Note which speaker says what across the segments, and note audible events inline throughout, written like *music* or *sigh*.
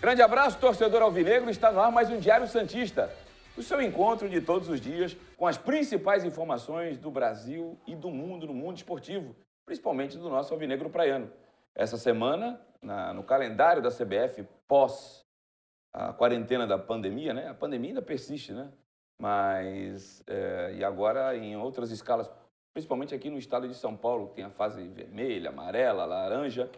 Speaker 1: Grande abraço, torcedor alvinegro. Está no ar mais um Diário Santista. O seu encontro de todos os dias com as principais informações do Brasil e do mundo, no mundo esportivo, principalmente do nosso alvinegro praiano. Essa semana, na- no calendário da CBF, pós a quarentena da pandemia, né? A pandemia ainda persiste, né? Mas, eh, e agora em outras escalas, principalmente aqui no estado de São Paulo, que tem a fase vermelha, amarela, laranja.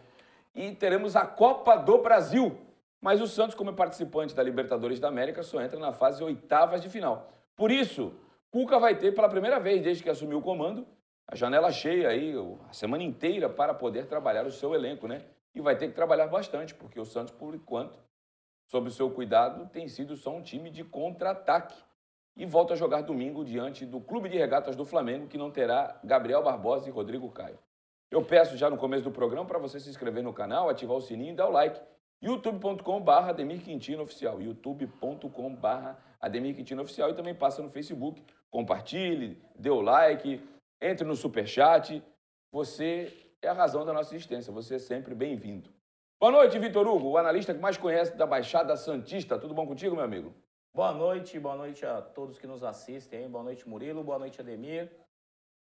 Speaker 1: E teremos a Copa do Brasil. Mas o Santos, como é participante da Libertadores da América, só entra na fase oitavas de final. Por isso, Cuca vai ter pela primeira vez desde que assumiu o comando a janela cheia aí, o- a semana inteira para poder trabalhar o seu elenco, né? E vai ter que trabalhar bastante, porque o Santos, por enquanto, sob o seu cuidado, tem sido só um time de contra-ataque. E volta a jogar domingo diante do Clube de Regatas do Flamengo, que não terá Gabriel Barbosa e Rodrigo Caio. Eu peço já no começo do programa para você se inscrever no canal, ativar o sininho e dar o like. youtube.com.br Ademir Quintino Oficial. youtube.com.br Ademir Quintino Oficial. E também passa no Facebook. Compartilhe, dê o like, entre no superchat. Você é a razão da nossa existência. Você é sempre bem-vindo. Boa noite, Vitor Hugo, o analista que mais conhece da Baixada Santista. Tudo bom contigo, meu amigo?
Speaker 2: Boa noite, boa noite a todos que nos assistem. hein? Boa noite, Murilo. Boa noite, Ademir.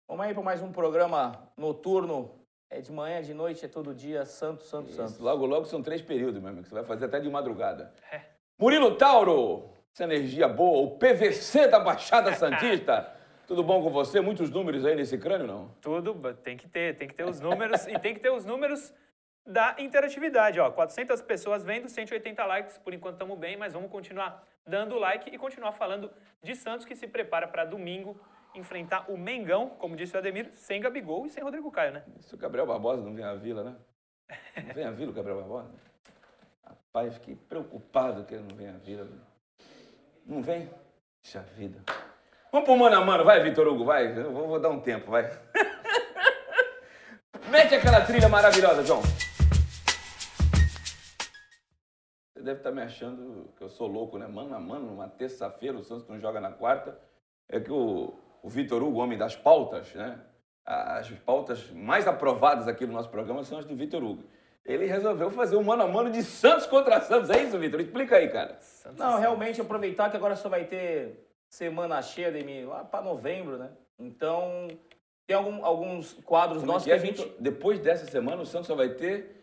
Speaker 2: Vamos aí para mais um programa noturno. É de manhã, de noite, é todo dia. Santo, santo, santo.
Speaker 1: Logo, logo são três períodos, meu amigo. Você vai fazer até de madrugada. Murilo Tauro, essa energia boa, o PVC da Baixada Santista. Tudo bom com você? Muitos números aí nesse crânio, não?
Speaker 3: Tudo ba- tem que ter, tem que ter os números e tem que ter os números da interatividade, ó. 400 pessoas vendo, 180 likes, por enquanto estamos bem, mas vamos continuar dando like e continuar falando de Santos que se prepara para domingo enfrentar o Mengão, como disse o Ademir, sem Gabigol e sem Rodrigo Caio, né?
Speaker 1: Se o Gabriel Barbosa não vem à vila, né? Não vem à vila o Gabriel Barbosa? Rapaz, fiquei preocupado que ele não venha à vila. meu. Não vem? Puxa vida. Vamos pro mano a mano, vai, Vitor Hugo, vai. Eu vou, vou dar um tempo, vai. *laughs* Mete aquela trilha maravilhosa, João. Você deve estar me achando que eu sou louco, né? Mano a mano, numa terça-feira, o Santos não joga na quarta. É que o, o Vitor Hugo, homem das pautas, né? As pautas mais aprovadas aqui no nosso programa são as do Vitor Hugo. Ele resolveu fazer um mano a mano de Santos contra Santos. É isso, Vitor? Explica aí, cara.
Speaker 3: Santos
Speaker 2: Não, realmente aproveitar que agora só vai ter semana cheia, Ademir, lá para novembro, né? Então, tem algum- alguns quadros
Speaker 1: Como é
Speaker 2: nossos
Speaker 1: que
Speaker 2: que
Speaker 1: é,
Speaker 2: a gente.
Speaker 1: Vitor? Depois dessa semana, o Santos só vai ter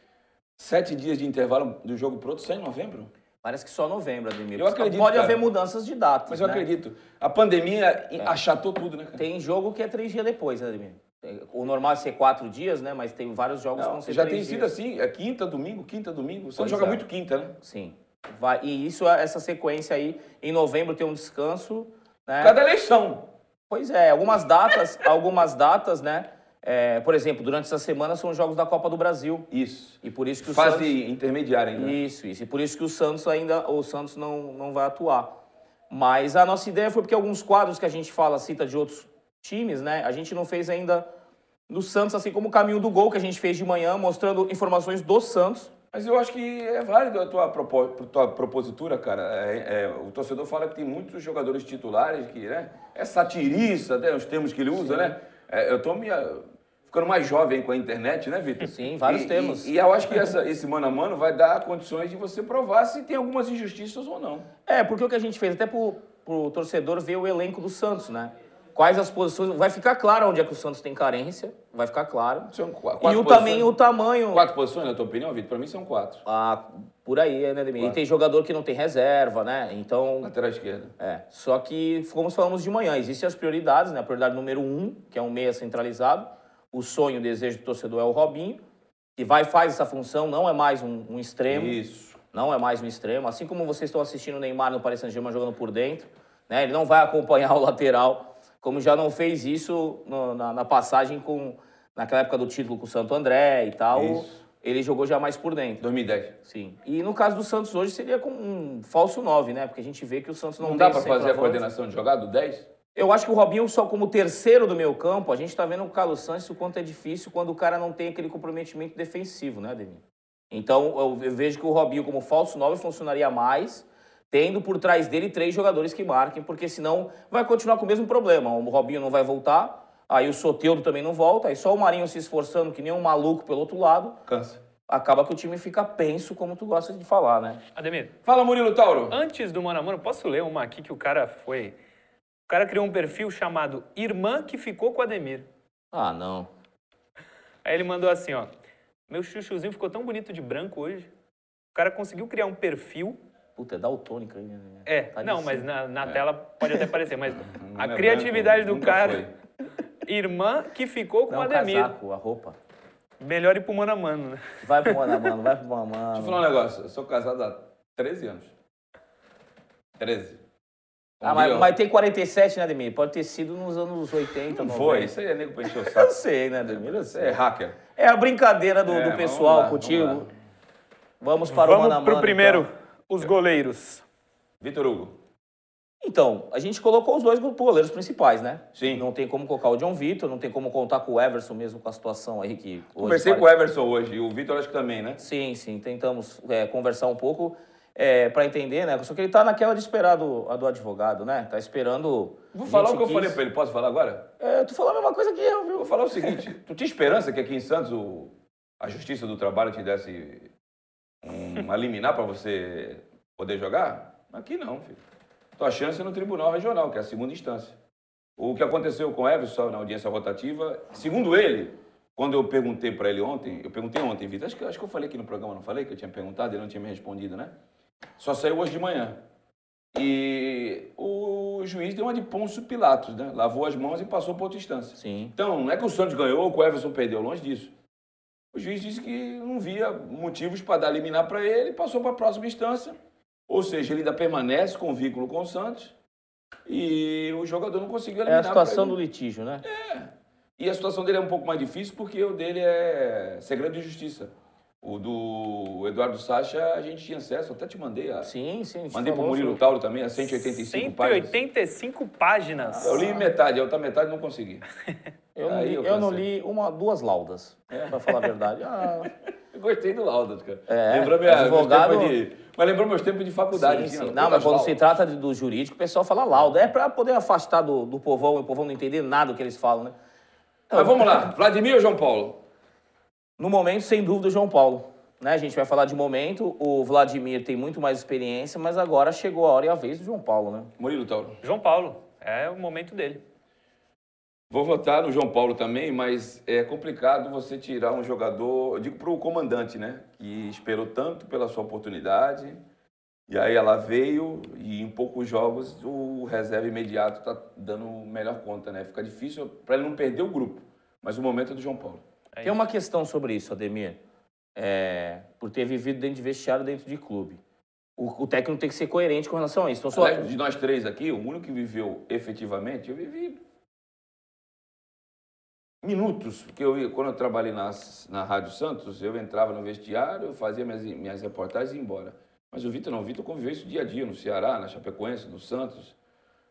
Speaker 1: sete dias de intervalo do jogo pro outro, só em novembro?
Speaker 2: Parece que só novembro, Ademir.
Speaker 1: Eu acredito,
Speaker 2: Pode
Speaker 1: cara.
Speaker 2: haver mudanças de datas.
Speaker 1: Mas eu
Speaker 2: né? É.
Speaker 1: acredito. A pandemia achatou tudo, né, cara?
Speaker 2: Tem jogo que é três dias depois, né, Ademir? O normal é ser quatro dias, né? Mas tem vários jogos que
Speaker 1: Não,
Speaker 2: vão ser
Speaker 1: já
Speaker 2: três
Speaker 1: tem sido
Speaker 2: dias.
Speaker 1: assim, é quinta, domingo, quinta, domingo. O Santos
Speaker 2: Pois
Speaker 1: joga
Speaker 2: é.
Speaker 1: muito quinta, né?
Speaker 2: Sim. Vai, e isso, essa sequência aí, em novembro tem um descanso, né?
Speaker 1: Cada eleição.
Speaker 2: Pois é, algumas datas, *laughs* algumas datas, né? É, por exemplo, durante essa semana são os jogos da Copa do Brasil.
Speaker 1: Isso.
Speaker 2: E por isso que o
Speaker 1: Fase
Speaker 2: Santos...
Speaker 1: intermediária né? ainda.
Speaker 2: Isso, isso. E por isso que o Santos ainda, o Santos não, não vai atuar. Mas a nossa ideia foi porque alguns quadros que a gente fala, cita de outros times, né? A gente não fez ainda do Santos, assim como o caminho do gol que a gente fez de manhã, mostrando informações do Santos.
Speaker 1: Mas eu acho que é válido a tua, propo- tua propositura, cara. É- é, o torcedor fala que tem muitos jogadores titulares que, né? É satirista, né? Os termos que ele usa, né? É, eu tô me, ah, ficando mais jovem com a internet, né, Vitor?
Speaker 2: Sim, vários
Speaker 1: E-
Speaker 2: termos.
Speaker 1: E, e eu acho que essa- esse mano a mano vai dar condições de você provar se tem algumas injustiças ou não.
Speaker 2: É, porque o que a gente fez, até pro, pro torcedor ver o elenco do Santos, né? Quais as posições. Vai ficar claro onde é que o Santos tem carência, vai ficar claro.
Speaker 1: São qu- quatro
Speaker 2: E o,
Speaker 1: posições-
Speaker 2: também, o tamanho.
Speaker 1: Quatro posições, na tua opinião, Vitor? Pra mim são quatro.
Speaker 2: Ah, por aí, né, Ademir? E
Speaker 1: Claro.
Speaker 2: tem jogador que não tem reserva, né? Então.
Speaker 1: Um Lateral esquerda.
Speaker 2: É. Só que, como falamos de manhã, existem as prioridades, né? A prioridade número um, que é um meia centralizado. O sonho, o desejo do torcedor é o Robinho, que vai faz essa função, não é mais um, um extremo.
Speaker 1: Isso.
Speaker 2: Não é mais um extremo. Assim como vocês estão assistindo o Neymar no Paris Saint-Germain jogando por dentro, né? Ele não vai acompanhar *laughs* o lateral, como já não fez isso no- na, na passagem com naquela época do título com o Santo André e tal.
Speaker 1: Isso.
Speaker 2: Ele jogou já mais por dentro.
Speaker 1: 2010.
Speaker 2: Sim. E no caso do Santos hoje seria com um falso 9, né? Porque a gente vê que o Santos não,
Speaker 1: Não,
Speaker 2: tem
Speaker 1: dá pra fazer a
Speaker 2: centroavante.
Speaker 1: coordenação de jogada, do 10?
Speaker 2: Eu acho que o Robinho só como terceiro do meio campo, a gente tá vendo o Carlos Santos o quanto é difícil quando o cara não tem aquele comprometimento defensivo, né, Ademir? Então, eu eu vejo que o Robinho como falso 9 funcionaria mais, tendo por trás dele três jogadores que marquem, porque senão vai continuar com o mesmo problema. O Robinho não vai voltar, aí o Soteudo também não volta, aí só o Marinho se esforçando que nem um maluco pelo outro lado,
Speaker 1: Cansa.
Speaker 2: acaba que o time fica penso, como tu gosta de falar, né?
Speaker 3: Ademir,
Speaker 1: Fala, Murilo Tauro.
Speaker 3: antes do Mano a Mano, posso ler uma aqui que o cara foi. O cara criou um perfil chamado Irmã que ficou com o Ademir.
Speaker 2: Ah, não.
Speaker 3: Aí ele mandou assim, ó. Meu chuchuzinho ficou tão bonito de branco hoje. O cara conseguiu criar um perfil.
Speaker 2: Puta, é daltônica ainda, né?
Speaker 3: É,
Speaker 2: Tá de
Speaker 3: não, mas
Speaker 2: cima.
Speaker 3: na, na tela pode até parecer,
Speaker 1: *laughs*
Speaker 3: mas
Speaker 1: Não é
Speaker 3: a
Speaker 1: branco,
Speaker 3: criatividade do
Speaker 1: nunca
Speaker 3: cara.
Speaker 1: foi.
Speaker 3: Irmã que ficou com o
Speaker 2: Não, o
Speaker 3: É Ademir.
Speaker 2: um casaco, a roupa.
Speaker 3: Melhor ir pro mano a mano, né?
Speaker 2: Vai pro mano, a mano, vai pro mano. a
Speaker 1: Deixa eu
Speaker 2: mano.
Speaker 1: falar um negócio. Eu sou casado há 13 anos. 13.
Speaker 2: Ah, mas, mas tá tem 47, né, Ademir? Pode ter sido nos anos 80,
Speaker 1: Não
Speaker 2: 90.
Speaker 1: foi. Isso aí é nego pra encher o
Speaker 2: Eu
Speaker 1: saco.
Speaker 2: sei, né, Ademir? Eu
Speaker 1: Você é
Speaker 2: sei.
Speaker 1: hacker.
Speaker 2: É a brincadeira do,
Speaker 1: É,
Speaker 2: do
Speaker 1: vamos
Speaker 2: pessoal
Speaker 1: lá,
Speaker 2: contigo.
Speaker 1: vamos
Speaker 2: Vamos,
Speaker 1: lá.
Speaker 2: para o
Speaker 3: Vamos
Speaker 2: mano a mano.
Speaker 3: pro
Speaker 2: então.
Speaker 3: primeiro, os goleiros.
Speaker 1: Vitor Hugo.
Speaker 2: Então, a gente colocou os dois goleiros principais, né?
Speaker 1: Sim.
Speaker 2: Não tem como colocar o John Vitor, não tem como contar com o Everson mesmo com a situação aí que. hoje
Speaker 1: Conversei
Speaker 2: parece-
Speaker 1: com o Everson hoje e o Vitor acho que também, né?
Speaker 2: Sim, sim, tentamos é, conversar um pouco para entender, né? Só que ele tá naquela de esperar do, a do advogado, né? Tá esperando.
Speaker 1: Vou falar o que eu
Speaker 2: 20,
Speaker 1: falei
Speaker 2: 15.
Speaker 1: pra ele. Posso falar agora?
Speaker 2: É, tu falou a mesma coisa que eu,
Speaker 1: Eu
Speaker 2: viu?
Speaker 1: vou falar o seguinte. tu tinha esperança que aqui em Santos o- a Justiça do Trabalho te desse um liminar pra você poder jogar? Aqui não, filho. Tua chance é no Tribunal Regional, que é a segunda instância. O que aconteceu com o Everson na audiência rotativa, segundo ele, quando eu perguntei pra ele ontem, eu perguntei ontem, Vitor, acho que, acho que eu falei aqui no programa, não falei? Que eu tinha perguntado, ele não tinha me respondido, né? Só saiu hoje de manhã. E o juiz deu uma de Pôncio Pilatos, né? Lavou as mãos e passou para outra instância.
Speaker 2: Sim.
Speaker 1: Então, não é que o Santos ganhou ou que o Everson perdeu, longe disso. O juiz disse que não via motivos para dar liminar para ele, passou para a próxima instância. Ou seja, ele ainda permanece com vínculo com o Santos e o jogador não conseguiu
Speaker 2: É
Speaker 1: eliminar.
Speaker 2: a situação
Speaker 1: pra
Speaker 2: do
Speaker 1: ele.
Speaker 2: litígio, né?
Speaker 1: E a situação dele é um pouco mais difícil porque o dele é segredo de justiça. O do Eduardo Sacha a gente tinha acesso, até te mandei a.
Speaker 2: Sim, sim. a gente
Speaker 1: Mandei pro
Speaker 2: falou
Speaker 1: Murilo
Speaker 2: sobre-
Speaker 1: Tauro também, a 185 páginas.
Speaker 3: 185 páginas.
Speaker 1: Eu li metade, a outra metade não consegui.
Speaker 2: *laughs* Eu não
Speaker 1: Aí
Speaker 2: li,
Speaker 1: eu
Speaker 2: eu não
Speaker 1: cansei. É.
Speaker 2: li uma, duas laudas, pra falar a
Speaker 1: *laughs*
Speaker 2: verdade. Ah,
Speaker 1: Eu gostei do Laudat, cara.
Speaker 2: É,
Speaker 1: lembrou minha,
Speaker 2: advogado-
Speaker 1: meus tempos de, mas lembrou meus tempos de faculdade. assim,
Speaker 2: sim,
Speaker 1: tinha
Speaker 2: sim.
Speaker 1: lá,
Speaker 2: Não, mas
Speaker 1: putas
Speaker 2: quando
Speaker 1: laudas.
Speaker 2: se trata de- do jurídico, o pessoal fala lauda. É pra poder afastar do, do povão e o povão não entender nada do que eles falam, né?
Speaker 1: Tá,
Speaker 2: Então,
Speaker 1: Mas vamos lá, Vladimir ou João Paulo?
Speaker 2: No momento, sem dúvida, o João Paulo. Né? A gente vai falar de momento. O Vladimir tem muito mais experiência, mas agora chegou a hora e a vez do João Paulo, né?
Speaker 1: Murilo Tauro.
Speaker 3: João Paulo, é o momento dele.
Speaker 1: Vou votar no João Paulo também, mas é complicado você tirar um jogador, eu digo pro comandante, né? Que esperou tanto pela sua oportunidade, e aí ela veio, e em poucos jogos o reserva imediato tá dando melhor conta, né? Fica difícil para ele não perder o grupo, mas o momento é do João Paulo.
Speaker 3: É
Speaker 2: Tem uma questão sobre isso, Ademir. É, por ter vivido dentro de vestiário, dentro de clube. O, o técnico tem que ser coerente com relação a isso. Então, só...
Speaker 1: Aliás, de nós três aqui, o único que viveu efetivamente, eu vivi minutos, porque eu, ia- quando eu trabalhei na, na Rádio Santos, eu entrava no vestiário, eu fazia minhas, minhas reportagens e ia embora. Mas o Vitor não, o Vitor conviveu isso dia a dia, no Ceará, na Chapecoense, no Santos.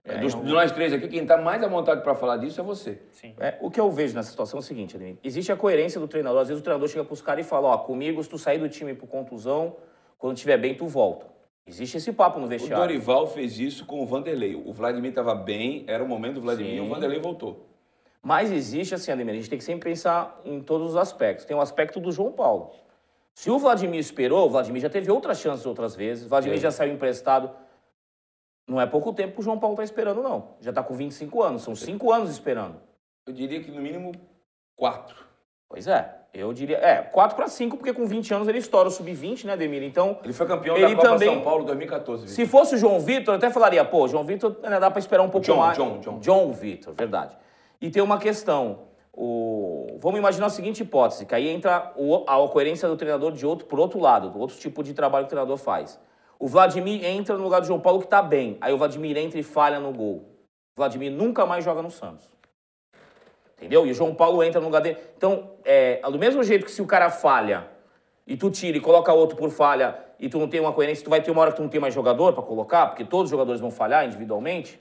Speaker 1: É, dos- de nós três aqui, quem está mais à vontade para falar disso é você.
Speaker 3: Sim.
Speaker 2: É, o que eu vejo nessa situação é o seguinte, Ademir. Existe a coerência do treinador. Às vezes o treinador chega pros caras e fala, ó, comigo, se tu sair do time por contusão, quando tiver bem, tu volta. Existe esse papo no
Speaker 1: O
Speaker 2: vestiário.
Speaker 1: Dorival fez isso com o Vanderlei. O Vladimir estava bem, era o momento do Vladimir
Speaker 2: Sim.
Speaker 1: e o Vanderlei voltou.
Speaker 2: Mas existe, assim, Ademir, a gente tem que sempre pensar em todos os aspectos. Tem o aspecto do João Paulo. Se o Vladimir esperou, o Vladimir já teve outras chances outras vezes, o Vladimir
Speaker 1: É.
Speaker 2: já saiu emprestado. Não é pouco tempo que o João Paulo está esperando, não. Já está com 25 anos, são 5 anos esperando.
Speaker 1: Eu diria que no mínimo quatro.
Speaker 2: Pois é, eu diria. É, 4 para 5, porque com 20 anos ele estoura o sub-20, né, Ademir? Então,
Speaker 1: Ele foi campeão da
Speaker 2: Ele
Speaker 1: Copa
Speaker 2: também-
Speaker 1: São Paulo 2014. Vitor.
Speaker 2: se fosse o João Vitor, eu até falaria, pô, o João Vitor ainda dá para esperar um pouco
Speaker 1: John,
Speaker 2: mais.
Speaker 1: John, John.
Speaker 2: Vitor, verdade. E tem uma questão. O... Vamos imaginar a seguinte hipótese, que aí entra o- a coerência do treinador de outro por outro lado, do outro tipo de trabalho que o treinador faz. O Vladimir entra no lugar do João Paulo que tá bem. Aí o Vladimir entra e falha no gol. O Vladimir nunca mais joga no Santos. Entendeu? E o João Paulo entra no lugar dele. Então, é, do mesmo jeito que se o cara falha e tu tira e coloca outro por falha e tu não tem uma coerência, tu vai ter uma hora que tu não tem mais jogador pra colocar, porque todos os jogadores vão falhar individualmente.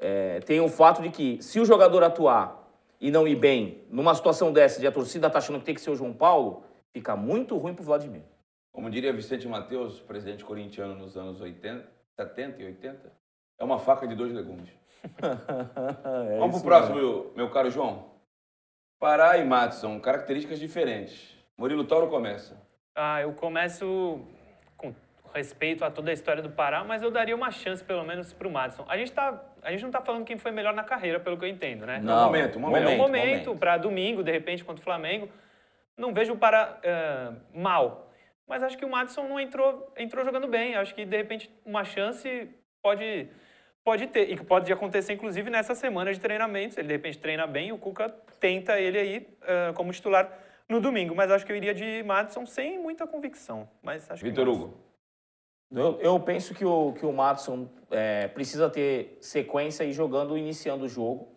Speaker 2: É, tem o fato de que se o jogador atuar e não ir bem numa situação dessa de a torcida tá achando que tem que ser o João Paulo, fica muito ruim pro Vladimir. *laughs*
Speaker 1: Como diria Vicente Mateus, presidente corintiano nos anos 80, 70 e 80, é uma faca de dois legumes.
Speaker 2: É
Speaker 1: Vamos pro próximo, meu, meu caro João. Pará e Matson, características diferentes. Murilo Tauro começa.
Speaker 3: Ah, eu começo com respeito a toda a história do Pará, mas eu daria uma chance, pelo menos, pro Madison. A gente, tá, a gente não tá falando quem foi melhor na carreira, pelo que eu entendo, né?
Speaker 1: Não, momento,
Speaker 3: É
Speaker 1: momento,
Speaker 3: um momento para domingo, de repente, contra o Flamengo. Não vejo o Pará eh, mal. Mas acho que o Madison não entrou, entrou jogando bem. Acho que, de repente, uma chance pode, pode ter. E que pode acontecer, inclusive, nessa semana de treinamentos. Ele, de repente, treina bem e o Cuca tenta ele aí eh, como titular no domingo. Mas acho que eu iria de Madison sem muita convicção. Mas acho que
Speaker 1: Vitor
Speaker 3: Madison.
Speaker 1: Hugo.
Speaker 2: Eu, eu penso que o, que o Matson precisa ter sequência e jogando, iniciando o jogo.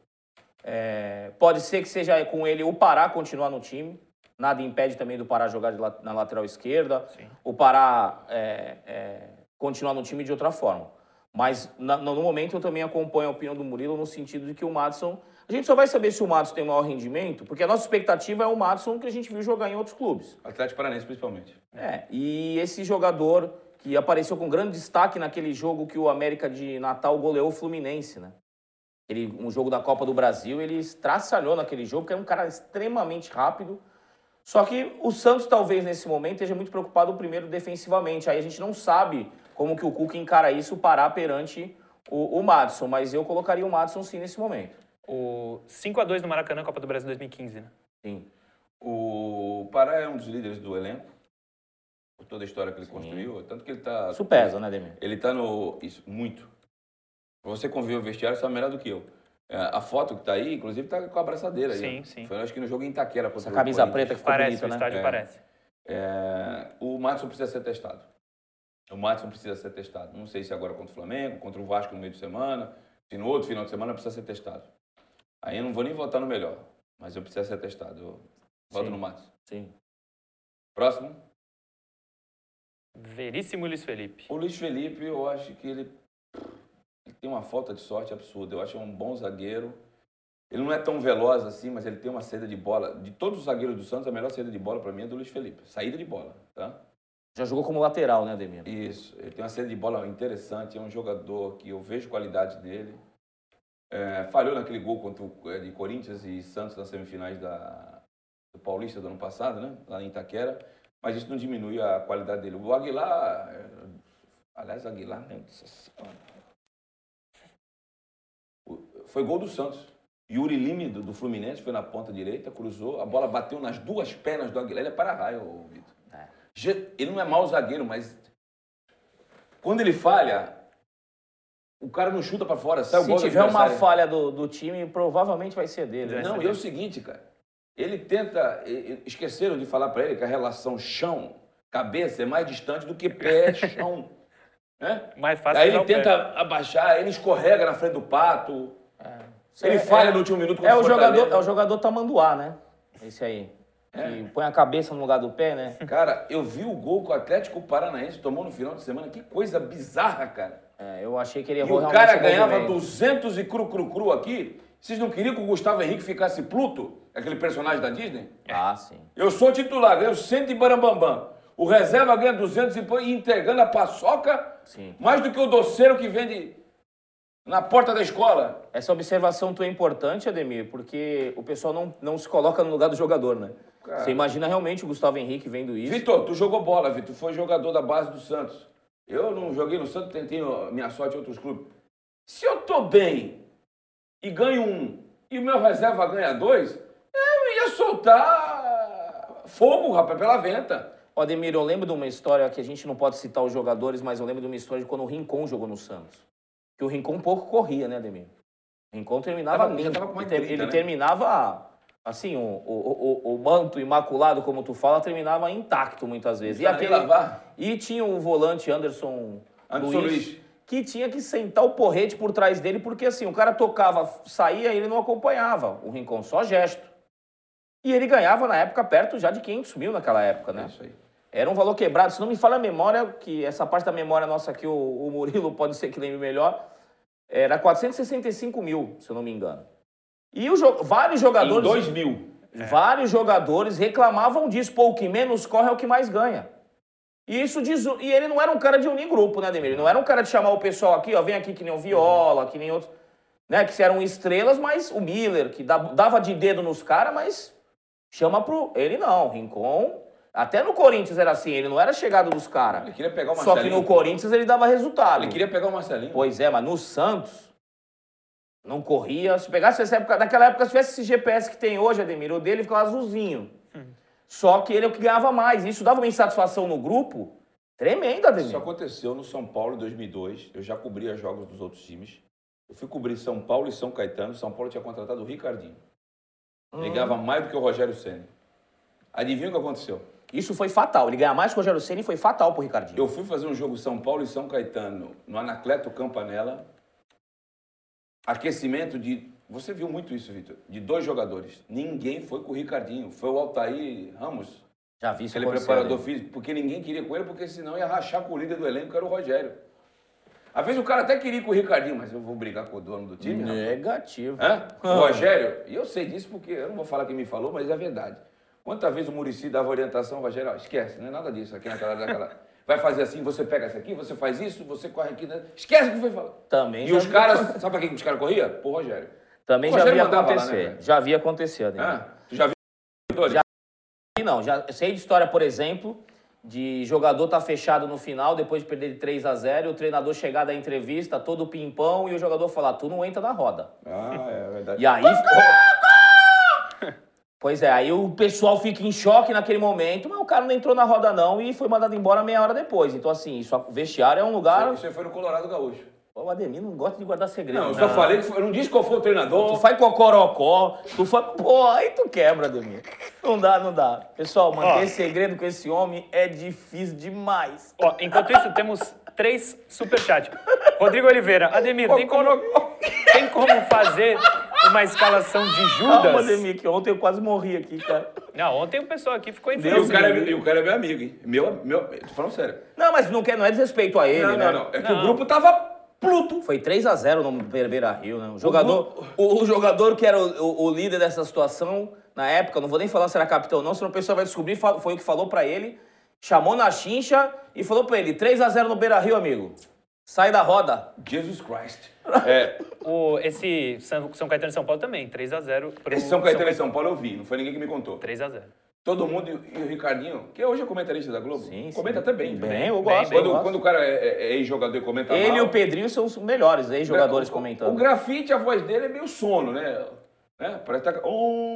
Speaker 2: É, pode ser que seja com ele o Pará continuar no time. Nada impede também do Pará jogar de la- na lateral esquerda.
Speaker 3: Sim.
Speaker 2: O Pará é, é, continuar no time de outra forma. Mas na- no no momento eu também acompanho a opinião do Murilo no sentido de que o Madison. A gente só vai saber se o Madison tem maior rendimento, porque a nossa expectativa é o Madison que a gente viu jogar em outros clubes.
Speaker 1: Atlético Paranense, principalmente.
Speaker 2: É, e esse jogador que apareceu com grande destaque naquele jogo que o América de Natal goleou o Fluminense, né? Ele, um jogo da Copa do Brasil, ele estraçalhou naquele jogo, que era um cara extremamente rápido. Só que o Santos, talvez, nesse momento, esteja muito preocupado, primeiro, defensivamente. Aí a gente não sabe como que o Cuca encara isso, parar perante o, o Madison. Mas eu colocaria o Madison, sim, nesse momento.
Speaker 3: O 5x2 no Maracanã, Copa do Brasil 2015, né?
Speaker 2: Sim.
Speaker 1: O Pará é um dos líderes do elenco, por toda a história que ele construiu. Tanto que ele tá.
Speaker 2: Isso pesa, né, Demir?
Speaker 1: Ele tá no. Isso, muito. Você convive o vestiário, sabe melhor do que eu. É, a foto que tá aí, inclusive, tá com a abraçadeira aí.
Speaker 3: Sim,
Speaker 1: ó.
Speaker 3: sim.
Speaker 1: Foi, acho que no jogo em Itaquera. contra
Speaker 2: Essa
Speaker 1: o
Speaker 2: camisa
Speaker 1: Corinthians.
Speaker 2: preta que ficou
Speaker 3: Parece,
Speaker 2: bonita,
Speaker 3: o
Speaker 2: né?
Speaker 3: estádio
Speaker 1: É.
Speaker 3: parece.
Speaker 1: É, o Matson precisa ser testado. O Matson precisa ser testado. Não sei se agora contra o Flamengo, contra o Vasco no meio de semana, se no outro final de semana precisa ser testado. Aí eu não vou nem votar no melhor, mas eu preciso ser testado. Eu voto
Speaker 2: Sim.
Speaker 1: no Matson.
Speaker 2: Sim.
Speaker 1: Próximo.
Speaker 3: Veríssimo Luiz Felipe.
Speaker 1: O Luiz Felipe, eu acho que ele, ele tem uma falta de sorte absurda. Eu acho que é um bom zagueiro. Ele não é tão veloz assim, mas ele tem uma saída de bola. De todos os zagueiros do Santos, a melhor saída de bola para mim é do Luiz Felipe. Saída de bola, tá?
Speaker 2: Já jogou como lateral, né, Demir?
Speaker 1: Isso, ele tem uma saída de bola interessante, é um jogador que eu vejo qualidade dele. É, falhou naquele gol contra o é, de Corinthians e Santos nas semifinais da, do Paulista do ano passado, né? Lá em Itaquera. Mas isso não diminui a qualidade dele. O Aguilar. é, Aliás, Aguilar, né? Nossa Senhora. O- Foi gol do Santos. Yuri Lime, do, do Fluminense, foi na ponta direita, cruzou. A bola bateu nas duas pernas do Aguilar. Ele é para raio, Vitor. Ge- Ele não é mau zagueiro, mas quando ele falha, o cara não chuta pra fora, sai o
Speaker 2: Se
Speaker 1: gol do
Speaker 2: tiver uma
Speaker 1: adversário.
Speaker 2: falha do, do time, provavelmente vai ser dele. né?
Speaker 1: Não, e é o seguinte, cara. Ele tenta. e- e- Esqueceram de falar pra ele que a relação chão-cabeça é mais distante do que
Speaker 2: *laughs*
Speaker 1: pé-chão. né?
Speaker 3: Mais fácil
Speaker 1: Aí
Speaker 3: usar
Speaker 1: ele
Speaker 3: o pé.
Speaker 1: tenta abaixar, ele escorrega na frente do pato. Ele
Speaker 2: É-
Speaker 1: falha
Speaker 2: é-
Speaker 1: no último minuto
Speaker 2: É
Speaker 1: contra
Speaker 2: o, jogador,
Speaker 1: Fortaleza.
Speaker 2: é o jogador tamanduá, né? Esse aí.
Speaker 1: É.
Speaker 2: Que põe a cabeça no lugar do pé, né?
Speaker 1: Cara, eu vi o gol que o Atlético Paranaense tomou no final de semana. Que coisa bizarra, cara.
Speaker 2: É, eu achei que ele
Speaker 1: E
Speaker 2: errou
Speaker 1: o
Speaker 2: realmente
Speaker 1: cara ganhava
Speaker 2: movimento.
Speaker 1: 200 e cru-cru-cru aqui. Vocês não queriam que o Gustavo Henrique ficasse Pluto? Aquele personagem da Disney?
Speaker 2: Ah, sim.
Speaker 1: Eu sou titular, ganho 100 e barambambam. O reserva ganha 200 e põe entregando a paçoca
Speaker 2: Sim.
Speaker 1: mais do que o doceiro que vende na porta da escola.
Speaker 2: Essa observação tua é importante, Ademir, porque o pessoal não, não se coloca no lugar do jogador, né?
Speaker 1: Cara.
Speaker 2: Você imagina realmente o Gustavo Henrique vendo isso.
Speaker 1: Vitor, tu jogou bola, Vitor. Tu foi jogador da base do Santos. Eu não joguei no Santos, tentei ó, minha sorte em outros clubes. Se eu tô bem e ganho um e o meu reserva ganha dois, eu ia soltar fogo, rapaz, pela venta.
Speaker 2: Ó, Ademir, eu lembro de uma história que a gente não pode citar os jogadores, mas eu lembro de uma história de quando o Rincon jogou no Santos. Que o Rincon pouco corria, né, Ademir? O Rincon terminava
Speaker 1: Tava- já
Speaker 2: limpo.
Speaker 1: tava com mais
Speaker 2: Ele ter-
Speaker 1: 30,
Speaker 2: ele
Speaker 1: né?
Speaker 2: terminava, assim, o, o- o- o manto imaculado, como tu fala, terminava intacto muitas vezes. E,
Speaker 1: Precisava nem lavar.
Speaker 2: e tinha o volante Anderson,
Speaker 1: Anderson
Speaker 2: Luiz,
Speaker 1: Luiz.
Speaker 2: que tinha que sentar o porrete por trás dele, porque assim, o cara tocava, saía e ele não acompanhava. O Rincon só gesto. E ele ganhava, na época, perto já de 500 mil naquela época, né?
Speaker 1: É isso aí.
Speaker 2: Era um valor quebrado. Se não me falha a memória, que essa parte da memória nossa aqui, o, o Murilo *laughs* pode ser que lembre melhor, era 465 mil, se eu não me engano. E o jo- vários
Speaker 1: Em
Speaker 2: jogadores
Speaker 1: dois mil.
Speaker 2: vários jogadores reclamavam disso. Pô, o que menos corre é o que mais ganha. E isso diz... E ele não era um cara de unir grupo, né, Demir? Ele não era um cara de chamar o pessoal aqui, ó, vem aqui que nem o Viola, que nem outros... Né, que eram estrelas, mas o Miller, que dava dava de dedo nos caras, mas chama pro... Ele não, Rincon... Até no Corinthians era assim, ele não era chegado dos
Speaker 1: Ele
Speaker 2: caras.
Speaker 1: queria pegar o
Speaker 2: Só
Speaker 1: Marcelinho.
Speaker 2: que no Corinthians ele dava resultado.
Speaker 1: Ele queria pegar o Marcelinho.
Speaker 2: Pois é, mas no Santos não corria. Se pegasse essa época, naquela época, se tivesse esse GPS que tem hoje, Ademir, o dele ficava azulzinho. Só que ele é o que ganhava mais. Isso dava uma insatisfação no grupo tremenda, Ademir.
Speaker 1: Isso aconteceu no São Paulo em 2002. Eu já cobria jogos dos outros times. Eu fui cobrir São Paulo e São Caetano. São Paulo tinha contratado o Ricardinho. Ele ganhava mais do que o Rogério Senna. Adivinha o que aconteceu?
Speaker 2: Isso foi fatal. Ele ganhar mais que o Rogério Ceni foi fatal pro Ricardinho.
Speaker 1: Eu fui fazer um jogo São Paulo e São Caetano no Anacleto Campanella. Aquecimento de. Você viu muito isso, Vitor. De dois jogadores. Ninguém foi com o Ricardinho. Foi o Altair Ramos,
Speaker 2: Já vi isso
Speaker 1: aquele
Speaker 2: acontecer,
Speaker 1: preparador
Speaker 2: Ademir.
Speaker 1: físico. Porque ninguém queria com ele, porque senão ia rachar com o líder do elenco, que era o Rogério. Às vezes o cara até queria ir com o Ricardinho, mas eu vou brigar com o dono do time. rapaz. É?
Speaker 2: Negativo.
Speaker 1: Hã? O Rogério, e eu sei disso porque eu não vou falar quem me falou, mas é verdade. Quantas vezes o Murici dava orientação, o Rogério, ó, esquece, não é nada disso aqui naquela, naquela. Vai fazer assim, você pega essa aqui, você faz isso, você corre aqui. Né? Esquece o que foi falar.
Speaker 2: Também
Speaker 1: E
Speaker 2: já
Speaker 1: os
Speaker 2: vi-
Speaker 1: caras, sabe pra quem que os caras corriam? Pro Rogério.
Speaker 2: Também
Speaker 1: O
Speaker 2: já vi
Speaker 1: Rogério mandava lá, né,
Speaker 2: acontecer.
Speaker 1: velho? Ah.
Speaker 2: já vi acontecer, Ademir.
Speaker 1: Hã? Tu já viu? os
Speaker 2: Já. E não, já eu sei de história, por exemplo, de jogador tá fechado no final, depois de perder de 3 a 0 o treinador chegar da entrevista, todo pimpão, e o jogador falar, tu não entra na roda.
Speaker 1: Ah, é verdade.
Speaker 2: E aí ficou... *laughs* Pois é, aí o pessoal fica em choque naquele momento, mas o cara não entrou na roda não e foi mandado embora meia hora depois. Então assim, isso, o vestiário é um lugar...
Speaker 1: Você foi no Colorado Gaúcho.
Speaker 2: O Ademir não gosta de guardar segredo.
Speaker 1: Não, eu só
Speaker 2: né?
Speaker 1: falei que foi- eu não disse qual foi o
Speaker 2: Tu
Speaker 1: treinador.
Speaker 2: faz cocorocó, tu faz. Pô, aí tu quebra, Ademir. Não dá, não dá. Pessoal, manter
Speaker 3: Ó.
Speaker 2: segredo com esse homem é difícil demais.
Speaker 3: Ó, enquanto isso, temos três superchats. Rodrigo Oliveira, Ademir, tem como, tem como fazer uma escalação de
Speaker 2: Calma,
Speaker 3: Judas?
Speaker 2: Ademir, que ontem eu quase morri aqui, cara.
Speaker 3: Não, ontem o pessoal aqui ficou
Speaker 1: E o,
Speaker 3: entendido.
Speaker 1: cara, é- e o cara é meu amigo, hein? Meu, meu, tô falando sério.
Speaker 2: Não, mas não, quer, não é desrespeito a ele,
Speaker 1: Não,
Speaker 2: né?
Speaker 1: não, não. É que o
Speaker 3: Não.
Speaker 1: grupo tava pluto.
Speaker 2: Foi 3 a 0 no Beira Rio, né? O jogador, o, o jogador que era o, o- o líder dessa situação na época, não vou nem falar se era capitão ou não, senão o pessoal vai descobrir, fa- foi o que falou pra ele, chamou na chincha e falou pra ele, 3 a 0 no Beira Rio, amigo. Sai da roda.
Speaker 1: Jesus *laughs* Christ. É,
Speaker 3: O, esse São, São Caetano e São Paulo também, 3x0. pro
Speaker 1: Esse São Caetano e São Paulo eu vi, não foi ninguém que me contou.
Speaker 3: 3x0.
Speaker 1: Todo mundo e e o Ricardinho, que hoje é comentarista da Globo,
Speaker 2: Sim, sim.
Speaker 1: comenta até bem.
Speaker 2: Bem, eu gosto,
Speaker 1: Quando,
Speaker 2: eu gosto.
Speaker 1: quando o cara é, é- é ex-jogador e comenta
Speaker 2: Ele
Speaker 1: mal,
Speaker 2: e o Pedrinho são os melhores aí, jogadores
Speaker 1: o-
Speaker 2: comentando.
Speaker 1: O grafite, a voz dele é meio sono, né? né? Parece que tá...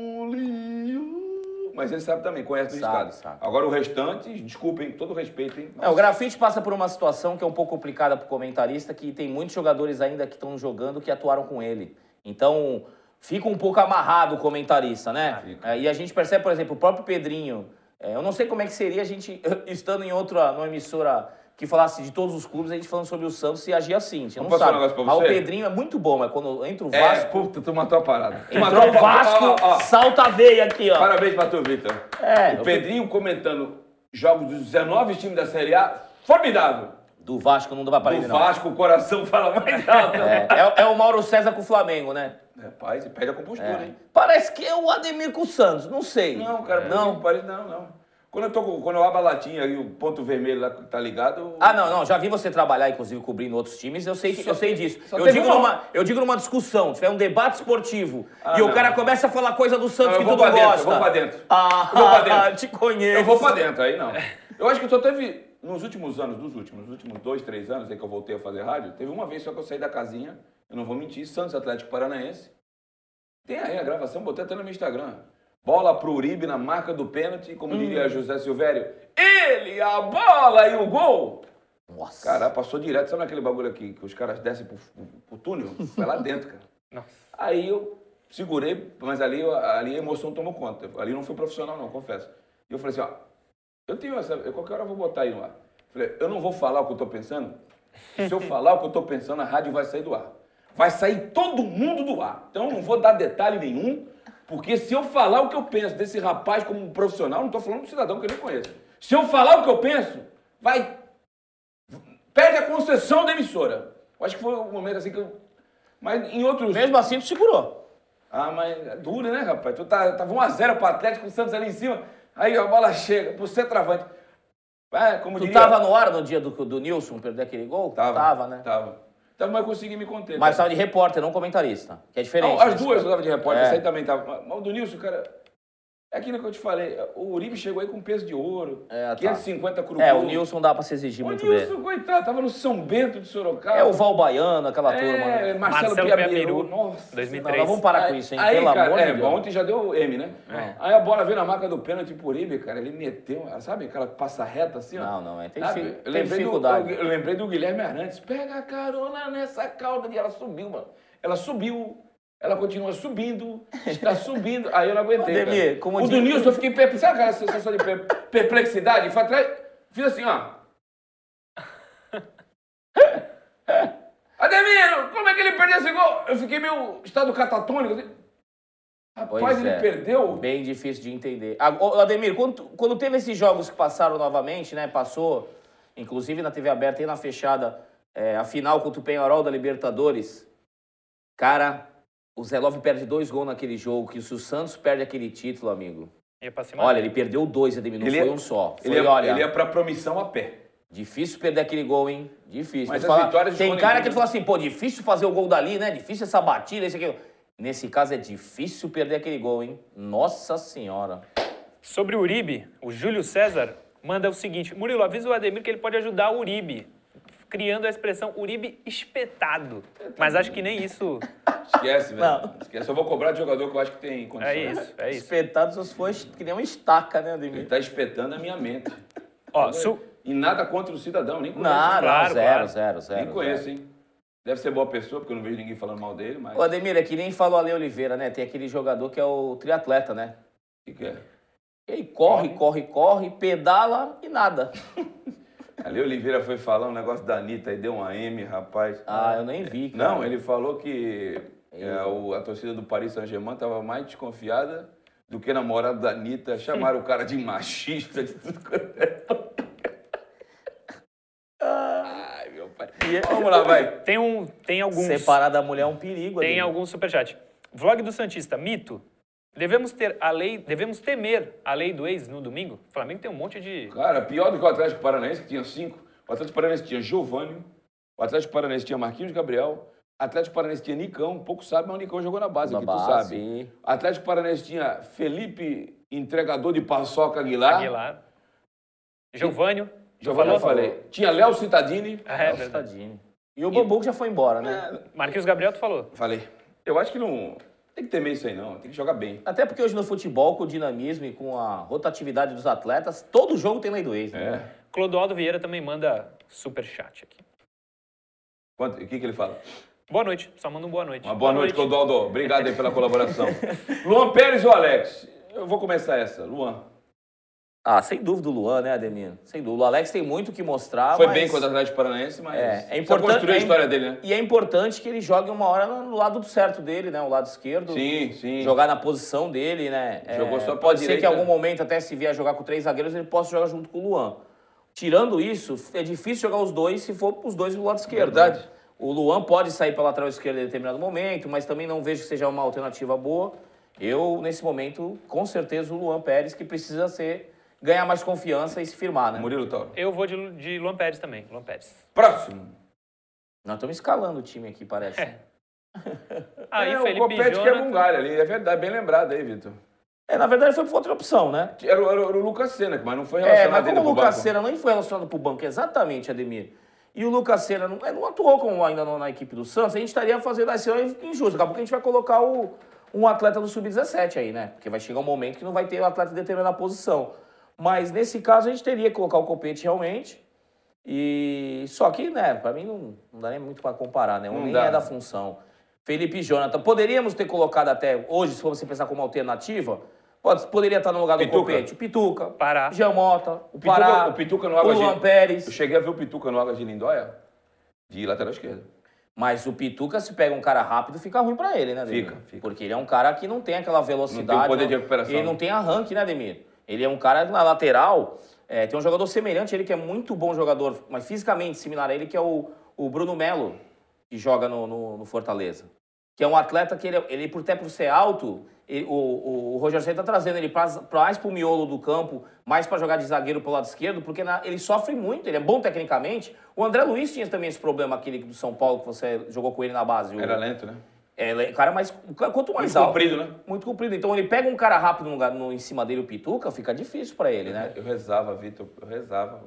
Speaker 1: Only you. Mas ele sabe também, conhece o
Speaker 2: Sabe,
Speaker 1: riscado.
Speaker 2: sabe.
Speaker 1: Agora o restante, desculpem, todo respeito, hein?
Speaker 2: É, o grafite passa por uma situação que é um pouco complicada pro comentarista, que tem muitos jogadores ainda que estão jogando que atuaram com ele. Então, fica um pouco amarrado o comentarista, né?
Speaker 1: fica.
Speaker 2: É, e a gente percebe, por exemplo, o próprio Pedrinho. É, eu não sei como é que seria a gente, *laughs* estando em outra, numa emissora que falasse de todos os clubes, a gente falando sobre o Santos e agir assim. A gente não
Speaker 1: Vamos passar
Speaker 2: sabe.
Speaker 1: um negócio pra
Speaker 2: Mas
Speaker 1: você?
Speaker 2: o Pedrinho é muito bom, mas quando entra o
Speaker 1: É,
Speaker 2: Vasco.
Speaker 1: puta, tu matou a parada. Tu
Speaker 2: Entrou o
Speaker 1: a parada.
Speaker 2: Vasco,
Speaker 1: Ó, ó, ó.
Speaker 2: salta a veia aqui, ó.
Speaker 1: Parabéns pra tu, Vitor.
Speaker 2: É,
Speaker 1: o
Speaker 2: eu-
Speaker 1: Pedrinho comentando jogos dos 19 times da Série A, formidável.
Speaker 2: Do Vasco não dá pra
Speaker 1: O
Speaker 2: ele, não.
Speaker 1: Vasco, o coração fala mais alto.
Speaker 2: *laughs* É, é- é o Mauro César com o Flamengo, né?
Speaker 1: Rapaz, você perde a compostura, hein?
Speaker 2: Parece que é o Ademir com o Santos, não sei.
Speaker 1: Não, cara,
Speaker 2: É. Não.
Speaker 1: não, parece, não, não. Quando eu, tô, com- quando eu abro a latinha e o ponto vermelho lá tá ligado. eu-
Speaker 2: Ah, não, não. Já vi você trabalhar, inclusive, cobrindo outros times, eu sei, que- eu sei disso.
Speaker 1: só
Speaker 2: Eu
Speaker 1: teve um
Speaker 2: digo,
Speaker 1: uma-
Speaker 2: numa, eu digo numa discussão, tiver um debate esportivo e o
Speaker 1: Ah, não.
Speaker 2: cara começa a falar coisa do Santos
Speaker 1: Não, eu
Speaker 2: que
Speaker 1: vou
Speaker 2: tu não
Speaker 1: pra dentro, eu
Speaker 2: gosta.
Speaker 1: vou pra dentro.
Speaker 2: Ah,
Speaker 1: Eu vou pra dentro.
Speaker 2: *laughs* te conheço.
Speaker 1: eu vou pra dentro, aí não. Eu acho que só teve. Nos últimos anos, dos últimos, nos últimos dois, três anos aí que eu voltei a fazer rádio, teve uma vez só que eu saí da casinha, eu não vou mentir, Santos Atlético Paranaense. Tem aí a gravação, botei até no meu Instagram. Bola pro Uribe na marca do pênalti, como diria José Silvério. Ele, a bola e o gol!
Speaker 2: Nossa.
Speaker 1: Cara, passou direto, sabe aquele bagulho aqui que os caras descem pro, pro, pro túnel? Foi lá dentro, cara.
Speaker 3: Nossa.
Speaker 1: Aí eu segurei, mas ali, eu- ali a emoção tomou conta. Ali eu não fui profissional, não, confesso. E eu falei assim, ó, eu tenho essa. Eu, qualquer hora eu vou botar aí no ar. Falei, eu não vou falar o que eu tô pensando. Se eu falar o que eu tô pensando, a rádio vai sair do ar. Vai sair todo mundo do ar. Então eu não vou dar detalhe nenhum, porque se eu falar o que eu penso desse rapaz como um profissional, não tô falando de um cidadão que eu nem conheço. Se eu falar o que eu penso, vai perde a concessão da emissora. Eu acho que foi o momento assim que eu. Mas em outros.
Speaker 2: Mesmo assim, tu segurou.
Speaker 1: Ah, mas é duro, né, rapaz? Tu tá, tava 1x0 pro Atlético, o Santos ali em cima. Aí ó, a bola chega pro centroavante. Ah, como
Speaker 2: Tu
Speaker 1: diria...
Speaker 2: tava no ar no dia do, do Nilson perder aquele gol?
Speaker 1: Tava,
Speaker 2: né?
Speaker 1: Tava. Tava, mas eu consegui me conter.
Speaker 2: Mas
Speaker 1: cara.
Speaker 2: tava de repórter, não comentarista. Que é diferente.
Speaker 1: Não, as
Speaker 2: né?
Speaker 1: duas eu tava de repórter,
Speaker 2: É.
Speaker 1: essa aí também tava. Mas o do Nilson, cara... É aquilo que eu te falei. O Uribe chegou aí com peso de ouro.
Speaker 2: É, tá.
Speaker 1: 550 crubu.
Speaker 2: É, o Nilson dá pra se exigir
Speaker 1: O
Speaker 2: muito dele.
Speaker 1: Nilson, coitado, tava no São Bento de Sorocaba.
Speaker 2: É o Val Baiano, aquela turma. né?
Speaker 1: É, Marcelo,
Speaker 3: Marcelo
Speaker 1: Piabiru.
Speaker 3: Piabiru,
Speaker 1: Nossa.
Speaker 3: 2003.
Speaker 2: Não, nós vamos parar com isso, hein?
Speaker 1: Aí,
Speaker 2: Pelo
Speaker 1: cara,
Speaker 2: amor
Speaker 1: é,
Speaker 2: de Deus.
Speaker 1: ontem já deu o M, né?
Speaker 2: É.
Speaker 1: Aí a bola veio na marca do pênalti por Ibe, cara. Ele meteu, sabe aquela passa reta assim, ó?
Speaker 2: Não, não, é. Tem,
Speaker 1: Sabe?
Speaker 2: difi-
Speaker 1: Eu
Speaker 2: tem
Speaker 1: lembrei do-
Speaker 2: dificuldade.
Speaker 1: eu lembrei do Guilherme Arantes. Pega a carona nessa cauda. E ela subiu, mano. Ela subiu. Ela continua subindo.
Speaker 2: *laughs*
Speaker 1: Está subindo. Aí eu não aguentei.
Speaker 2: Ademir,
Speaker 1: cara.
Speaker 2: como
Speaker 1: o
Speaker 2: diz-
Speaker 1: do Nilson, eu fiquei perplexo. Sabe aquela sensação de per- perplexidade? Fui atrás- Fiz assim, ó. Ademir, como é que ele perdeu esse gol? Eu fiquei meio estado catatônico. assim. Rapaz,
Speaker 2: Pois
Speaker 1: ele
Speaker 2: é.
Speaker 1: perdeu.
Speaker 2: Bem difícil de entender. Ah, ô, Ademir, quando, tu- quando teve esses jogos que passaram novamente, né? Passou, inclusive na TV aberta e na fechada, é, a final contra o Penharol da Libertadores. Cara, o Zé Love perde dois gols naquele jogo, que se o Santos perde aquele título, amigo.
Speaker 3: Ia pra cima
Speaker 2: Olha, ele perdeu dois, Ademir, não
Speaker 1: Ele
Speaker 2: foi
Speaker 1: é-
Speaker 2: um só. Foi,
Speaker 1: Ele ia,
Speaker 2: olha,
Speaker 1: ele é ia pra promissão a pé.
Speaker 2: difícil perder aquele gol, hein? Difícil.
Speaker 1: Mas
Speaker 2: Tu
Speaker 1: as
Speaker 2: fala-
Speaker 1: vitórias
Speaker 2: tem
Speaker 1: escondem
Speaker 2: cara que
Speaker 1: tudo.
Speaker 2: ele fala assim, pô, difícil fazer o gol dali, né? Difícil essa batida, isso aqui. Nesse caso é difícil perder aquele gol, hein? Nossa Senhora.
Speaker 3: Sobre o Uribe, o Júlio César manda o seguinte: Murilo, avisa o Ademir que ele pode ajudar o Uribe, criando a expressão Uribe espetado. Mas acho que nem isso.
Speaker 1: Esquece, velho.
Speaker 2: Não.
Speaker 1: Esquece. Eu vou cobrar de jogador que eu acho que tem condição.
Speaker 3: É isso, é isso.
Speaker 2: Espetado só se for est- que nem uma estaca, né,
Speaker 1: Ele
Speaker 2: Ademir?
Speaker 1: tá espetando a minha mente.
Speaker 3: Ó, su-
Speaker 1: E nada contra o cidadão, nem conheço.
Speaker 2: Não,
Speaker 3: claro,
Speaker 2: não, zero,
Speaker 3: claro.
Speaker 2: zero, zero.
Speaker 1: nem conheço,
Speaker 2: zero.
Speaker 1: hein? Deve ser boa pessoa, porque eu não vejo ninguém falando mal dele, mas.
Speaker 2: Ô, Ademir, é que nem fala o Ale Oliveira, né? Tem aquele jogador que é o triatleta, né?
Speaker 1: O que que é?
Speaker 2: Ele corre, corre, corre, pedala e nada.
Speaker 1: Ali Oliveira foi falar um negócio da Anitta e deu um AM, rapaz.
Speaker 2: Ah, eu nem vi, cara.
Speaker 1: Não, ele falou que é, o- a torcida do Paris Saint-Germain estava mais desconfiada do que namorado da Anitta. Chamaram o cara de machista, de tudo quanto é.
Speaker 2: *laughs*
Speaker 1: Ai, meu pai.
Speaker 2: E- é-
Speaker 1: Vamos lá, vai.
Speaker 3: tem, um, tem alguns.
Speaker 2: Separar da mulher é um perigo,
Speaker 3: Tem
Speaker 2: Ademir.
Speaker 3: algum superchat. Vlog do Santista, mito. Devemos ter a lei, devemos temer a lei do ex no domingo? O Flamengo tem um monte de.
Speaker 1: Cara, pior do que o Atlético Paranaense, que tinha cinco. O Atlético Paranaense tinha Giovânio. O Atlético Paranaense tinha Marquinhos Gabriel. O Atlético Paranaense tinha Nicão. Pouco sabe, mas o Nicão jogou na base,
Speaker 2: Na
Speaker 1: que tu
Speaker 2: base.
Speaker 1: sabe. O Atlético Paranaense tinha Felipe, entregador de paçoca Aguilar.
Speaker 3: Aguilar. Giovânio.
Speaker 1: Giovânio, eu falei. Tinha Léo Cittadini.
Speaker 3: É,
Speaker 2: Nossa,
Speaker 3: verdade. É.
Speaker 2: tadinho. E o Bambu que já foi embora, né?
Speaker 3: Marquinhos Gabriel, tu falou.
Speaker 1: Falei. Eu acho que não tem que temer isso aí, não. Tem que jogar bem.
Speaker 2: Até porque hoje no futebol, com o dinamismo e com a rotatividade dos atletas, todo jogo tem lei do ex, né?
Speaker 1: É.
Speaker 3: Clodoaldo Vieira também manda superchat aqui.
Speaker 1: Quanto- o que, que ele fala?
Speaker 3: Boa noite. Só manda um boa noite.
Speaker 1: Uma boa noite, Clodoaldo. Obrigado aí pela *laughs* colaboração. Luan Pérez ou Alex? Eu vou começar essa. Luan.
Speaker 2: Ah, sem dúvida o Luan, né, Ademir? Sem dúvida. O Alex tem muito o que mostrar,
Speaker 1: Foi
Speaker 2: Ah, mas...
Speaker 1: bem contra o Atlético Paranaense, mas.
Speaker 2: É, é
Speaker 1: Precisa
Speaker 2: importante.
Speaker 1: construir a
Speaker 2: é im-
Speaker 1: história dele, né?
Speaker 2: E é importante que ele jogue uma hora no no lado certo dele, né? O lado esquerdo.
Speaker 1: Sim, sim.
Speaker 2: Jogar na posição dele, né? É,
Speaker 1: Jogou só pra
Speaker 2: Pode ser
Speaker 1: direita.
Speaker 2: que em algum momento, até se vier jogar com três zagueiros, ele possa jogar junto com o Luan. Tirando isso, é difícil jogar os dois se for os dois do lado esquerdo.
Speaker 1: Verdade.
Speaker 2: né? O Luan pode sair pela lateral esquerda em determinado momento, mas também não vejo que seja uma alternativa boa. Eu, nesse momento, com certeza o Luan Pérez, que precisa ser ganhar mais confiança e se firmar, né?
Speaker 1: Murilo Tauro.
Speaker 3: Eu vou de, de Luan Pérez também. Luan Pérez.
Speaker 1: Próximo.
Speaker 2: Nós estamos escalando o time aqui,
Speaker 1: *laughs*
Speaker 2: parece.
Speaker 3: É. Aí,
Speaker 1: é, o
Speaker 3: Felipe
Speaker 1: Copete que é
Speaker 3: Jonathan.
Speaker 1: um galho ali. É verdade, bem lembrado aí, Vitor.
Speaker 2: É, na verdade foi por outra opção, né?
Speaker 1: Era, o- era o Lucas Senna, mas não foi
Speaker 2: É,
Speaker 1: relacionado
Speaker 2: mas como
Speaker 1: ainda
Speaker 2: o
Speaker 1: pro
Speaker 2: Lucas
Speaker 1: banco.
Speaker 2: Senna não foi relacionado pro banco, exatamente, Ademir. E o Lucas Senna não, é, não atuou como ainda não na equipe do Santos, a gente estaria fazendo assim, ó, injusto. Daqui a pouco a gente vai colocar o, um atleta do Sub-17 aí, né? Porque vai chegar um momento que não vai ter o atleta em determinada posição. Mas nesse caso a gente teria que colocar o Copete realmente. E só que, né, pra mim não, não dá nem muito pra comparar, né? Um
Speaker 1: Não
Speaker 2: nem
Speaker 1: dá.
Speaker 2: é da função. Felipe e Jonathan, poderíamos ter colocado até hoje, se for você pensar como alternativa, pode- poderia estar no lugar do
Speaker 1: Pituca.
Speaker 2: Copete, o Pituca,
Speaker 3: Pará.
Speaker 2: Jean Mota, o
Speaker 1: Pituca-
Speaker 2: Pará,
Speaker 1: o Pituca é no Água
Speaker 2: o Luan
Speaker 1: de- Eu
Speaker 2: Pérez.
Speaker 1: cheguei a ver o Pituca no Águas de Lindóia de lateral esquerda.
Speaker 2: Mas o Pituca, se pega um cara rápido, fica ruim pra ele, né, Ademir?
Speaker 1: Fica, fica.
Speaker 2: Porque ele é um cara que não tem aquela velocidade.
Speaker 1: Não tem o poder
Speaker 2: não-
Speaker 1: de recuperação,
Speaker 2: Ele
Speaker 1: né?
Speaker 2: não tem arranque, né, Ademir? Ele é um cara na lateral. é, tem um jogador semelhante a ele, que é muito bom jogador, mas fisicamente similar a ele, que é o, o Bruno Melo, que joga no, no- no Fortaleza. Que é um atleta que ele, ele por até por ser alto, ele- o, o, o Roger Senna tá trazendo ele pra- pra- mais pro miolo do campo, mais pra jogar de zagueiro pro lado esquerdo, porque na- ele sofre muito, ele é bom tecnicamente. O André Luiz tinha também esse problema, aquele do São Paulo, que você jogou com ele na base. o-
Speaker 1: Era lento, né?
Speaker 2: É, ele é cara mais. Quanto mais
Speaker 1: Muito
Speaker 2: alto.
Speaker 1: comprido, né?
Speaker 2: Muito comprido. Então ele pega um cara rápido no, lugar- no- em cima dele, o Pituca, fica difícil pra ele, né?
Speaker 1: Eu rezava, Vitor, eu rezava.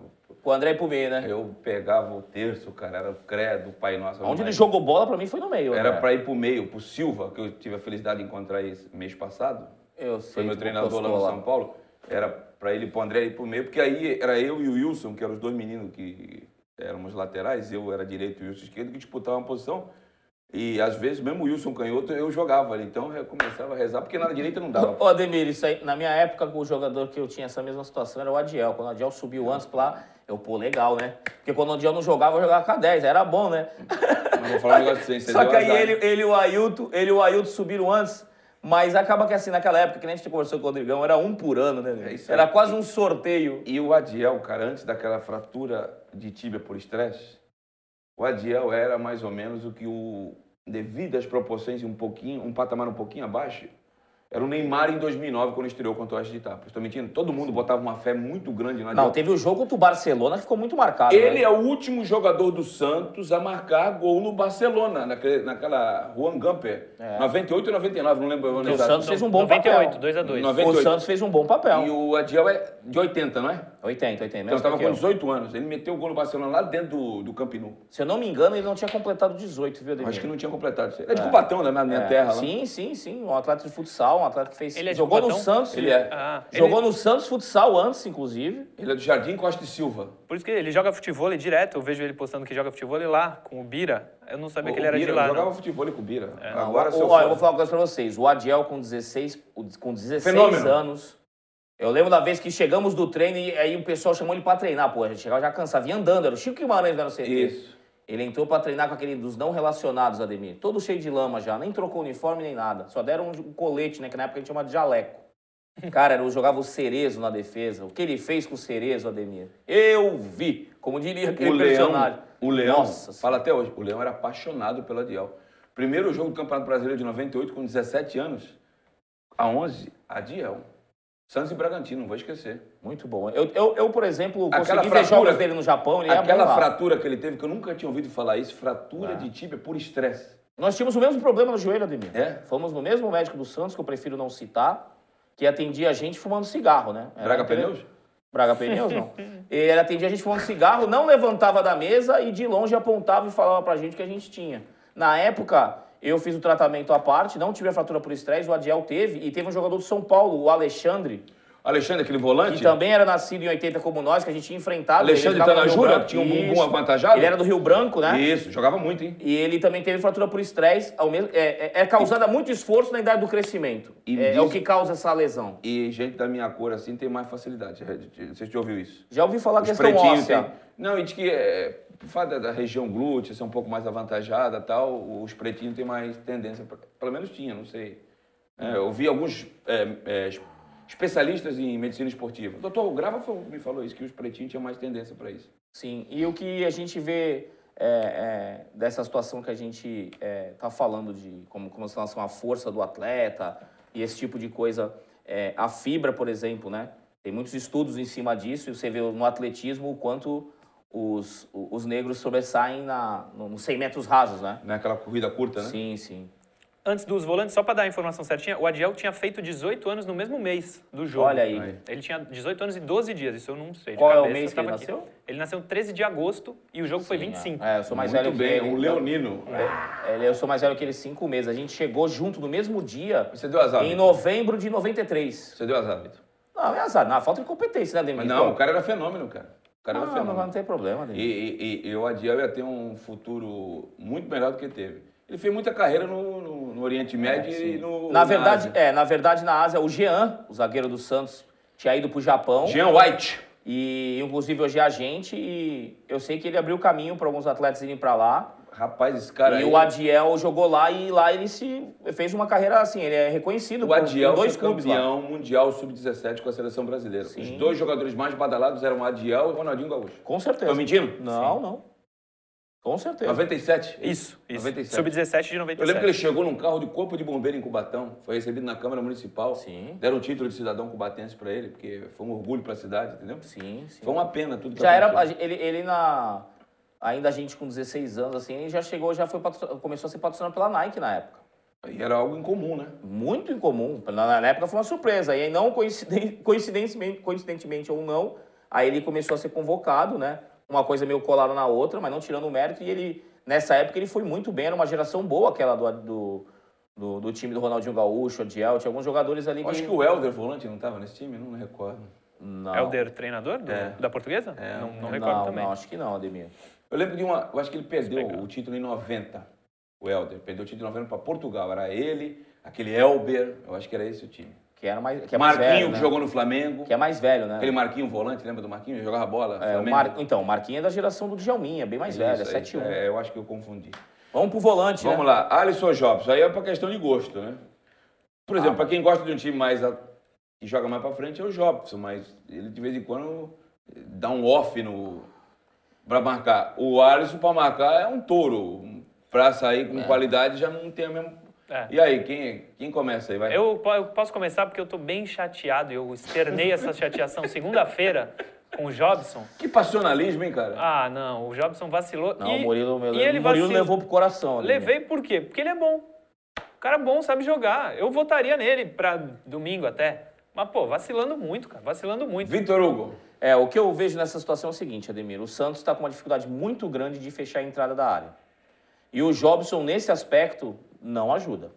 Speaker 2: Com o André pro meio, né?
Speaker 1: Eu pegava o terço, cara, era o credo, o Pai Nosso. Ave
Speaker 2: Onde ele
Speaker 1: Maria.
Speaker 2: jogou bola pra mim foi no meio. né?
Speaker 1: Era
Speaker 2: André.
Speaker 1: pra ir pro meio, pro Silva, que eu tive a felicidade de encontrar esse mês passado.
Speaker 2: Eu sei.
Speaker 1: Foi meu
Speaker 2: tu
Speaker 1: treinador lá
Speaker 2: postou
Speaker 1: no São Paulo. Era pra ele, pro André ir pro meio, porque aí era eu e o Wilson, que eram os dois meninos que éramos laterais, eu era direito e o Wilson esquerdo, que disputavam a posição. E às vezes, mesmo o Wilson canhoto, eu jogava ali. Então eu começava a rezar, porque na direita não
Speaker 2: *laughs*
Speaker 1: dava.
Speaker 2: Ô, Ademir, isso aí, na minha época, o jogador que eu tinha essa mesma situação era o Adiel. Quando o Adiel subiu antes pra lá, eu, pô, legal, né? Porque quando o Adiel não jogava, eu jogava com a 10, era
Speaker 1: *laughs*
Speaker 2: bom, né?
Speaker 1: Mas vou falar um negócio assim, você
Speaker 2: Só
Speaker 1: deu
Speaker 2: que aí
Speaker 1: azar, né?
Speaker 2: ele, ele e o Ailton, ele e o Ailton subiram antes, mas acaba que assim, naquela época, que nem a gente conversou com o Rodrigão, era um por ano, né? Ademir?
Speaker 1: É isso aí.
Speaker 2: era quase um sorteio.
Speaker 1: E o Adiel, cara, antes daquela fratura de tíbia por estresse, o Adiel era mais ou menos o que o, devido às proporções e um pouquinho, um patamar um pouquinho abaixo, era o Neymar em 2009 quando estreou contra o Oeste de Itapos. Estou mentindo? Todo mundo botava uma fé muito grande no Adiel.
Speaker 2: Não, teve o jogo contra o Barcelona que ficou muito marcado.
Speaker 1: Ele
Speaker 2: né?
Speaker 1: é o último jogador do Santos a marcar gol no Barcelona, naquele, naquela Juan Gamper, 98 e 99, não lembro o ano
Speaker 2: o
Speaker 1: exato.
Speaker 2: É. Santos fez um bom
Speaker 3: 98,
Speaker 2: papel.
Speaker 3: 2x2.
Speaker 1: Nove-
Speaker 2: O
Speaker 1: 98.
Speaker 2: Santos fez um bom papel.
Speaker 1: E o Adiel é de 80, não é?
Speaker 2: 80, 80.
Speaker 1: Então,
Speaker 2: Mesmo
Speaker 1: estava
Speaker 2: que
Speaker 1: com
Speaker 2: eu.
Speaker 1: 18 anos. Ele meteu o gol no Barcelona lá dentro do, do Camp Nou.
Speaker 2: Se eu não me engano, ele não tinha completado 18, viu, Ademir?
Speaker 1: Acho que não tinha completado. isso aí. É de Cubatão, da minha, minha
Speaker 2: É,
Speaker 1: terra. lá.
Speaker 2: Sim, sim, sim. Um atleta de futsal, um atleta que fez.
Speaker 3: Ele é de
Speaker 2: jogou no
Speaker 3: Cubatão?
Speaker 2: Santos.
Speaker 1: Ele é.
Speaker 3: Ah, ele-
Speaker 2: Jogou no Santos futsal antes, inclusive.
Speaker 1: Ele é do Jardim Costa e Silva.
Speaker 3: Por isso que ele joga futebol direto, eu vejo ele postando que joga futebol lá com o Bira. Eu não sabia que ele era
Speaker 1: Bira,
Speaker 3: de lá.
Speaker 1: jogava
Speaker 3: não.
Speaker 1: futebol com o Bira.
Speaker 2: Não,
Speaker 1: Agora,
Speaker 2: o-
Speaker 1: seu
Speaker 2: ó, É.
Speaker 1: fã-
Speaker 2: eu vou falar uma coisa pra vocês. O Adiel com 16, o- com 16
Speaker 1: Fenômeno.
Speaker 2: anos. Eu lembro da vez que chegamos do treino e aí o pessoal chamou ele pra treinar. Pô, a gente chegava já cansado, vinha andando. Era o Chico Guimarães que era o CT.
Speaker 1: Isso.
Speaker 2: Ele entrou pra treinar com aquele dos não relacionados, Ademir. Todo cheio de lama já, nem trocou uniforme nem nada. Só deram um colete, né? Que na época a gente chamava de jaleco. Cara, eu jogava o Cerezo na defesa. O que ele fez com o Cerezo, Ademir? Eu vi, como diria aquele
Speaker 1: O Leão,
Speaker 2: personagem.
Speaker 1: o Leão
Speaker 2: Nossa
Speaker 1: fala até hoje, o Leão era apaixonado pela Adiel. Primeiro jogo do Campeonato Brasileiro de 98, com 17 anos, a 11, Adiel. Santos e Bragantino, não vou esquecer.
Speaker 2: Muito bom. Eu, eu, eu, por exemplo,
Speaker 1: Aquela
Speaker 2: consegui
Speaker 1: fratura-
Speaker 2: ver jogos dele no Japão. Ele é bom
Speaker 1: Aquela
Speaker 2: lá.
Speaker 1: fratura que ele teve, que eu nunca tinha ouvido falar isso,
Speaker 2: É.
Speaker 1: fratura de tíbia por estresse.
Speaker 2: Nós tínhamos o mesmo problema no joelho, Ademir.
Speaker 1: É?
Speaker 2: Fomos no mesmo médico do Santos, que eu prefiro não citar, que atendia a gente fumando cigarro, né? Era
Speaker 1: Braga
Speaker 2: inter-
Speaker 1: Pneus?
Speaker 2: Braga Pneus, não. Ele atendia a gente fumando cigarro, não levantava da mesa e de longe apontava e falava pra gente o que a gente tinha. Na época, eu fiz o tratamento à parte, não tive a fratura por estresse, o Adiel teve, e teve um jogador do São Paulo, o Alexandre,
Speaker 1: Alexandre, aquele
Speaker 2: que
Speaker 1: volante?
Speaker 2: também era nascido em 80 como nós, que a gente tinha enfrentado. ele
Speaker 1: Alexandre
Speaker 2: jogava no Rio
Speaker 1: Tanajura,
Speaker 2: Branco,
Speaker 1: que tinha um bumbum
Speaker 2: isso.
Speaker 1: avantajado?
Speaker 2: Ele era do Rio Branco, né?
Speaker 1: Isso, jogava muito, hein?
Speaker 2: E ele também teve fratura por estresse, ao mesmo- é, é- é causada muito esforço na idade do crescimento.
Speaker 1: E
Speaker 2: é, é
Speaker 1: diz-
Speaker 2: o que causa essa lesão.
Speaker 1: E gente da minha cor assim tem mais facilidade. Você já ouviu isso?
Speaker 2: Já ouvi falar
Speaker 1: Os
Speaker 2: questão
Speaker 1: pretinhos
Speaker 2: óssea.
Speaker 1: têm- Não, e de que é, por fato da- da região glútea ser um pouco mais avantajada tal, os pretinhos têm mais tendência. pra- Pelo menos tinha, não sei. É, eu vi alguns é, é, es- especialistas em medicina esportiva. Doutor, o Grava falou- me falou isso, que os pretinhos tinham mais tendência para isso.
Speaker 2: Sim, e o que a gente vê é, é, dessa situação que a gente está falando de como, como em relação à força do atleta e esse tipo de coisa, é, a fibra, por exemplo, né? Tem muitos estudos em cima disso e você vê no atletismo o quanto os, o- os negros sobressaem na, no- nos 100 metros rasos, né?
Speaker 1: Né? Aquela corrida curta, né?
Speaker 2: Sim, sim.
Speaker 3: Antes dos volantes, só pra dar a informação certinha, o Adiel tinha feito 18 anos no mesmo mês do jogo.
Speaker 2: Olha aí.
Speaker 1: Aí.
Speaker 3: Ele tinha 18 anos e 12 dias, isso eu não sei. de
Speaker 2: Qual é o
Speaker 3: cabeça,
Speaker 2: mês que ele
Speaker 3: tava aqui.
Speaker 2: nasceu?
Speaker 3: Ele nasceu 13 de agosto e o jogo foi 25.
Speaker 2: É, eu sou mais
Speaker 1: Muito
Speaker 2: velho
Speaker 1: bem,
Speaker 2: que ele. É.
Speaker 1: o Leonino.
Speaker 2: Ele- eu sou mais velho que ele cinco meses. A gente chegou junto no mesmo dia,
Speaker 1: Você deu azar.
Speaker 2: em
Speaker 1: Vitor.
Speaker 2: novembro de 93.
Speaker 1: Você deu azar, Vitor.
Speaker 2: Não, é azar. Não, falta de competência, né, Demir?
Speaker 1: Mas não, o cara é era fenômeno, cara. O cara
Speaker 2: não,
Speaker 1: era
Speaker 2: não,
Speaker 1: fenômeno.
Speaker 2: não, tem problema, Demir.
Speaker 1: E, e, e o Adiel ia ter um futuro muito melhor do que teve. Ele fez muita carreira no, no- no Oriente Médio e é no.
Speaker 2: É, na verdade,
Speaker 1: Ásia.
Speaker 2: é, na verdade, na Ásia, o Jean, o zagueiro do Santos, tinha ido pro Japão.
Speaker 1: Jean White.
Speaker 2: E, inclusive, hoje é a gente. E eu sei que ele abriu caminho para alguns atletas irem para lá.
Speaker 1: Rapaz, esse cara.
Speaker 2: e
Speaker 1: aí,
Speaker 2: o Adiel jogou lá e lá ele se fez uma carreira assim. Ele é reconhecido
Speaker 1: o
Speaker 2: por-
Speaker 1: Adiel
Speaker 2: por dois
Speaker 1: foi
Speaker 2: clubes lá.
Speaker 1: campeão mundial sub-17 com a seleção brasileira. Os dois jogadores mais badalados eram o Adiel e o Ronaldinho Gaúcho.
Speaker 2: Com certeza.
Speaker 1: Tô mentindo?
Speaker 2: Não, não. Com certeza.
Speaker 1: 97?
Speaker 3: Isso, isso.
Speaker 1: 97.
Speaker 3: Sub-17 de 97.
Speaker 1: Eu lembro que ele chegou num carro de corpo de bombeiro em Cubatão, foi recebido na Câmara Municipal.
Speaker 2: Sim.
Speaker 1: Deram o título de cidadão cubatense pra ele, porque foi um orgulho pra cidade, entendeu?
Speaker 2: Sim, sim.
Speaker 1: Foi uma pena tudo que
Speaker 2: Já era.
Speaker 1: aconteceu.
Speaker 2: a gen- Ele, ele na. Ainda a gente com 16 anos, assim, ele já chegou, já foi patro- começou a ser patrocinado pela Nike na época.
Speaker 1: E era algo incomum, né?
Speaker 2: Muito incomum. Na, na época foi uma surpresa. E aí, não coinciden- *laughs* coincidentemente, coincidentemente ou não, aí ele começou a ser convocado, né? Uma coisa meio colada na outra, mas não tirando o mérito. E ele, nessa época, ele foi muito bem. Era uma geração boa, aquela do, do, do, do time do Ronaldinho Gaúcho, Adiel. Tinha alguns jogadores ali
Speaker 1: Eu acho que o Helder Volante não estava nesse time, não me recordo.
Speaker 2: Não,
Speaker 3: É o der treinador do-
Speaker 1: É.
Speaker 3: da portuguesa? Não, não recordo
Speaker 2: não,
Speaker 3: também.
Speaker 2: não, acho que não, Ademir.
Speaker 1: Eu lembro de uma. Eu acho que ele perdeu
Speaker 3: Legal.
Speaker 1: o título em 90. O Helder. Perdeu o título em 90 para Portugal. Era ele, aquele Elber. Eu acho que era esse o time.
Speaker 2: Que era mais, que é mais
Speaker 1: Marquinho,
Speaker 2: velho,
Speaker 1: que
Speaker 2: né?
Speaker 1: jogou no Flamengo.
Speaker 2: Que é mais velho, né?
Speaker 1: Aquele Marquinho volante, lembra do Marquinho? Jogava bola. no
Speaker 2: É, o
Speaker 1: Flamengo.
Speaker 2: Mar- Então, o Marquinho é da geração do Djalminha, bem mais velho, é
Speaker 1: Isso aí.
Speaker 2: 7-1.
Speaker 1: É, eu acho que eu confundi.
Speaker 2: Vamos pro volante, né?
Speaker 1: Vamos lá. Alisson Jobs. Aí é pra questão de gosto, né? Por
Speaker 3: Ah.
Speaker 1: exemplo, pra quem gosta de um time mais. a- que joga mais pra frente é o Jobs, mas ele de vez em quando eh, dá um off no. pra marcar. O Alisson pra marcar é um touro. Pra sair com qualidade já não tem a mesma.
Speaker 3: É.
Speaker 1: E aí, quem, quem começa aí? Vai.
Speaker 3: Eu, po- eu posso começar porque eu tô bem chateado. Eu externei essa chateação segunda-feira com o Jobson.
Speaker 1: Que passionalismo, hein, cara?
Speaker 3: Ah, não, o Jobson vacilou.
Speaker 2: Não,
Speaker 3: e,
Speaker 2: o Murilo, meu,
Speaker 3: e ele
Speaker 2: o Murilo
Speaker 3: vacilou.
Speaker 2: levou pro coração. né? Ademir.
Speaker 3: Levei por quê? Porque ele é bom. O cara é bom, sabe jogar. Eu votaria nele pra domingo até. Mas, pô, vacilando muito, cara. Vacilando muito.
Speaker 1: Vitor Hugo.
Speaker 2: É, o que eu vejo nessa situação é o seguinte, Ademir. O Santos está com uma dificuldade muito grande de fechar a entrada da área. E o Jobson, nesse aspecto, não ajuda.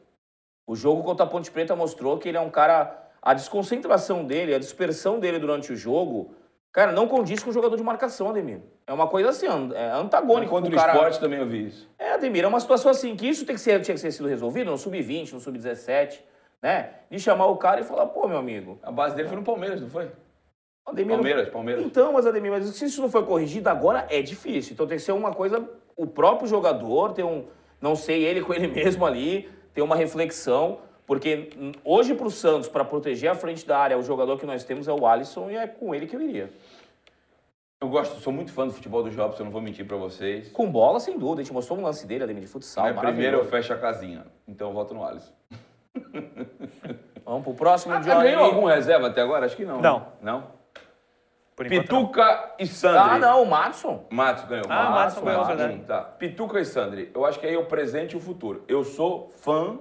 Speaker 2: O jogo contra a Ponte Preta mostrou que ele é um cara. A desconcentração dele, a dispersão dele durante o jogo, cara, não condiz com o jogador de marcação, Ademir. É uma coisa assim, an- é antagônica.
Speaker 1: Contra o
Speaker 2: pro cara...
Speaker 1: esporte também eu vi isso.
Speaker 2: É, Ademir, é uma situação assim que isso tem que ser, tinha que ter sido resolvido no sub-20, no sub-17, né? De chamar o cara e falar, pô, meu amigo,
Speaker 1: A base dele foi no Palmeiras, não foi?
Speaker 2: Ademir.
Speaker 1: Palmeiras, Palmeiras.
Speaker 2: Então, mas Ademir, mas se isso não foi corrigido agora é difícil. Então tem que ser uma coisa, o próprio jogador ter um, não sei, ele com ele *laughs* mesmo ali, ter uma reflexão, porque hum, hoje pro Santos, para proteger a frente da área, o jogador que nós temos é o Alisson e é com ele que eu iria.
Speaker 1: Eu gosto, sou muito fã do futebol do Jobson, não vou mentir pra vocês.
Speaker 2: Com bola, sem dúvida, a gente mostrou um lance dele, Ademir, de futsal,
Speaker 1: Mas é primeiro eu
Speaker 2: maravilhoso.
Speaker 1: fecho a casinha. Então eu voto no Alisson.
Speaker 2: Vamos pro próximo,
Speaker 1: Ah,
Speaker 2: Johnny.
Speaker 1: ganhou algum reserva até agora? Acho que não. né?
Speaker 3: Não.
Speaker 1: Não?
Speaker 3: Por enquanto, não.
Speaker 1: Pituca e Sandri.
Speaker 2: Ah, não, o Matson.
Speaker 1: Matos ganhou.
Speaker 3: Ah, o Matos ganhou,
Speaker 1: Matos,
Speaker 3: verdade.
Speaker 1: hum, Tá. Pituca e Sandri. Eu acho que aí é o presente e o futuro. Eu sou fã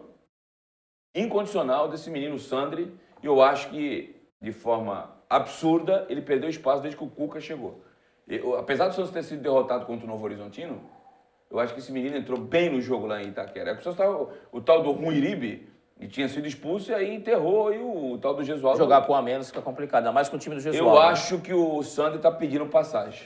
Speaker 1: incondicional desse menino Sandri. E eu acho que, de forma absurda, ele perdeu espaço desde que o Cuca chegou. Eu- apesar do Santos ter sido derrotado contra o Novo Horizontino, eu acho que esse menino entrou bem no jogo lá em Itaquera. É que o Santos tava- o, tal do Ruiribe e tinha sido expulso e aí enterrou e o, o tal do Jesualdo.
Speaker 2: Jogar com a menos fica complicado, ainda mais com o time do
Speaker 3: Tá
Speaker 2: Jesus.
Speaker 1: Eu acho que o Sandri tá pedindo passagem.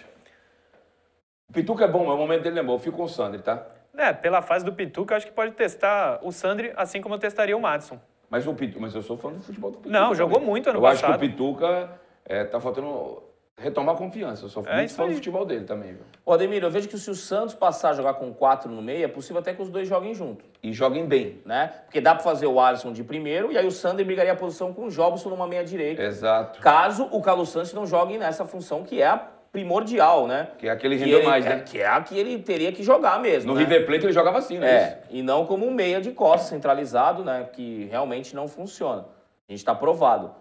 Speaker 1: O Pituca é bom, mas o momento dele é bom. Eu fico com o Sandri, tá?
Speaker 3: É, pela fase do Pituca, acho que pode testar o Sandri, assim como eu testaria o Madison.
Speaker 1: Mas, o Pitu... mas eu sou fã do futebol do Pituca.
Speaker 3: Não, jogou
Speaker 1: também.
Speaker 3: muito ano
Speaker 1: eu
Speaker 3: passado.
Speaker 1: acho que o Pituca é, tá faltando retomar a confiança. Eu sou
Speaker 3: É
Speaker 1: muito
Speaker 3: isso
Speaker 1: fã do
Speaker 3: aí.
Speaker 1: futebol dele também, viu?
Speaker 2: Ô, Ademir, eu vejo que se o Santos passar a jogar com quatro no meio, é possível até que os dois joguem junto.
Speaker 1: E joguem bem.
Speaker 2: né? Porque dá pra fazer o Alisson de primeiro e aí o Sander brigaria a posição com o Jobson numa meia direita.
Speaker 1: Exato.
Speaker 2: Caso o Carlos Santos não jogue nessa função que é a primordial, né?
Speaker 1: Que é aquele
Speaker 2: Que
Speaker 1: rendeu
Speaker 2: ele-
Speaker 1: mais,
Speaker 2: é-
Speaker 1: né?
Speaker 2: Que é a que ele teria que jogar mesmo.
Speaker 1: No
Speaker 2: né?
Speaker 1: River Plate ele jogava assim, né?
Speaker 2: É, e não como um meia de costas centralizado, né? Que realmente não funciona. A gente tá provado.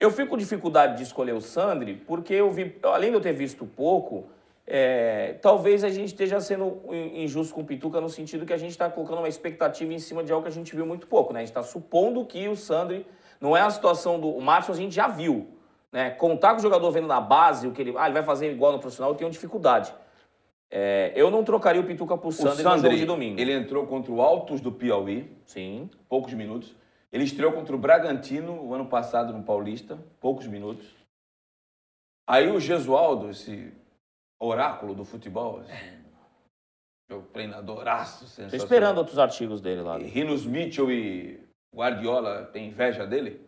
Speaker 2: Eu fico com dificuldade de escolher o Sandri, porque eu vi, além de eu ter visto pouco, é, talvez a gente esteja sendo in- injusto com o Pituca no sentido que a gente está colocando uma expectativa em cima de algo que a gente viu muito pouco, né? A gente está supondo que o Sandri não é a situação do. O Márcio a gente já viu. Né? Contar com o jogador vendo na base, o que ele. Ah, ele vai fazer igual no profissional, eu tenho dificuldade. É, eu não trocaria o Pituca pro
Speaker 1: O
Speaker 2: Sandri, no jogo
Speaker 1: Sandri,
Speaker 2: de domingo.
Speaker 1: ele entrou contra o Altos do Piauí.
Speaker 2: Sim.
Speaker 1: poucos minutos. Ele estreou contra o Bragantino o ano passado no Paulista, poucos minutos. Aí o Gesualdo, esse oráculo do futebol, assim, esse meu treinadoraço
Speaker 2: É. Tô
Speaker 1: sensacional.
Speaker 2: esperando outros artigos dele lá. né?
Speaker 1: E Rinos Mitchell e Guardiola têm inveja dele.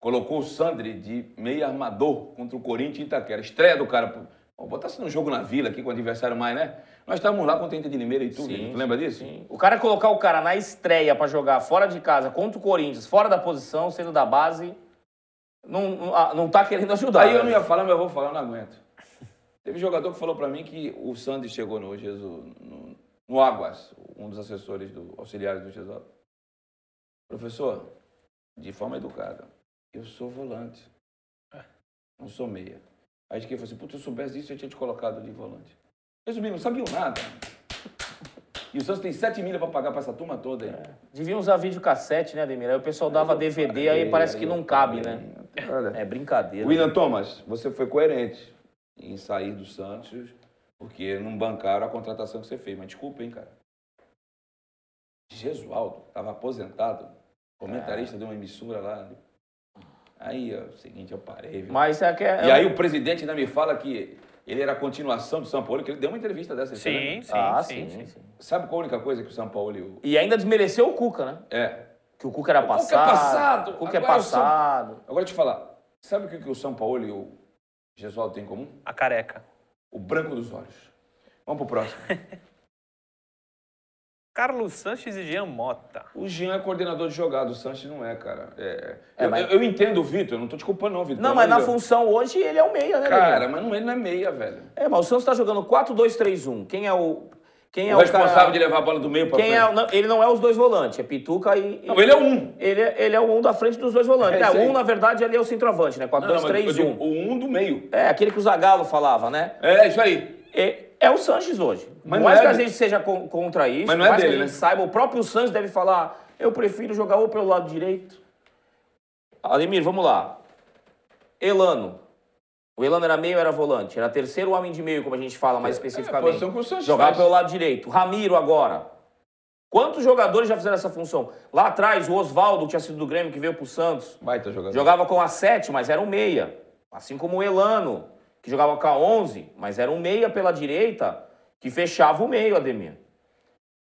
Speaker 1: Colocou o Sandri de meio armador contra o Corinthians e Itaquera. Estreia do cara. pô. Pô, botasse no jogo na vila aqui com o adversário mais, né? Nós estávamos lá contra o Inter de Limeira e tudo.
Speaker 2: Sim,
Speaker 1: tu lembra disso?
Speaker 2: Sim. O cara colocar o cara na estreia pra jogar fora de casa contra o Corinthians, fora da posição, sendo da base, não, não, ah, não tá querendo ajudar.
Speaker 1: Aí eu
Speaker 2: né?
Speaker 1: não ia falar, mas eu vou falar, eu não aguento. Teve um jogador que falou pra mim que o Sandy chegou no Jesus, no, no Águas, um dos assessores do auxiliares do Jesus. Professor, de forma educada, eu sou volante. Não sou meia. Aí de quem falou assim, putz, se eu soubesse disso, eu tinha te colocado de volante. Resumindo, não sabiam nada. E o Santos tem 7 milhas para pagar para essa turma toda aí.
Speaker 2: Deviam usar videocassete, né, Ademir? Aí o pessoal dava DVD, É. aí parece que não cabe, né?
Speaker 1: Olha.
Speaker 2: É brincadeira.
Speaker 1: William Thomas, você foi coerente em sair do Santos porque não bancaram a contratação que você fez. Mas desculpa, hein, cara. Jesualdo estava aposentado,
Speaker 2: Ah.
Speaker 1: comentarista de uma emissora lá. Aí, ó, o seguinte, eu parei. viu?
Speaker 2: Mas é que é...
Speaker 1: E aí o presidente ainda me fala que ele era a continuação do São Paulo, que ele deu uma entrevista dessa. você lembra?
Speaker 3: Sim, sim,
Speaker 2: ah,
Speaker 3: sim, sim.
Speaker 2: sim.
Speaker 1: Sabe qual é a única coisa que o São Paulo...
Speaker 2: E ainda desmereceu o Cuca, né?
Speaker 1: É,
Speaker 2: Que o Cuca era
Speaker 1: O Cuca é
Speaker 2: passado.
Speaker 1: passado.
Speaker 2: O Cuca é
Speaker 1: Agora o São-
Speaker 2: passado.
Speaker 1: Agora te falar, sabe o que que o São Paulo e o Gesualdo têm em comum?
Speaker 3: A careca.
Speaker 1: O branco dos olhos. Vamos pro próximo.
Speaker 3: Carlos Sanches e Jean Mota.
Speaker 1: O Jean é coordenador de jogada, o Sanches não é, cara. É,
Speaker 2: É,
Speaker 1: eu,
Speaker 2: mas-
Speaker 1: eu- eu entendo o Vitor, eu não tô te culpando, não, Vitor.
Speaker 2: Não,
Speaker 1: pelo
Speaker 2: mas na
Speaker 1: amor de Deus.
Speaker 2: função hoje ele é o meia, né,
Speaker 1: Cara,
Speaker 2: Ademir?
Speaker 1: mas não, ele não é meia, velho.
Speaker 2: É, mas o Santos tá jogando 4-2-3-1. Quem é o. Quem é
Speaker 1: o
Speaker 2: o,
Speaker 1: responsável
Speaker 2: cara...
Speaker 1: de levar a bola do meio pra
Speaker 2: Quem
Speaker 1: frente.
Speaker 2: é, o- não, ele não é os dois volantes, é Pituca e.
Speaker 1: Não, ele é um.
Speaker 2: Ele é, ele é o um da frente dos dois volantes.
Speaker 1: É
Speaker 2: É,
Speaker 1: isso aí.
Speaker 2: um, na verdade, ali é o centroavante, né?
Speaker 1: Não, não, mas eu
Speaker 2: 4-2-3-1.
Speaker 1: digo, o um do meio.
Speaker 2: É, aquele que o Zagallo falava, né?
Speaker 1: É, isso aí.
Speaker 2: É, é o Sanches hoje.
Speaker 1: Mas
Speaker 2: por
Speaker 1: não
Speaker 2: mais
Speaker 1: é
Speaker 2: que a
Speaker 1: dele.
Speaker 2: gente seja con- contra isso,
Speaker 1: Mas não
Speaker 2: por
Speaker 1: é
Speaker 2: mais que
Speaker 1: dele,
Speaker 2: a gente
Speaker 1: né?
Speaker 2: saiba, o próprio Sanches deve falar: eu prefiro jogar ou pelo lado direito. Ademir, vamos lá. Elano. O Elano era meio, era volante. Era terceiro homem de meio, como a gente fala mais especificamente.
Speaker 1: É, posição que o Sanches
Speaker 2: Jogava
Speaker 1: faz.
Speaker 2: pelo lado direito. Ramiro agora. Quantos jogadores já fizeram essa função? Lá atrás, o Oswaldo, que tinha sido do Grêmio, que veio pro Santos.
Speaker 1: Vai, tá jogando.
Speaker 2: Jogava com a 7, mas era um meia. Assim como o Elano, que jogava com a 11, mas era um meia pela direita, que fechava o meio, Ademir.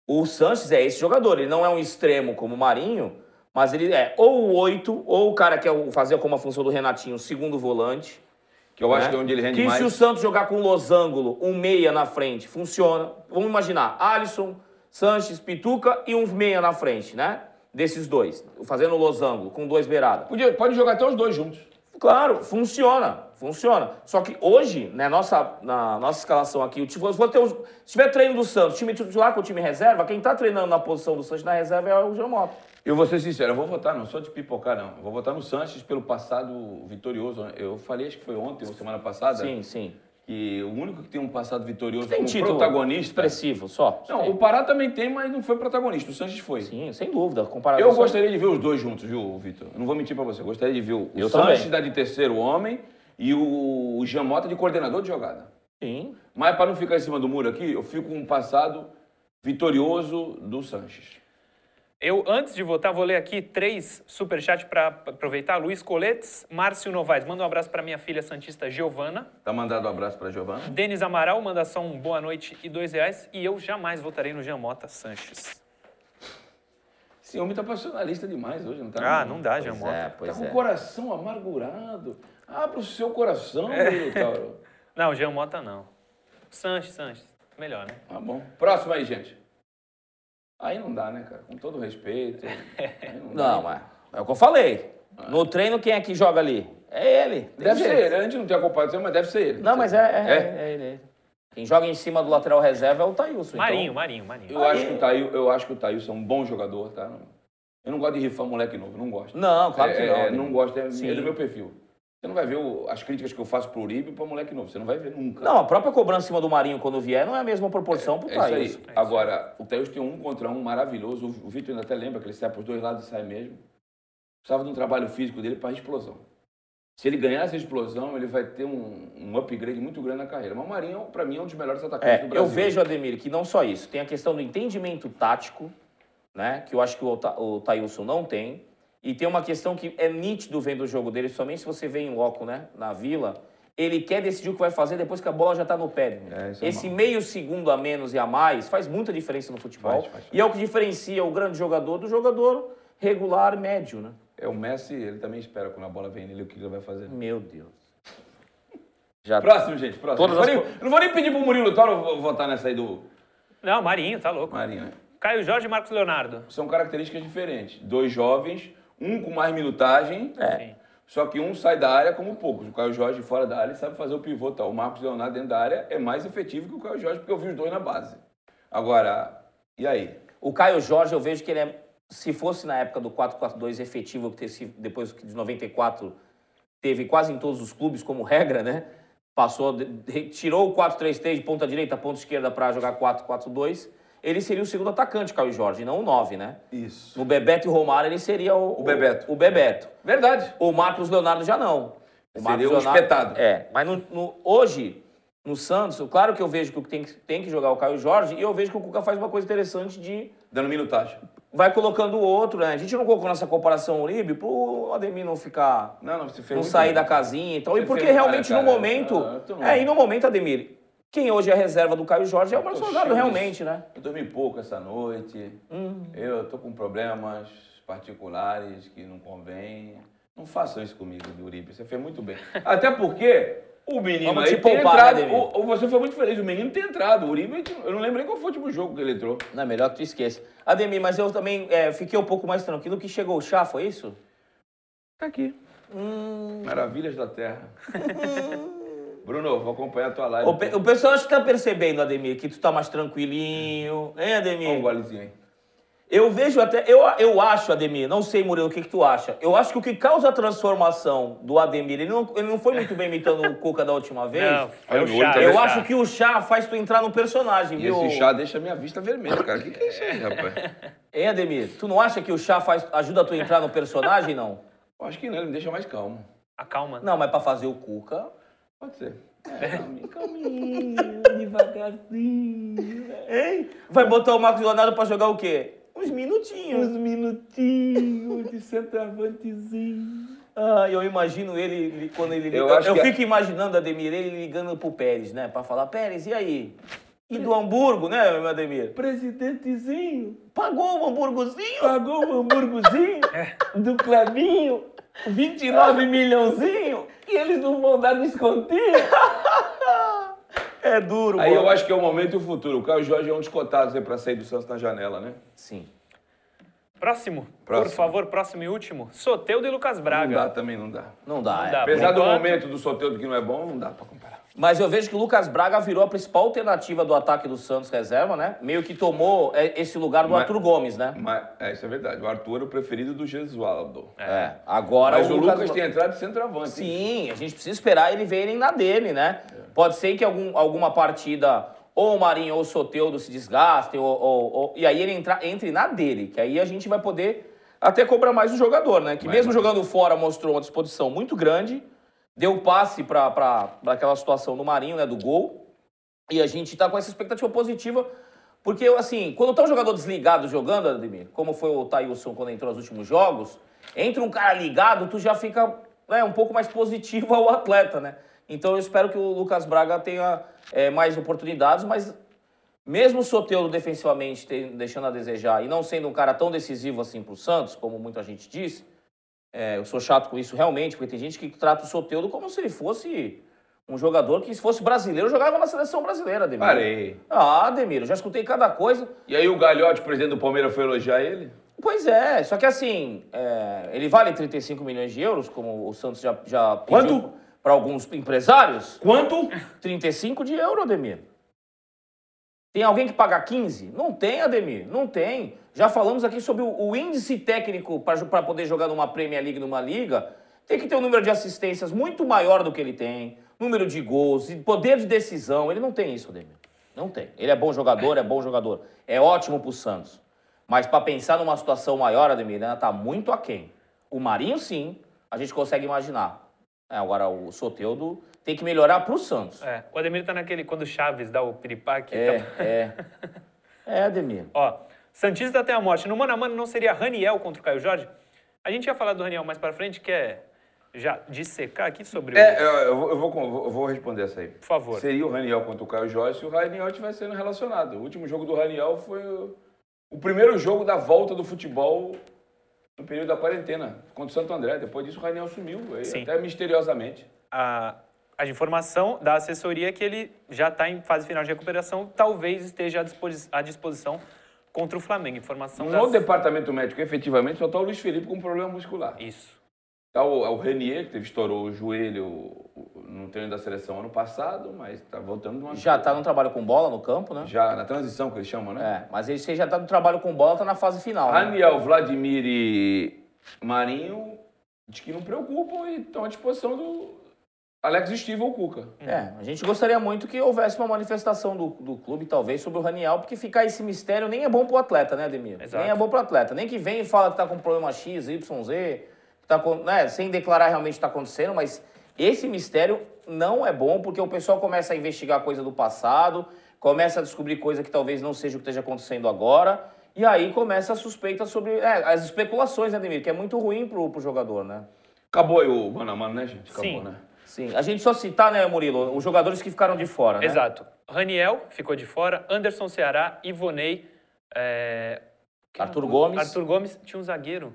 Speaker 2: O Sanches é esse jogador. Ele não é um extremo como o Marinho, mas ele é ou o 8, ou o cara que é o- fazia como a função do Renatinho, o segundo volante.
Speaker 1: Que eu acho
Speaker 2: né?
Speaker 1: que é onde ele rende
Speaker 2: Que
Speaker 1: mais.
Speaker 2: se o Santos jogar com o losango, um meia na frente, funciona. Vamos imaginar, Alisson, Sanches, Pituca e um meia na frente, né? Desses dois, fazendo o losango, com dois beiradas.
Speaker 1: Podia- pode jogar até os dois juntos.
Speaker 2: Claro, funciona, funciona. Só que hoje, né, nossa, na nossa escalação aqui, o time, vou ter os- se tiver treino do Santos, time titular com o time reserva, quem tá treinando na posição do Santos na reserva é o Jean Mota.
Speaker 1: Eu vou ser sincero, eu vou votar, não sou de pipocar, não. Eu Vou votar no Sanches pelo passado vitorioso. Eu falei, acho que foi ontem ou semana passada,
Speaker 2: Sim, sim.
Speaker 1: que o único que tem um passado vitorioso
Speaker 2: Tem
Speaker 1: como
Speaker 2: título
Speaker 1: protagonista.
Speaker 2: expressivo só.
Speaker 1: Não, o
Speaker 2: sim,
Speaker 1: Pará também tem, mas não foi protagonista. O Sanches foi.
Speaker 2: sim, sem dúvida. Comparado
Speaker 1: Eu
Speaker 2: ao Santos-
Speaker 1: gostaria de ver os dois juntos, viu, Vitor? Eu Não vou mentir pra você. Eu gostaria de ver o
Speaker 2: Eu
Speaker 1: Sanches
Speaker 2: também.
Speaker 1: da de terceiro homem e o Jean Mota de coordenador de jogada.
Speaker 2: Sim.
Speaker 1: Mas pra não ficar em cima do muro aqui, eu fico com um passado vitorioso do Sanches.
Speaker 3: Eu, antes de votar, vou ler aqui três superchats para aproveitar. Luiz Coletes, Márcio Novaes, manda um abraço para minha filha santista Giovana.
Speaker 1: Tá mandado um abraço pra Giovana.
Speaker 3: Denis Amaral, manda só um boa noite e dois reais. E eu jamais votarei no Jean Mota Sanches.
Speaker 1: Esse homem tá passionalista demais hoje, não tá?
Speaker 3: Ah, não dá, Jean
Speaker 2: Pois
Speaker 3: Mota.
Speaker 2: é,
Speaker 1: Tá
Speaker 2: pois
Speaker 1: com o
Speaker 2: é.
Speaker 1: coração amargurado. Abra o seu coração,
Speaker 2: É.
Speaker 1: meu
Speaker 2: *laughs*
Speaker 1: Tauro.
Speaker 3: Não, Jean Mota não. Sanches, Sanches. Melhor, né?
Speaker 1: Tá bom. Próximo aí, gente. Aí não dá, né, cara? Com todo respeito. Aí não dá.
Speaker 2: Não, é. É o que eu falei. No treino, quem é que joga ali? É ele. tem
Speaker 1: Deve
Speaker 2: jeito.
Speaker 1: ser ele. A gente não tem acompanhado, mas deve ser ele.
Speaker 2: Não, mas é, é,
Speaker 1: É?
Speaker 2: é ele, é ele. Quem joga em cima do lateral reserva é o Thailson.
Speaker 3: Marinho,
Speaker 2: então-
Speaker 3: Marinho, Marinho.
Speaker 1: Eu acho que o Thail, eu acho que o Thailson é um bom jogador, tá? Não- Eu não gosto de rifar moleque novo, não gosto.
Speaker 2: Não, claro que
Speaker 1: É,
Speaker 2: não.
Speaker 1: é,
Speaker 2: Ademir.
Speaker 1: não gosto, é,
Speaker 2: Sim.
Speaker 1: é do meu perfil. Você não vai ver o- as críticas que eu faço pro Uribe e pra moleque novo, você não vai ver nunca.
Speaker 2: Não, a própria cobrança em cima do Marinho quando vier não é a mesma proporção pro
Speaker 1: É isso aí.
Speaker 2: Thaís.
Speaker 3: aí.
Speaker 1: Agora, o Thailson tem um contra um maravilhoso, o Vitor ainda até lembra que ele sai pros dois lados e sai mesmo. Precisava de um trabalho físico dele pra explosão. Se ele ganhar essa explosão, ele vai ter um, um upgrade muito grande na carreira. Mas o Marinho, pra mim, é um dos melhores atacantes
Speaker 2: É,
Speaker 1: do
Speaker 2: eu
Speaker 1: Brasil.
Speaker 2: vejo, Ademir, que não só isso. Tem a questão do entendimento tático, né? Que eu acho que o, Tha- o Thailson não tem. E tem uma questão que é nítido vendo o jogo dele, somente se você vê em loco, né? Na vila. Ele quer decidir o que vai fazer depois que a bola já tá no pé. Ademir.
Speaker 1: É, isso é
Speaker 2: Esse
Speaker 1: mal.
Speaker 2: meio segundo a menos e a mais faz muita diferença no futebol.
Speaker 1: Faz, faz, faz.
Speaker 2: E é o que diferencia o grande jogador do jogador regular médio, né?
Speaker 1: É o Messi, ele também espera quando a bola vem nele o que ele vai fazer.
Speaker 2: Meu Deus. Já
Speaker 1: Próximo, gente, próximo.
Speaker 2: Todas
Speaker 1: Não vou
Speaker 2: as
Speaker 1: nem- eu não vou nem pedir pro Murilo Toro vo- votar nessa aí do
Speaker 3: Não, Marinho, tá louco.
Speaker 1: Marinho. né?
Speaker 3: Caio Jorge e Marcos Leonardo.
Speaker 1: São características diferentes. Dois jovens, um com mais minutagem,
Speaker 2: É.
Speaker 3: Sim.
Speaker 1: só que um sai da área como poucos. O Caio Jorge fora da área ele sabe fazer o pivô tal. O Marcos Leonardo dentro da área é mais efetivo que o Caio Jorge, porque eu vi os dois na base. Agora, e aí?
Speaker 2: O Caio Jorge, eu vejo que ele é. Se fosse na época do 4-4-2 efetivo, que teve, depois que de 94 teve quase em todos os clubes como regra, né? Passou, de- de- tirou o 4-3-3 de ponta direita, ponta esquerda para jogar 4-4-2. ele seria o segundo atacante, Caio Jorge, não o nove, né?
Speaker 1: Isso.
Speaker 2: No Bebeto e Romário, ele seria o,
Speaker 1: O Bebeto.
Speaker 2: O Bebeto.
Speaker 1: Verdade.
Speaker 2: O Marcos Leonardo já não. O
Speaker 1: Seria um espetado.
Speaker 2: É, mas no- no- hoje, no Santos, claro que eu vejo que tem, que tem que jogar o Caio Jorge e eu vejo que o Cuca faz uma coisa interessante de
Speaker 1: Dando minutagem.
Speaker 2: vai colocando o outro, né? A gente não colocou nessa comparação Uribe pro Ademir não ficar...
Speaker 1: Não, não, você fez
Speaker 2: Não
Speaker 1: muito
Speaker 2: sair
Speaker 1: bem.
Speaker 2: da casinha e tal.
Speaker 1: Você
Speaker 2: E porque
Speaker 1: fez um cara,
Speaker 2: realmente
Speaker 1: cara.
Speaker 2: no momento...
Speaker 1: Ah, tu não-
Speaker 2: é, e no momento, Ademir, quem hoje é reserva do Caio Jorge é o
Speaker 1: Eu tô
Speaker 2: Marcos
Speaker 1: cheio
Speaker 2: Leonardo,
Speaker 1: de-
Speaker 2: realmente, né?
Speaker 1: Eu dormi pouco essa noite.
Speaker 2: Uhum.
Speaker 1: Eu tô com problemas particulares que não convém. Não façam isso comigo, Uribe. Você fez muito
Speaker 2: *laughs*
Speaker 1: bem. Até porque o menino
Speaker 2: Vamos
Speaker 1: aí
Speaker 2: te
Speaker 1: tem
Speaker 2: poupar,
Speaker 1: entrado.
Speaker 2: né, Ademir?
Speaker 1: o- o- você foi muito feliz. O menino tem entrado. O Uribe, eu não lembrei qual foi o último jogo que ele entrou.
Speaker 2: Não é melhor que tu esqueça. Ademir, mas eu também é, fiquei um pouco mais tranquilo que chegou o chá, foi isso?
Speaker 1: Tá aqui.
Speaker 2: Hum.
Speaker 1: Maravilhas da Terra. *laughs* Bruno, vou acompanhar a tua live.
Speaker 2: O, pe- o pessoal acho que tá percebendo, Ademir, que tu tá mais tranquilinho, hein,
Speaker 1: Dá um
Speaker 2: Ademir?
Speaker 1: golezinho aí.
Speaker 2: Eu vejo até. Eu, eu acho, Ademir, não sei, Murilo, o que, que tu acha. Eu acho que o que causa a transformação do Ademir, ele não, ele não foi muito bem imitando o Cuca da última vez.
Speaker 3: Não, é
Speaker 1: Olha
Speaker 3: o
Speaker 1: o olho tá
Speaker 3: chá.
Speaker 1: também.
Speaker 2: Eu
Speaker 3: é o
Speaker 2: acho
Speaker 3: chá.
Speaker 2: que o chá faz tu entrar no personagem,
Speaker 1: E
Speaker 2: viu?
Speaker 1: esse chá deixa a minha vista vermelha, cara. O que, que é isso
Speaker 2: *laughs*
Speaker 1: aí, rapaz?
Speaker 2: Hein, Ademir? Tu não acha que o chá faz, ajuda tu a entrar no personagem, não?
Speaker 1: Eu acho que não, ele me deixa mais calmo.
Speaker 3: Acalma.
Speaker 2: Não, mas pra fazer o Cuca.
Speaker 1: Pode ser.
Speaker 2: Calminho, devagarzinho. Hein? Vai botar o Marcos Leonardo pra jogar o quê? Uns minutinhos. Uns minutinhos de centroavantezinho. Ah, eu imagino ele li- quando ele liga.
Speaker 1: Eu
Speaker 2: Eu,
Speaker 1: acho que-
Speaker 2: fico imaginando, Ademir, ele ligando pro Pérez, né? Pra falar, Pérez, e aí? E do Hamburgo, né, meu Ademir?
Speaker 1: Presidentezinho,
Speaker 2: Pagou um É. o Hamburgozinho?
Speaker 1: pagou o hamburgozinho do Clavinho, 29 milhãozinho, e eles não vão dar descontinho.
Speaker 2: É duro,
Speaker 1: Aí eu
Speaker 2: mano.
Speaker 1: acho que é o momento e o futuro. O Caio Jorge é um descotado aí pra sair do Santos na janela, né?
Speaker 2: Sim.
Speaker 3: Próximo, por
Speaker 1: Próximo.
Speaker 3: favor, próximo e último. Soteudo e Lucas
Speaker 1: Não dá Tá
Speaker 3: Braga.
Speaker 1: também, não dá.
Speaker 2: Não dá, é.
Speaker 3: dá.
Speaker 1: Apesar do
Speaker 3: Enquanto-
Speaker 1: momento do sorteio que não é bom, não dá pra comparar.
Speaker 2: Mas eu vejo que o Lucas Braga virou a principal alternativa do ataque do Santos reserva, né? Meio que tomou é, esse lugar do
Speaker 1: Mas-
Speaker 2: Arthur Gomes, né?
Speaker 1: Mas, é, isso é verdade. O Arthur era o preferido do Gesualdo.
Speaker 2: É. Agora
Speaker 1: Mas o Lucas
Speaker 2: Bra-
Speaker 1: tem entrado de centroavante. hein?
Speaker 2: Sim, a gente precisa esperar ele verem na dele, né? Pode ser que algum, alguma partida ou o Marinho ou o Soteudo se desgastem, ou, ou- ou- e aí ele entra, entre na dele, que aí a gente vai poder até cobrar mais o jogador, né? Que
Speaker 1: Vai,
Speaker 2: mesmo
Speaker 1: vai.
Speaker 2: jogando fora mostrou uma disposição muito grande, deu passe pra pra- pra aquela situação do Marinho, né? Do gol. E a gente tá com essa expectativa positiva, porque, assim, quando tá um jogador desligado jogando, Ademir, como foi o Thailson quando entrou nos últimos jogos, entra um cara ligado, tu já fica né, um pouco mais positivo ao atleta, né? Então eu espero que o Lucas Braga tenha eh, mais oportunidades, mas mesmo o Soteudo defensivamente te- deixando a desejar e não sendo um cara tão decisivo assim pro Santos, como muita gente diz, é, eu sou chato com isso realmente, porque tem gente que trata o Soteudo como se ele fosse um jogador que, se fosse brasileiro, jogava na seleção brasileira, Ademir.
Speaker 1: Parei.
Speaker 2: Ah, Ademir, eu já escutei cada coisa.
Speaker 1: E aí o Galhote, presidente do Palmeiras, foi elogiar ele?
Speaker 2: Pois é, só que assim, é, ele vale 35 milhões de euros, como o Santos já, já
Speaker 1: Quanto?
Speaker 2: pediu para alguns empresários.
Speaker 1: Quanto?
Speaker 2: 35 de euro, Ademir. Tem alguém que paga 15? Não tem, Ademir, não tem. Já falamos aqui sobre o, o índice técnico para poder jogar numa Premier League, numa liga. Tem que ter um número de assistências muito maior do que ele tem, número de gols, e poder de decisão. Ele não tem isso, Ademir. Não tem. Ele é bom jogador, é bom jogador. É ótimo pro Santos. Mas para pensar numa situação maior, Ademir, né, tá muito aquém. O Marinho, sim, a gente consegue imaginar. É, agora, o Soteudo tem que melhorar pro Santos.
Speaker 3: É, o Ademir tá naquele quando o Chaves dá o piripaque.
Speaker 2: É,
Speaker 3: tá-
Speaker 2: é. É, Ademir.
Speaker 3: Ó, Santista até a morte. No mano a mano não seria Raniel contra o Caio Jorge? A gente ia falar do Raniel mais pra frente, quer já dissecar aqui sobre o...
Speaker 1: É, eu, eu vou- eu vou, con- eu vou responder essa aí.
Speaker 3: Por favor.
Speaker 1: Seria o Raniel contra o Caio Jorge se o Raniel estivesse sendo relacionado. O último jogo do Raniel foi o, o primeiro jogo da volta do futebol no período da quarentena, contra o Santo André. Depois disso, o Raniel sumiu, aí,
Speaker 3: Sim.
Speaker 1: até misteriosamente.
Speaker 3: a, a informação da assessoria é que ele já está em fase final de recuperação, talvez esteja à, disposi- à disposição contra o Flamengo.
Speaker 2: Então
Speaker 3: Informação
Speaker 1: No
Speaker 3: das...
Speaker 1: departamento médico, efetivamente, só está o Luiz Felipe com problema muscular.
Speaker 3: Isso.
Speaker 1: Tá o, o Renier, que teve, estourou o joelho o- no treino da seleção ano passado, mas está voltando de uma...
Speaker 2: Já tá no trabalho com bola no campo, né?
Speaker 1: Já, na transição que eles chamam, né?
Speaker 2: É, mas ele já tá no trabalho com bola, tá na fase final. Né?
Speaker 1: Raniel, Vladimir e Marinho diz que não preocupam e estão à disposição do. Alex Estiva ou Cuca.
Speaker 2: É, a gente gostaria muito que houvesse uma manifestação do, do clube, talvez, sobre o Raniel, porque ficar esse mistério nem é bom pro atleta, né, Ademir?
Speaker 3: Exato.
Speaker 2: Nem é bom pro atleta. Nem que vem e fala que tá com problema X, Y, Z, que tá com- né, sem declarar realmente o que tá acontecendo, mas esse mistério não é bom, porque o pessoal começa a investigar coisa do passado, começa a descobrir coisa que talvez não seja o que esteja acontecendo agora, e aí começa a suspeita sobre. é, as especulações, né, Ademir? Que é muito ruim pro, pro jogador, né?
Speaker 1: Acabou aí o mano a mano, né, gente? Acabou,
Speaker 3: Sim.
Speaker 1: né?
Speaker 2: Sim. A gente só citar, né, Murilo, os jogadores que ficaram de fora, né?
Speaker 3: Exato. Raniel ficou de fora, Anderson Ceará, Ivonei, é,
Speaker 2: Arthur Gomes.
Speaker 3: Arthur Gomes tinha um zagueiro.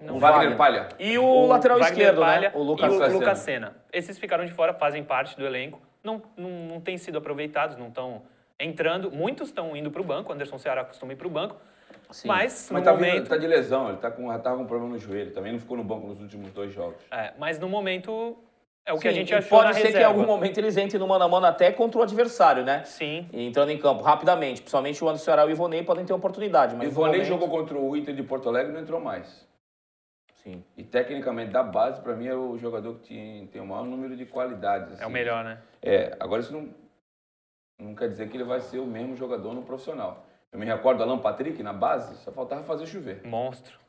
Speaker 1: O
Speaker 2: O
Speaker 1: Wagner
Speaker 2: Wagner.
Speaker 1: Palha.
Speaker 2: E o,
Speaker 3: o
Speaker 2: lateral
Speaker 3: Wagner
Speaker 2: esquerdo,
Speaker 3: Palha
Speaker 2: né? O Lucas.
Speaker 3: e o
Speaker 1: Lucas
Speaker 3: Lucas Senna. Esses ficaram de fora, fazem parte do elenco, não, não, não têm sido aproveitados, não estão entrando. Muitos estão indo para o banco, Anderson Ceará costuma ir para o banco,
Speaker 2: Sim.
Speaker 3: mas,
Speaker 1: Mas
Speaker 3: no
Speaker 1: tá, vindo-
Speaker 3: um momento,
Speaker 1: tá de lesão, ele tá com, já tava com problema no joelho. Também não ficou no banco nos últimos dois jogos.
Speaker 3: é, mas no momento é o que a
Speaker 2: Sim,
Speaker 3: gente
Speaker 2: e
Speaker 3: achou
Speaker 2: Pode
Speaker 3: na
Speaker 2: ser
Speaker 3: reserva.
Speaker 2: que em algum momento eles entrem no mano a mano até contra o adversário, né?
Speaker 3: Sim,
Speaker 2: E Entrando em campo rapidamente. Principalmente o Anderson Ceará e o Ivonei podem ter oportunidade. Mas
Speaker 3: um
Speaker 1: E
Speaker 2: no
Speaker 1: Ivonei
Speaker 2: momento-
Speaker 1: jogou contra o Inter de Porto Alegre e não entrou mais.
Speaker 2: Sim.
Speaker 1: E tecnicamente, da base, pra mim, é o jogador que tem, tem o maior número de qualidades.
Speaker 3: é o
Speaker 1: assim.
Speaker 3: melhor, né?
Speaker 1: É, agora isso não, não quer dizer que ele vai ser o mesmo jogador no profissional. Eu me recordo do Alan Patrick, na base, só faltava fazer chover.
Speaker 3: Monstro,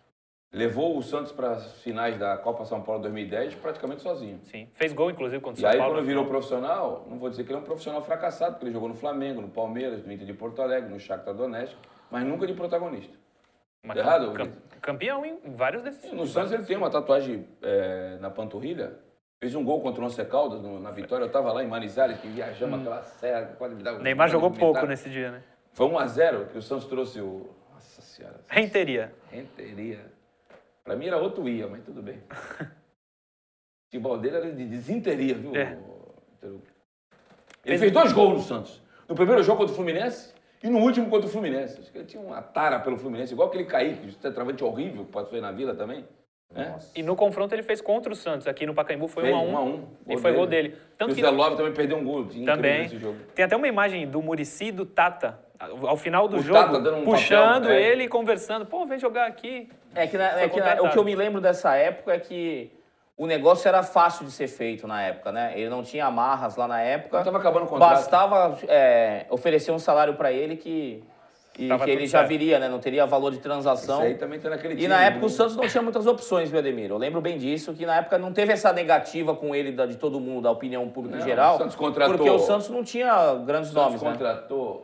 Speaker 1: Levou o Santos para as finais da Copa São Paulo 2010 praticamente sozinho.
Speaker 3: sim. Fez gol, inclusive, contra o
Speaker 1: E
Speaker 3: São
Speaker 1: aí,
Speaker 3: Paulo.
Speaker 1: quando virou profissional, não vou dizer que ele é um profissional fracassado, porque ele jogou no Flamengo, no Palmeiras, no Inter de Porto Alegre, no Shakhtar Donetsk, mas nunca de protagonista.
Speaker 3: Mas
Speaker 1: Tá errado,
Speaker 3: cam- campeão em vários desses.
Speaker 1: E no Santos ele tem uma tatuagem é, na panturrilha, fez um gol contra o Once Caldas no- na vitória, eu estava lá em Manizales, que viajamos aquela serra, quase me dava um-
Speaker 3: Hum. Neymar jogou
Speaker 2: Tá
Speaker 3: pouco
Speaker 1: alimentar.
Speaker 3: nesse dia, né?
Speaker 1: Foi 1x0 que o Santos trouxe o... Nossa Senhora,
Speaker 3: Renteria.
Speaker 1: renteria. Pra mim era outro ia, mas tudo
Speaker 3: *laughs*
Speaker 1: bem. O futebol dele era de desinteria, viu?
Speaker 3: É.
Speaker 1: Ele fez dois gols no Santos. No primeiro jogo contra o Fluminense e no último contra o Fluminense. Acho que ele tinha uma tara pelo Fluminense, igual aquele Kaique, o travante horrível que passou aí na Vila também. Né?
Speaker 3: E no confronto ele fez contra o Santos, aqui no Pacaembu foi
Speaker 1: Fez
Speaker 3: 1x1.
Speaker 1: 1 a 1,
Speaker 3: E
Speaker 1: gol
Speaker 3: foi gol
Speaker 1: dele.
Speaker 3: dele.
Speaker 1: E
Speaker 3: Tanto
Speaker 1: o
Speaker 3: que
Speaker 1: Zé Love também perdeu um gol. incrível
Speaker 3: Também.
Speaker 1: Nesse jogo.
Speaker 3: Tem até uma imagem do Murici do Tata, ao final do
Speaker 1: O
Speaker 3: jogo,
Speaker 1: Tata dando um
Speaker 3: puxando
Speaker 1: papel, é.
Speaker 3: ele e conversando. Pô, vem jogar aqui.
Speaker 2: É que, na-
Speaker 3: Foi
Speaker 2: é que na-
Speaker 3: contratado.
Speaker 2: o que eu me lembro dessa época é que o negócio era fácil de ser feito na época, né? Ele não tinha amarras lá na época.
Speaker 1: Mas tava acabando o contrato.
Speaker 2: Bastava é, oferecer um salário pra ele que, e
Speaker 3: Tava
Speaker 2: que
Speaker 3: tudo
Speaker 2: ele já
Speaker 3: certo.
Speaker 2: viria, né? Não teria valor de
Speaker 1: Isso
Speaker 2: transação.
Speaker 1: aí também tá naquele
Speaker 2: E
Speaker 1: time,
Speaker 2: na época
Speaker 1: não-
Speaker 2: o Santos não tinha muitas opções, meu Ademir. Eu lembro bem disso, que na época não teve essa negativa com ele da- de todo mundo, da opinião pública
Speaker 1: Não,
Speaker 2: em geral.
Speaker 1: o Santos contratou-
Speaker 2: Porque o Santos não tinha grandes
Speaker 1: O
Speaker 2: nomes,
Speaker 1: Santos
Speaker 2: né?
Speaker 1: contratou...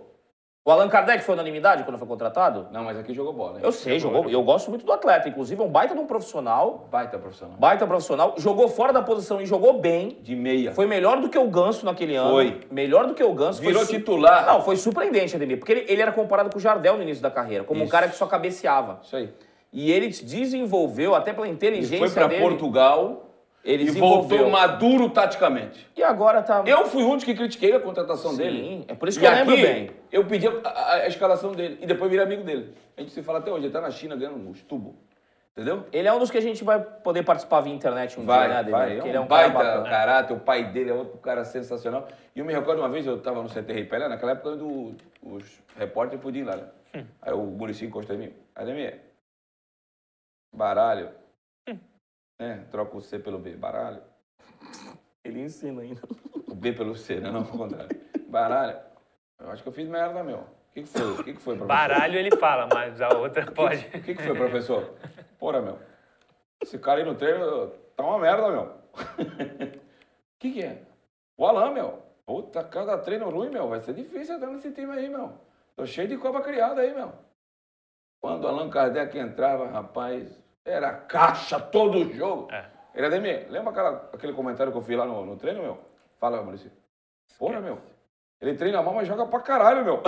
Speaker 2: O Allan Kardec foi unanimidade quando foi contratado?
Speaker 1: Não, mas aqui jogou bola. né?
Speaker 2: Eu sei, jogou. Eu gosto muito do atleta. Inclusive, é um baita de um profissional.
Speaker 1: Baita profissional.
Speaker 2: Baita um profissional. Jogou fora da posição e jogou bem.
Speaker 1: De meia.
Speaker 2: Foi melhor do que o Ganso naquele ano.
Speaker 1: Foi.
Speaker 2: Melhor do que o Ganso.
Speaker 1: Virou
Speaker 2: foi su-
Speaker 1: titular.
Speaker 2: Não, foi surpreendente, Ademir. Porque ele, ele era comparado com o Jardel no início da carreira. Como um
Speaker 1: Isso.
Speaker 2: cara que só cabeceava.
Speaker 1: Isso aí.
Speaker 2: E ele desenvolveu, até pela inteligência
Speaker 1: Ele foi pra
Speaker 2: dele...
Speaker 1: Portugal
Speaker 2: Ele
Speaker 1: e
Speaker 2: desenvolveu.
Speaker 1: voltou maduro taticamente.
Speaker 2: E agora tá.
Speaker 1: Eu fui um dos que critiquei a contratação
Speaker 2: Sim,
Speaker 1: dele.
Speaker 2: é por isso
Speaker 1: E
Speaker 2: que eu lembro
Speaker 1: aqui,
Speaker 2: bem.
Speaker 1: Eu pedi a, a- a escalação dele e depois virei amigo dele. A gente se fala até hoje, ele tá na China ganhando uns tubos. Entendeu?
Speaker 2: Ele é um dos que a gente vai poder participar via internet um
Speaker 1: Vai,
Speaker 2: dia, né, Ademir?
Speaker 1: vai.
Speaker 2: Porque
Speaker 1: É um,
Speaker 2: ele é um cara
Speaker 1: baita
Speaker 2: bacana.
Speaker 1: caráter, o pai dele é outro cara sensacional. E eu me recordo uma vez, eu estava no CT Rei Pelé, naquela época do, os repórteres podiam ir lá, né?
Speaker 2: Hum.
Speaker 1: Aí o Muricy encostou em mim. Ademir, baralho.
Speaker 2: Hum.
Speaker 1: Né? Troca o C pelo B, baralho.
Speaker 2: Ele ensina ainda.
Speaker 1: O B pelo C, né? Não, ao contrário. Baralho. Eu acho que eu fiz merda, meu. O que, que foi? O que, que foi, professor?
Speaker 3: Baralho ele fala, mas a outra *laughs* pode.
Speaker 1: O que, que foi, professor? Porra, meu. Esse cara aí no treino tá uma merda, meu. *laughs* O que, que é? O Alain, meu. Puta, cada treino ruim, meu. Vai ser difícil entrar nesse time aí, meu. Tô cheio de copa criada aí, meu. Quando o Allan Kardec entrava, rapaz, era caixa todo jogo.
Speaker 3: É.
Speaker 1: Ele, Ademir, lembra aquela- aquele comentário que eu fiz lá no, no treino, meu? Fala, Maurício. Porra, meu. Ele treina mal, mas joga pra caralho, meu.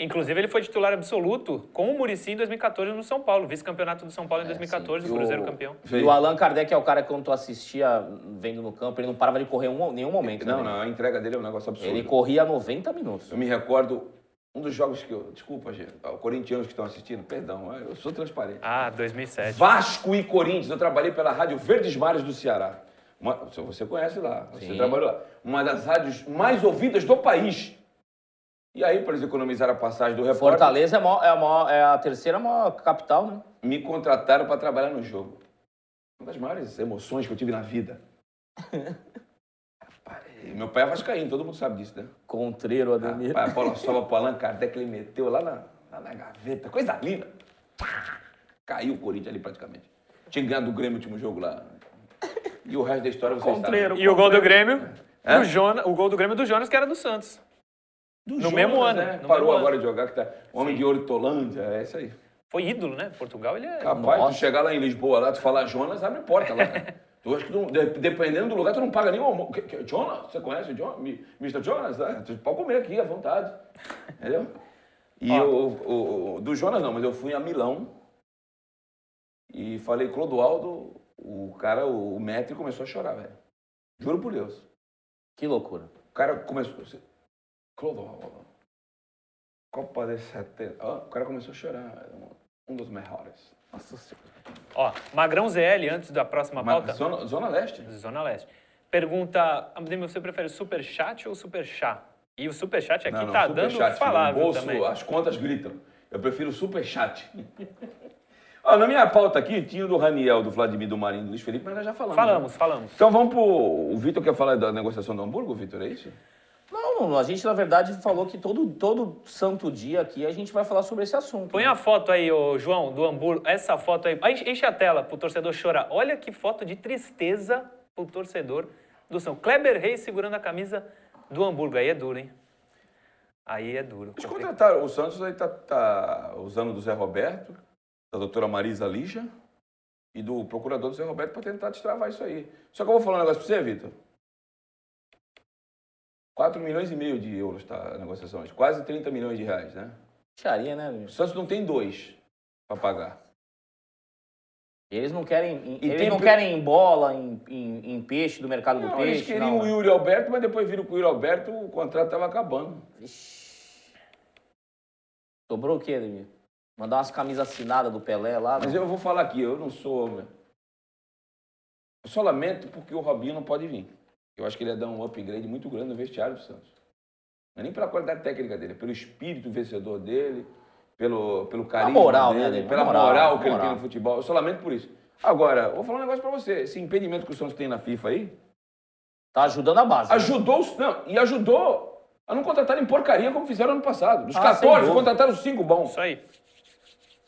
Speaker 3: Inclusive, ele foi titular absoluto com o Murici em 2014 no São Paulo, vice-campeonato do São Paulo em
Speaker 1: É,
Speaker 3: 2014, o Cruzeiro campeão.
Speaker 2: E o Allan Kardec é o cara que quando tu assistia vendo no campo, ele não parava de correr em nenhum momento. né,
Speaker 1: Não,
Speaker 2: Ademir?
Speaker 1: não, a entrega dele é um negócio absurdo.
Speaker 2: Ele corria 90 minutos.
Speaker 1: Eu me recordo um dos jogos que eu. Desculpa, gente, aos corintianos que estão assistindo, perdão, eu sou transparente.
Speaker 3: Ah, 2007.
Speaker 1: Vasco e Corinthians, eu trabalhei pela Rádio Verdes Mares do Ceará. Uma- você conhece lá, você
Speaker 2: Sim.
Speaker 1: trabalhou lá. Uma das rádios mais ouvidas do país. E aí, para eles economizarem a passagem do repórter,
Speaker 2: Fortaleza é a, maior- é a maior- é a terceira maior capital, né?
Speaker 1: me contrataram para trabalhar no jogo. Uma das maiores emoções que eu tive na
Speaker 2: *laughs*
Speaker 1: vida. Rapaz, e meu pai é vascaíno, todo mundo sabe disso, né?
Speaker 2: Contreiro, Ademir.
Speaker 1: Rapaz, a bola sola pro Allan Kardec, ele meteu lá na, lá na gaveta. Coisa linda. Pá! Caiu o Corinthians ali praticamente. Tinha ganhado do Grêmio o último jogo lá. E o resto da história vocês
Speaker 2: Contreiro.
Speaker 1: sabem.
Speaker 3: E o gol do Grêmio?
Speaker 1: Hã?
Speaker 3: É. do Jona- o gol do Grêmio do Jonas, que era do Santos.
Speaker 1: Do
Speaker 3: no mesmo ano,
Speaker 1: Né?
Speaker 3: no
Speaker 1: Parou
Speaker 3: mesmo
Speaker 1: agora de jogar, que tá homem de ouro de Tolândia, é isso aí.
Speaker 3: Foi ídolo, né? Portugal, ele é.
Speaker 1: Rapaz,
Speaker 2: Nossa.
Speaker 1: tu chegar lá em Lisboa, lá, tu falar Jonas, abre porta lá, cara. *laughs* Tu acho que tu, de- dependendo do lugar, tu não paga nem o almoço. Que- que- Jonas, você conhece o Jonas? Mi- Mr. Jonas? Ah, tu pode comer aqui à vontade. Entendeu? E eu, o- o- do Jonas não, mas eu fui a Milão e falei, Clodoaldo, o cara, o, o mestre começou a chorar, velho. Juro por Deus.
Speaker 2: Que loucura.
Speaker 1: O cara começou. assim, Clodoaldo. Copa de 70. Ó, o cara começou a chorar. Um dos melhores. Nossa senhora.
Speaker 3: Ó, Magrão ZL, antes da próxima
Speaker 1: Mas
Speaker 3: pauta.
Speaker 1: zona, zona Leste?
Speaker 3: Zona Leste. Pergunta, Ademir, você prefere superchat ou superchá? E o superchat aqui tá dando
Speaker 1: superchat, filho.
Speaker 3: falar,
Speaker 1: O
Speaker 3: viu,
Speaker 1: bolso,
Speaker 3: também.
Speaker 1: As contas gritam. Eu prefiro superchat. *laughs* Ó, na minha pauta aqui tinha o do Raniel, do Vladimir, do Marinho, do Luiz Felipe, mas nós já falamos. né?
Speaker 3: Falamos, falamos.
Speaker 1: Então vamos pro... O Vitor quer falar da negociação do Hamburgo, Vitor, é isso?
Speaker 2: Não, não, a gente, na verdade, falou que todo, todo santo dia aqui a gente vai falar sobre esse assunto.
Speaker 3: Põe a foto aí, ô, João, do Hamburgo. Essa foto aí. Ah, enche- Enche a tela pro torcedor chorar. Olha que foto de tristeza pro torcedor do São. Kleber Reis segurando a camisa do Hamburgo. Aí é duro, hein? Aí é duro.
Speaker 1: Eles contrataram. O Santos aí tá, tá usando do Zé Roberto, da doutora Marisa Lixa e do procurador do Zé Roberto para tentar destravar isso aí. Só que eu vou falar um negócio para você, Vitor. 4 milhões e meio de euros tá a negociação, hoje, quase 30 milhões de reais, né?
Speaker 2: Charia, né?
Speaker 1: O
Speaker 2: Ademir?
Speaker 1: Santos não tem dois para pagar.
Speaker 2: Eles não querem.
Speaker 1: E
Speaker 2: eles
Speaker 1: tem
Speaker 2: não
Speaker 1: pe-
Speaker 2: querem em bola, em, em- em peixe, do mercado do
Speaker 1: Não,
Speaker 2: peixe.
Speaker 1: eles queriam
Speaker 2: não,
Speaker 1: o
Speaker 2: né?
Speaker 1: Yuri Alberto, mas depois viram que o Yuri Alberto o contrato estava acabando.
Speaker 2: Vixe. Sobrou o quê, Ademir? Mandar umas camisas assinadas do Pelé lá.
Speaker 1: Mas
Speaker 2: né?
Speaker 1: eu vou falar aqui, eu não sou. Eu só lamento porque o Robinho não pode vir. Eu acho que ele ia dar um upgrade muito grande no vestiário do Santos. Não é nem pela qualidade técnica dele, é pelo espírito vencedor dele, pelo, pelo carinho.
Speaker 2: moral, né,
Speaker 1: dele,
Speaker 2: Ademir?
Speaker 1: Pela
Speaker 2: A moral,
Speaker 1: moral, que ele
Speaker 2: moral.
Speaker 1: tem no futebol. Eu só lamento por isso. Agora, vou falar um negócio pra você. Esse impedimento que o Santos tem na FIFA aí,
Speaker 2: Tá ajudando a base. né?
Speaker 1: ajudou, os- não, e ajudou a não contratarem porcaria como fizeram ano passado. Dos
Speaker 2: Ah, sem
Speaker 1: 14,
Speaker 2: dúvida.
Speaker 1: contrataram os 5 bons.
Speaker 3: Isso aí.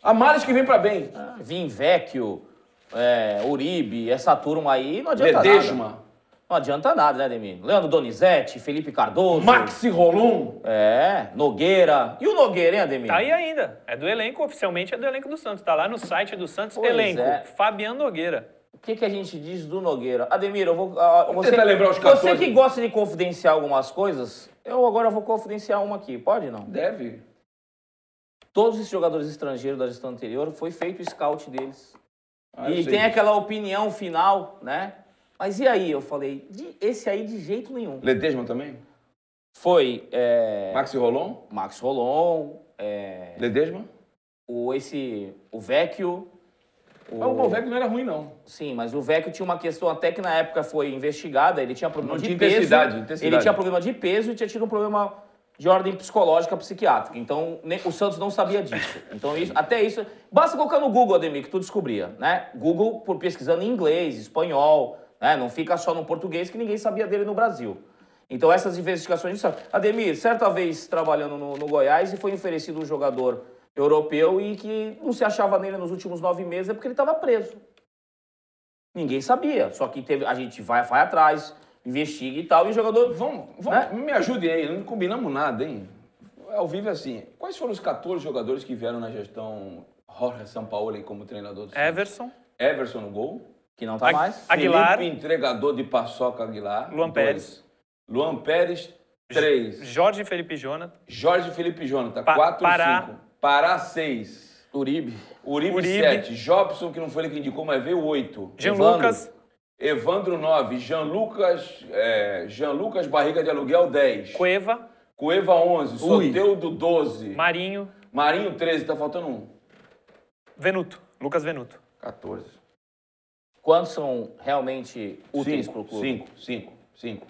Speaker 1: Há males que vem pra bem.
Speaker 2: Vinvecchio, né? é, Uribe, essa turma aí não adianta nada.
Speaker 1: Ledesma,
Speaker 2: Não adianta nada, né, Ademir? Leandro Donizete, Felipe Cardoso.
Speaker 1: Maxi Rolum.
Speaker 2: É, Nogueira. E o Nogueira, hein, Ademir?
Speaker 3: Tá aí ainda. É do elenco, oficialmente é do elenco do Santos. Tá lá no site do Santos
Speaker 2: Pois
Speaker 3: Elenco.
Speaker 2: é.
Speaker 3: Fabiano Nogueira.
Speaker 2: O que, que a gente diz do Nogueira? Ademir, eu vou. ah, você,
Speaker 1: tentar lembrar os
Speaker 2: você
Speaker 1: 14.
Speaker 2: que gosta de confidenciar algumas coisas, eu agora vou confidenciar uma aqui, pode não?
Speaker 1: Deve.
Speaker 2: Todos esses jogadores estrangeiros da gestão anterior foi feito o scout deles.
Speaker 1: Ah, eu
Speaker 2: e
Speaker 1: sei
Speaker 2: tem
Speaker 1: disso.
Speaker 2: aquela opinião final, né? Mas e aí? Eu falei, de- esse aí de jeito nenhum.
Speaker 1: Ledesma também?
Speaker 2: Foi é,
Speaker 1: Maxi Rolon?
Speaker 2: Max Rolon, é,
Speaker 1: Ledesma?
Speaker 2: o, esse, o Vecchio.
Speaker 3: É,
Speaker 1: Mas o Bonvec não era ruim, não.
Speaker 2: Sim, mas o Vecchio tinha uma questão até que na época foi investigada. Ele tinha problema
Speaker 1: Não
Speaker 2: de
Speaker 1: tinha
Speaker 2: peso.
Speaker 1: intensidade, intensidade.
Speaker 2: Ele tinha problema de peso e tinha tido um problema de ordem psicológica, psiquiátrica. Então, ne- o Santos não sabia disso. Então, isso, até isso... Basta colocar no Google, Ademir, que tu descobria, né? Google por pesquisando em inglês, espanhol, né? Não fica só no português, que ninguém sabia dele no Brasil. Então, essas investigações... a gente sabe. Ademir, certa vez trabalhando no, no Goiás, e foi oferecido um jogador europeu e que não se achava nele nos últimos nove meses, é porque ele estava preso. Ninguém sabia. Só que teve, a gente vai, vai atrás, investiga e tal, e o jogador.
Speaker 1: Vamos, vamos
Speaker 2: Né?
Speaker 1: me ajudem aí, não combinamos nada, hein? Ao vivo é assim. Quais foram os 14 jogadores que vieram na gestão Jorge Sampaoli como treinador do Santos?
Speaker 3: Everson.
Speaker 1: Everson no gol.
Speaker 2: Que não tá
Speaker 3: Ag-
Speaker 2: mais.
Speaker 3: Aguilar.
Speaker 1: Felipe, entregador de paçoca Aguilar.
Speaker 3: Luan
Speaker 1: dois.
Speaker 3: Pérez.
Speaker 1: Luan Pérez, três.
Speaker 3: Jorge Felipe Jonathan.
Speaker 1: Jorge Felipe Jonathan,
Speaker 3: Pa-
Speaker 1: quatro,
Speaker 3: Pará.
Speaker 1: cinco. Pará, seis.
Speaker 2: Uribe.
Speaker 1: Uribe,
Speaker 3: Uribe.
Speaker 1: sete. Jobson, que não foi ele que indicou, mas veio oito.
Speaker 3: Jean
Speaker 2: Evandro.
Speaker 3: Lucas.
Speaker 1: Evandro 9, Jean Lucas, é, Jean Lucas Barriga de Aluguel 10,
Speaker 3: Cueva.
Speaker 1: Cueva 11,
Speaker 2: Ui.
Speaker 1: Soteudo 12,
Speaker 3: Marinho.
Speaker 1: Marinho 13, tá faltando um.
Speaker 3: Venuto. Lucas Venuto.
Speaker 1: 14.
Speaker 2: Quantos são realmente úteis pro
Speaker 1: 5,
Speaker 2: clube?
Speaker 1: 5, 5, 5.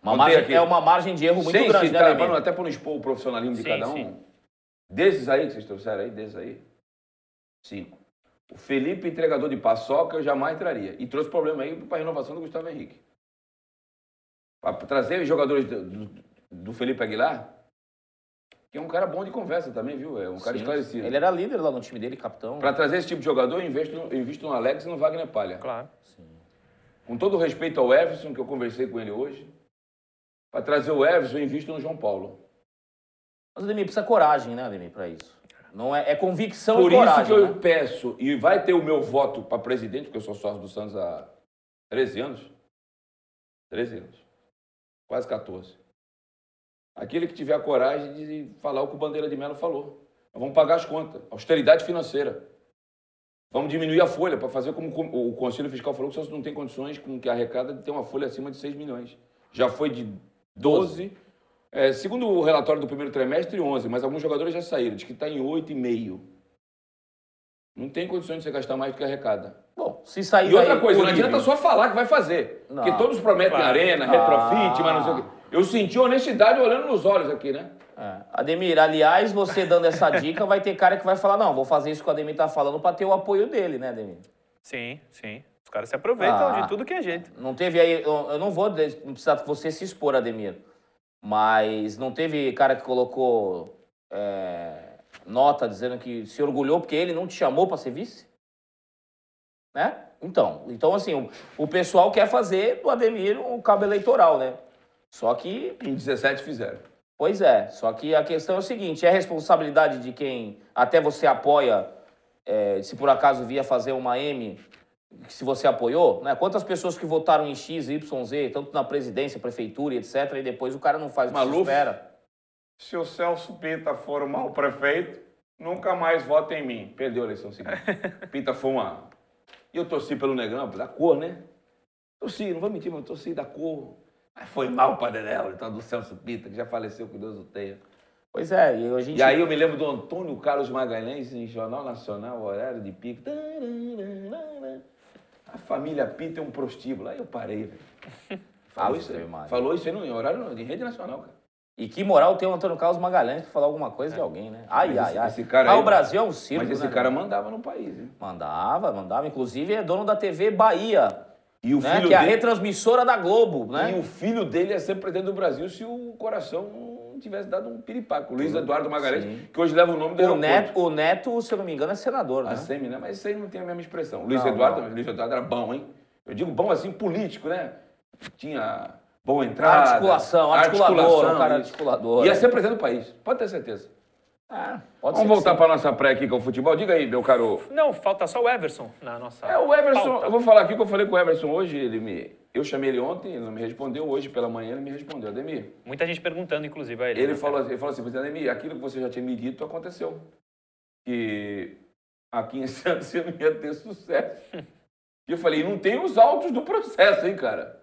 Speaker 2: Uma
Speaker 1: Contei
Speaker 2: margem,
Speaker 1: aqui. tá,
Speaker 2: é uma margem de erro muito
Speaker 1: Sem
Speaker 2: grande,
Speaker 1: citar,
Speaker 2: né,
Speaker 1: pra não-
Speaker 2: Ademir?
Speaker 1: até para não expor o profissionalismo de
Speaker 3: Sim,
Speaker 1: cada um.
Speaker 3: sim.
Speaker 1: Desses aí que vocês trouxeram aí, desses aí. 5. O Felipe, entregador de paçoca, eu jamais traria. E trouxe problema aí para a renovação do Gustavo Henrique. Para trazer os jogadores do, do- do Felipe Aguilar, que é um cara bom de conversa também, viu? É um cara
Speaker 2: Sim.
Speaker 1: esclarecido.
Speaker 2: Ele era líder lá no time dele, capitão.
Speaker 1: Para trazer esse tipo de jogador, eu invisto, no- eu invisto no Alex e no Wagner Palha.
Speaker 3: Claro.
Speaker 1: Com todo o respeito ao Everson, que eu conversei com ele hoje, para trazer o Everson, eu invisto no João Paulo.
Speaker 2: Mas o Ademir precisa coragem, né, Ademir, pra isso. Não é, é convicção
Speaker 1: Por
Speaker 2: e coragem.
Speaker 1: isso que eu
Speaker 2: né?
Speaker 1: peço, e vai ter o meu voto para presidente, porque eu sou sócio do Santos há 13 anos. 13 anos. Quase 14. Aquele que tiver a coragem de falar o que o Bandeira de Melo falou. Nós vamos pagar as contas. Austeridade financeira. Vamos diminuir a folha para fazer como o Conselho Fiscal falou que o Santos não tem condições com que arrecada de ter uma folha acima de 6 milhões. Já foi de 12. é, segundo o relatório do primeiro trimestre, 11, mas alguns jogadores já saíram. Diz que está em 8,5. Não tem condições de você gastar mais do que arrecada.
Speaker 2: Bom, se sair
Speaker 1: E outra
Speaker 2: daí
Speaker 1: coisa, não
Speaker 2: livre-
Speaker 1: adianta só falar que vai fazer.
Speaker 2: Não.
Speaker 1: Porque todos prometem
Speaker 3: Claro.
Speaker 1: arena, retrofit, mas não sei o quê. Eu senti honestidade olhando nos olhos aqui, né?
Speaker 2: É. Ademir, aliás, você
Speaker 1: *laughs*
Speaker 2: dando essa dica, vai ter cara que vai falar, não, vou fazer isso que o Ademir tá falando pra ter o apoio dele, né, Ademir?
Speaker 3: Sim, sim. Os caras se aproveitam
Speaker 2: Ah.
Speaker 3: de tudo que é jeito.
Speaker 2: Não teve aí. Eu, eu não vou de- não precisar que você se expor, Ademir. Mas não teve cara que colocou é, nota dizendo que se orgulhou porque ele não te chamou pra ser vice? Né? Então, então assim, o, o pessoal quer fazer do Ademir um cabo eleitoral, né? Só que
Speaker 1: Em 17 fizeram.
Speaker 2: Pois é, só que a questão é o seguinte: é responsabilidade de quem até você apoia, é, se por acaso via fazer uma M, se você apoiou, né? Quantas pessoas que votaram em X, Y, Z, tanto na presidência, prefeitura, etc., e depois o cara não faz o que se
Speaker 1: Maluf.
Speaker 2: espera.
Speaker 1: Se o Celso Pita for um mau prefeito, nunca mais vota em mim. Perdeu a eleição seguinte. Pita foi uma. E eu torci pelo negão, da cor, né? Torci, não vou mentir, mas eu torci da cor. Mas foi mal pra Dedéu, então, do Celso Pita, que já faleceu, que Deus o tenha.
Speaker 2: Pois é, e a gente.
Speaker 1: E aí eu me lembro do Antônio Carlos Magalhães em Jornal Nacional, horário de pico. Tarararara. A família Pita é um prostíbulo. Aí eu parei, velho.
Speaker 2: *laughs*
Speaker 1: Falou,
Speaker 2: Ave
Speaker 1: isso,
Speaker 2: Maria.
Speaker 1: falou isso aí no- em horário não, de rede nacional, cara.
Speaker 2: E que moral tem o Antônio Carlos Magalhães pra falar alguma coisa de alguém, né? Ai,
Speaker 1: É. Mas
Speaker 2: ai,
Speaker 1: esse-
Speaker 2: ai.
Speaker 1: esse cara
Speaker 2: ah,
Speaker 1: aí-
Speaker 2: o Brasil é um circo.
Speaker 1: Mas esse
Speaker 2: né?
Speaker 1: cara mandava no país, hein?
Speaker 2: Mandava, mandava. Inclusive é dono da TV Bahia,
Speaker 1: E o,
Speaker 2: né? Que
Speaker 1: filho
Speaker 2: é a
Speaker 1: dele,
Speaker 2: retransmissora da Globo, né?
Speaker 1: e o filho dele ia ser presidente do Brasil se o coração não tivesse dado um piripaco. Luiz Eduardo Magalhães,
Speaker 2: Sim.
Speaker 1: que hoje leva o nome do
Speaker 2: O
Speaker 1: aeroporto.
Speaker 2: Neto, o Neto, se eu não me engano, é senador, né?
Speaker 1: A semi, né? Mas isso aí não tem a mesma expressão. Luiz
Speaker 2: Não,
Speaker 1: Eduardo,
Speaker 2: não.
Speaker 1: Luiz Eduardo era bom, hein? Eu digo bom assim, político, né? Tinha boa entrada.
Speaker 2: Articulação, articulador, um cara
Speaker 1: isso.
Speaker 2: articulador.
Speaker 1: Ia
Speaker 2: é.
Speaker 1: ser presidente do país, pode ter certeza.
Speaker 2: Ah,
Speaker 1: Vamos
Speaker 2: pode ser que
Speaker 1: voltar
Speaker 2: sim.
Speaker 1: para nossa pré aqui com o futebol. Diga aí, meu caro.
Speaker 3: Não, falta só o Everson na nossa.
Speaker 1: É, o Everson,
Speaker 3: pauta.
Speaker 1: eu vou falar aqui que eu falei com o Everson hoje, ele me... Eu chamei ele ontem, ele não me respondeu. Hoje pela manhã ele me respondeu. Ademir,
Speaker 3: Muita gente perguntando, inclusive, a ele.
Speaker 1: Ele
Speaker 3: né?
Speaker 1: falou, ele falou assim, "Pois é, Ademir, aquilo que você já tinha me dito aconteceu. Que aqui em *laughs* Santos você não ia ter sucesso. E eu falei, não tem os autos do processo, hein, cara?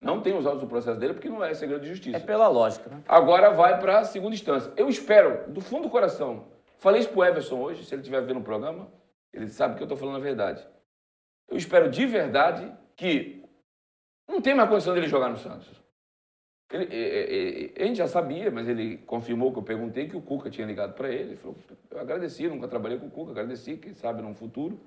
Speaker 1: Não tem os autos do processo dele, porque não é segredo de
Speaker 2: É
Speaker 1: justiça.
Speaker 2: pela lógica, né?
Speaker 1: Agora vai para a segunda instância. Eu espero, do fundo do coração, falei isso pro Everson hoje, se ele estiver vendo o programa, ele sabe que eu estou falando a verdade. Eu espero de verdade que não tem mais condição dele jogar no Santos. Ele, é, é, é, a gente já sabia, mas ele confirmou que eu perguntei que o Cuca tinha ligado para ele. Ele falou, eu agradeci, nunca trabalhei com o Cuca, agradeci, quem sabe no futuro.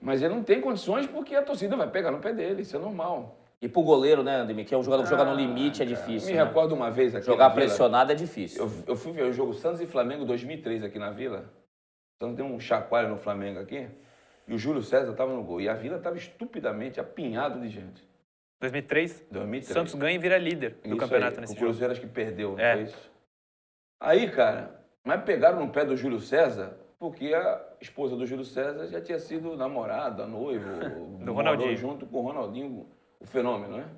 Speaker 1: Mas ele não tem condições porque a torcida vai pegar no pé dele, isso é normal.
Speaker 2: E pro goleiro, né, Andemir, que é um jogador que joga no limite, é
Speaker 1: Ah, Me
Speaker 2: difícil. né?
Speaker 1: recordo uma vez aqui.
Speaker 2: Jogar
Speaker 1: na Vila-
Speaker 2: pressionado é difícil.
Speaker 1: eu, eu fui ver o jogo Santos e Flamengo 2003 aqui na Vila. O Santos deu um chacoalho no Flamengo aqui. E o Júlio César tava no gol. E a Vila tava estupidamente apinhado de gente.
Speaker 3: 2003,
Speaker 1: 2003.
Speaker 3: Santos ganha e vira líder do
Speaker 1: Isso
Speaker 3: campeonato
Speaker 1: aí,
Speaker 3: nesse
Speaker 1: O
Speaker 3: jogo.
Speaker 1: Cruzeiro acho que perdeu, não
Speaker 3: É.
Speaker 1: foi isso? Aí, cara, mas pegaram no pé do Júlio César porque a esposa do Júlio César já tinha sido namorada,
Speaker 3: *laughs*
Speaker 1: noivo, morou
Speaker 3: Ronaldinho.
Speaker 1: junto com o Ronaldinho, o fenômeno, né?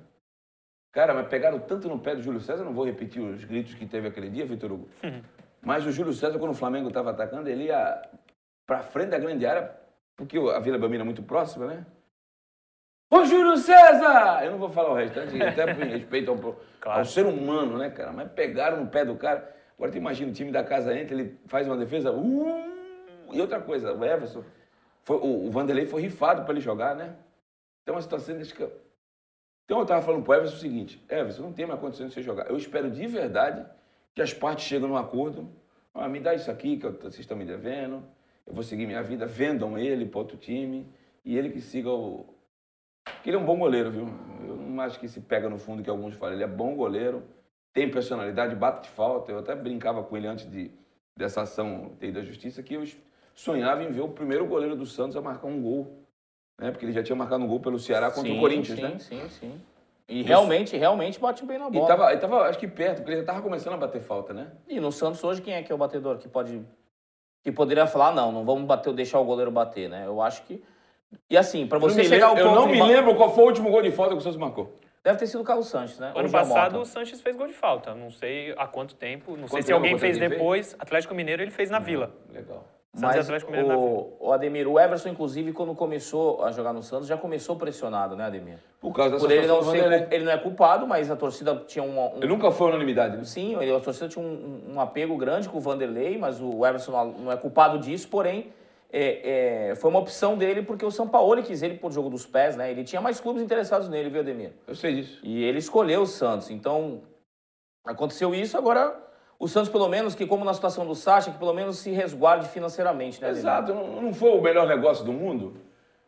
Speaker 1: Cara, mas pegaram tanto no pé do Júlio César, não vou repetir os gritos que teve aquele dia, Vitor Hugo.
Speaker 3: Hum.
Speaker 1: Mas o Júlio César, quando o Flamengo estava atacando, ele ia pra frente da grande área, porque a Vila Belmiro é muito próxima, né? Ô Júlio César! Eu não vou falar o restante, até por respeito ao,
Speaker 3: Claro.
Speaker 1: ao ser humano, né, cara? Mas pegaram no pé do cara. Agora tu imagina, o time da casa entra, ele faz uma defesa. uh, e outra coisa, o Everson, foi- o, o Vanderlei foi rifado pra ele jogar, né? Então a situação desse campo. Então eu tava falando pro Everson o seguinte, Everson, não tem mais condição de você jogar. Eu espero de um verdade que as partes cheguem num acordo. Ah, me dá isso aqui que eu- vocês estão me devendo. eu vou seguir minha vida, vendam ele para outro time e ele que siga o. Porque ele é um bom goleiro, viu? Eu não acho que se pega no fundo que alguns falam. Ele é bom goleiro, tem personalidade, bate de falta. Eu até brincava com ele antes de, dessa ação ter ido à justiça que eu sonhava em ver o primeiro goleiro do Santos a marcar um gol. Né? Porque ele já tinha marcado um gol pelo Ceará contra
Speaker 2: Sim,
Speaker 1: o Corinthians,
Speaker 2: sim,
Speaker 1: né?
Speaker 2: Sim, sim. E realmente, realmente bate bem na
Speaker 1: E
Speaker 2: bola.
Speaker 1: tava, e tava, acho que perto, porque ele já tava começando a bater falta, né?
Speaker 2: E no Santos hoje, quem é que é o batedor que pode. que poderia falar, não, não vamos bater ou deixar o goleiro bater, né? Eu acho que. E assim, pra
Speaker 1: Eu não
Speaker 2: você
Speaker 1: me
Speaker 2: chegar ao
Speaker 1: lembro-
Speaker 2: ponto.
Speaker 1: Eu não
Speaker 2: de
Speaker 1: me
Speaker 2: ba-
Speaker 1: lembro qual foi o último gol de falta que o Santos marcou.
Speaker 2: Deve ter sido o Carlos Sanches, né? Ou
Speaker 3: Ano
Speaker 2: o João
Speaker 3: passado o
Speaker 2: Mota.
Speaker 3: Sanches fez gol de falta. Não sei há quanto tempo. Não sei
Speaker 1: Quanto
Speaker 3: se alguém
Speaker 1: tempo
Speaker 3: fez
Speaker 1: alguém fez?
Speaker 3: depois. Atlético Mineiro ele fez na
Speaker 1: Uhum.
Speaker 3: Vila.
Speaker 1: Legal.
Speaker 3: Santos e
Speaker 2: Mas
Speaker 3: Atlético Mineiro na Vila.
Speaker 2: o, o Ademir, o Everson, inclusive, quando começou a jogar no Santos, já começou pressionado, né, Ademir?
Speaker 1: Por causa dessa
Speaker 2: Por ele não
Speaker 1: situação do
Speaker 2: ser.
Speaker 1: Vanderlei.
Speaker 2: cul- Ele não é culpado, mas a torcida tinha um. um-
Speaker 1: Ele nunca foi unanimidade, né?
Speaker 2: Sim, ele- a torcida tinha um, um- um apego grande com o Vanderlei, mas o Everson não- não é culpado disso, porém. é- é, foi uma opção dele porque o São Paulo quis ele por jogo dos pés, né? Ele tinha mais clubes interessados nele, viu, Ademir?
Speaker 1: Eu sei disso.
Speaker 2: E ele escolheu o Santos. Então, aconteceu isso. Agora, o Santos, pelo menos, que como na situação do Sacha, que pelo menos se resguarde financeiramente, né, Ademir?
Speaker 1: Exato, não, não foi o melhor negócio do mundo,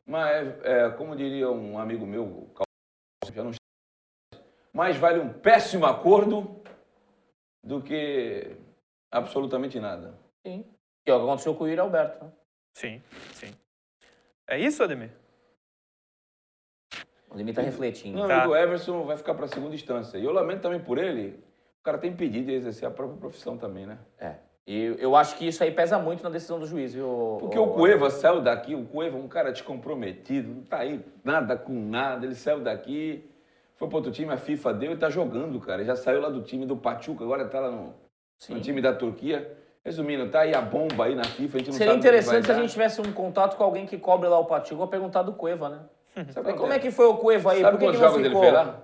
Speaker 1: mas, é, como diria um amigo meu, o Cal- já não está- mais vale um péssimo acordo do que absolutamente nada.
Speaker 2: Sim. Que é o que aconteceu com o Yuri Alberto. Né?
Speaker 3: Sim, sim. É isso, Ademir?
Speaker 2: O Ademir tá refletindo.
Speaker 1: Não,
Speaker 3: Tá.
Speaker 1: e o Everson vai ficar para segunda instância. E eu lamento também por ele, o cara tem impedido de exercer a própria profissão também, né?
Speaker 2: É. E eu acho que isso aí pesa muito na decisão do juiz, viu?
Speaker 1: Porque o Cueva saiu daqui, o Cueva é um cara descomprometido, não tá aí nada com nada, ele saiu daqui, foi para outro time, a FIFA deu e tá jogando, cara. Já saiu lá do time do Pachuca, agora tá lá no, no
Speaker 2: Sim.
Speaker 1: time da Turquia. Resumindo, tá aí a bomba aí na FIFA, a gente não
Speaker 2: Seria
Speaker 1: sabe o que vai
Speaker 2: interessante se a
Speaker 1: dar.
Speaker 2: gente tivesse um contato com alguém que cobre lá o Patigo pra perguntar do Cueva, né?
Speaker 1: Sabe
Speaker 2: Como é que foi o Cueva aí?
Speaker 1: Sabe
Speaker 2: Por que,
Speaker 1: quantos
Speaker 2: que não
Speaker 1: jogos ele
Speaker 2: ficou?
Speaker 1: fez lá?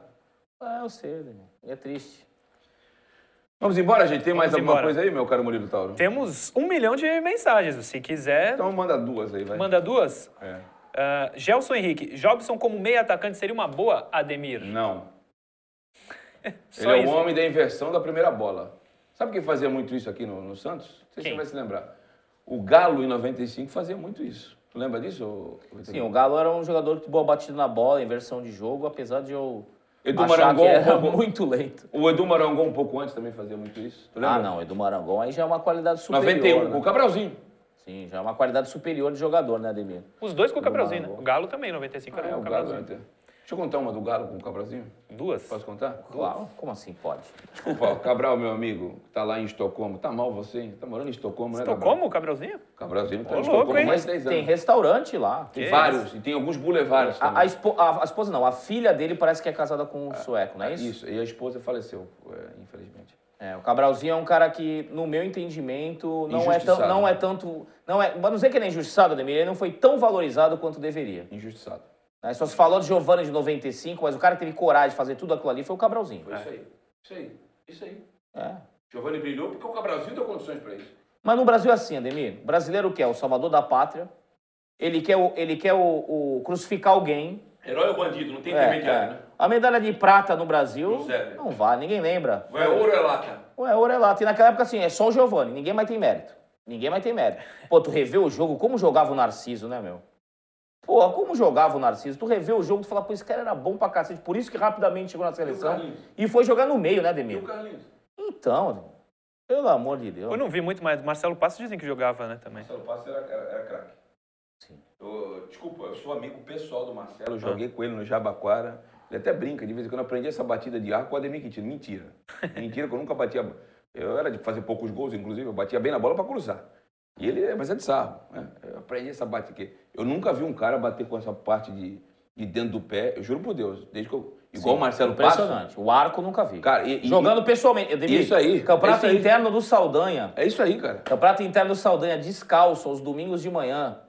Speaker 2: Ah, eu sei, Ademir. É triste.
Speaker 1: Vamos embora, gente? Tem mais
Speaker 3: Vamos
Speaker 1: alguma
Speaker 3: embora.
Speaker 1: coisa aí, meu caro Murilo Tauro?
Speaker 3: Temos um milhão de mensagens. Se quiser,
Speaker 1: Então manda duas aí, vai.
Speaker 3: manda duas.
Speaker 1: É.
Speaker 3: Ah, Gelson Henrique, Jobson como meia atacante seria uma boa, Ademir?
Speaker 1: Não. Ele
Speaker 3: Só
Speaker 1: é o
Speaker 3: isso.
Speaker 1: homem da inversão da primeira bola. Sabe quem fazia muito isso aqui no, no Santos? Não sei se
Speaker 3: Quem?
Speaker 1: você vai se lembrar. O Galo, em 95, fazia muito isso. Tu lembra disso? ô- Vitor?
Speaker 2: Sim, o Galo era um jogador que boa batida na bola, inversão de jogo, apesar de eu
Speaker 1: Edu
Speaker 2: achar
Speaker 1: Marangon,
Speaker 2: que era
Speaker 1: um pouco-
Speaker 2: muito lento.
Speaker 1: O Edu Marangon, um pouco antes, também fazia muito isso. Tu lembra?
Speaker 2: Ah, não, Edu Marangon aí já é uma qualidade superior.
Speaker 1: 91,
Speaker 2: né?
Speaker 1: o Cabralzinho.
Speaker 2: Sim, já é uma qualidade superior de jogador, né, Ademir?
Speaker 3: Os dois com o Cabralzinho, né?
Speaker 2: Marangon.
Speaker 3: O Galo também, 95
Speaker 1: Ah,
Speaker 3: era
Speaker 1: é,
Speaker 3: o
Speaker 1: o Galo. é.
Speaker 3: Cabralzinho.
Speaker 1: né? Deixa eu contar uma do Galo com o Cabralzinho.
Speaker 3: Duas?
Speaker 1: Posso contar?
Speaker 2: Claro, como assim pode?
Speaker 1: Desculpa, o Cabral, meu amigo, tá lá em Estocolmo. Tá mal você, hein? Tá morando em Estocolmo, né, Cabral?
Speaker 3: Estocolmo, Então, o Cabralzinho?
Speaker 1: Cabralzinho tá
Speaker 3: Ô,
Speaker 1: em
Speaker 3: louco,
Speaker 1: Estocolmo há
Speaker 3: hein?
Speaker 1: mais de 10 anos.
Speaker 2: Tem Ah, restaurante lá.
Speaker 1: Tem
Speaker 3: Que
Speaker 1: vários, e tem alguns bulevares
Speaker 2: A,
Speaker 1: também.
Speaker 2: a espo- a- a esposa não, a filha dele parece que é casada com um sueco, não é isso?
Speaker 1: Isso, e a esposa faleceu, é, infelizmente.
Speaker 2: É, o Cabralzinho é um cara que, no meu entendimento, não é, tão,
Speaker 1: Injustiçado.
Speaker 2: não é tanto. Não é, mas não sei que ele é injustiçado, Ademir, ele não foi tão valorizado quanto deveria.
Speaker 1: Injustiçado.
Speaker 2: né? Só se falou de Giovanni de 95, mas o cara que teve coragem de fazer tudo aquilo ali foi o Cabralzinho.
Speaker 1: Foi isso aí. Isso aí. Isso aí.
Speaker 2: É.
Speaker 1: Giovanni brilhou porque o Cabralzinho deu condições para isso.
Speaker 2: Mas no Brasil é assim, Ademir. O brasileiro quer o salvador da pátria, ele quer, o, ele quer o, o crucificar alguém.
Speaker 1: Herói ou bandido, não tem né?
Speaker 2: É, é. A medalha de prata no Brasil
Speaker 1: Não serve.
Speaker 2: não vale, ninguém lembra.
Speaker 1: Ou é ouro ou é lata?
Speaker 2: Ou é ouro é lata. E naquela época, assim, é só o Giovanni, ninguém mais tem mérito. Ninguém mais tem mérito. Pô, tu revê o jogo, como jogava o Narciso, né, meu? Pô, como jogava o Narciso? Tu revê o jogo, tu fala, pô, esse cara era bom pra cacete, por isso que rapidamente chegou na seleção
Speaker 1: Carlinhos?
Speaker 2: e foi jogar no meio, né, Ademir?
Speaker 1: Carlinhos?
Speaker 2: Então, Ademir, pelo amor de Deus.
Speaker 3: Eu não vi muito mais. Marcelo Passos dizem que jogava, né, também.
Speaker 1: Marcelo Passos era, era, era craque.
Speaker 2: Sim.
Speaker 1: Eu- Desculpa, eu sou amigo pessoal do Marcelo. Eu joguei com ele no Jabaquara. Ele até brinca, de vez em quando eu aprendi essa batida de arco com o Ademir Quintino. Mentira.
Speaker 2: *laughs*
Speaker 1: Mentira, que eu nunca batia. Eu era de fazer poucos gols, inclusive, eu batia bem na bola para cruzar. E ele, mas é de sarro. Né? Eu aprendi essa batida. que Eu nunca vi um cara bater com essa parte de, de dentro do pé. Eu juro por Deus, desde que eu. Igual o Marcelo Passos.
Speaker 2: Impressionante. O arco nunca vi.
Speaker 1: Cara, e- e-
Speaker 2: Jogando pessoalmente. Ademir,
Speaker 1: Isso aí,
Speaker 2: Campeonato
Speaker 1: isso aí.
Speaker 2: interno do Saldanha.
Speaker 1: É isso aí, cara.
Speaker 2: Campeonato interno do Saldanha, descalço, aos domingos de manhã.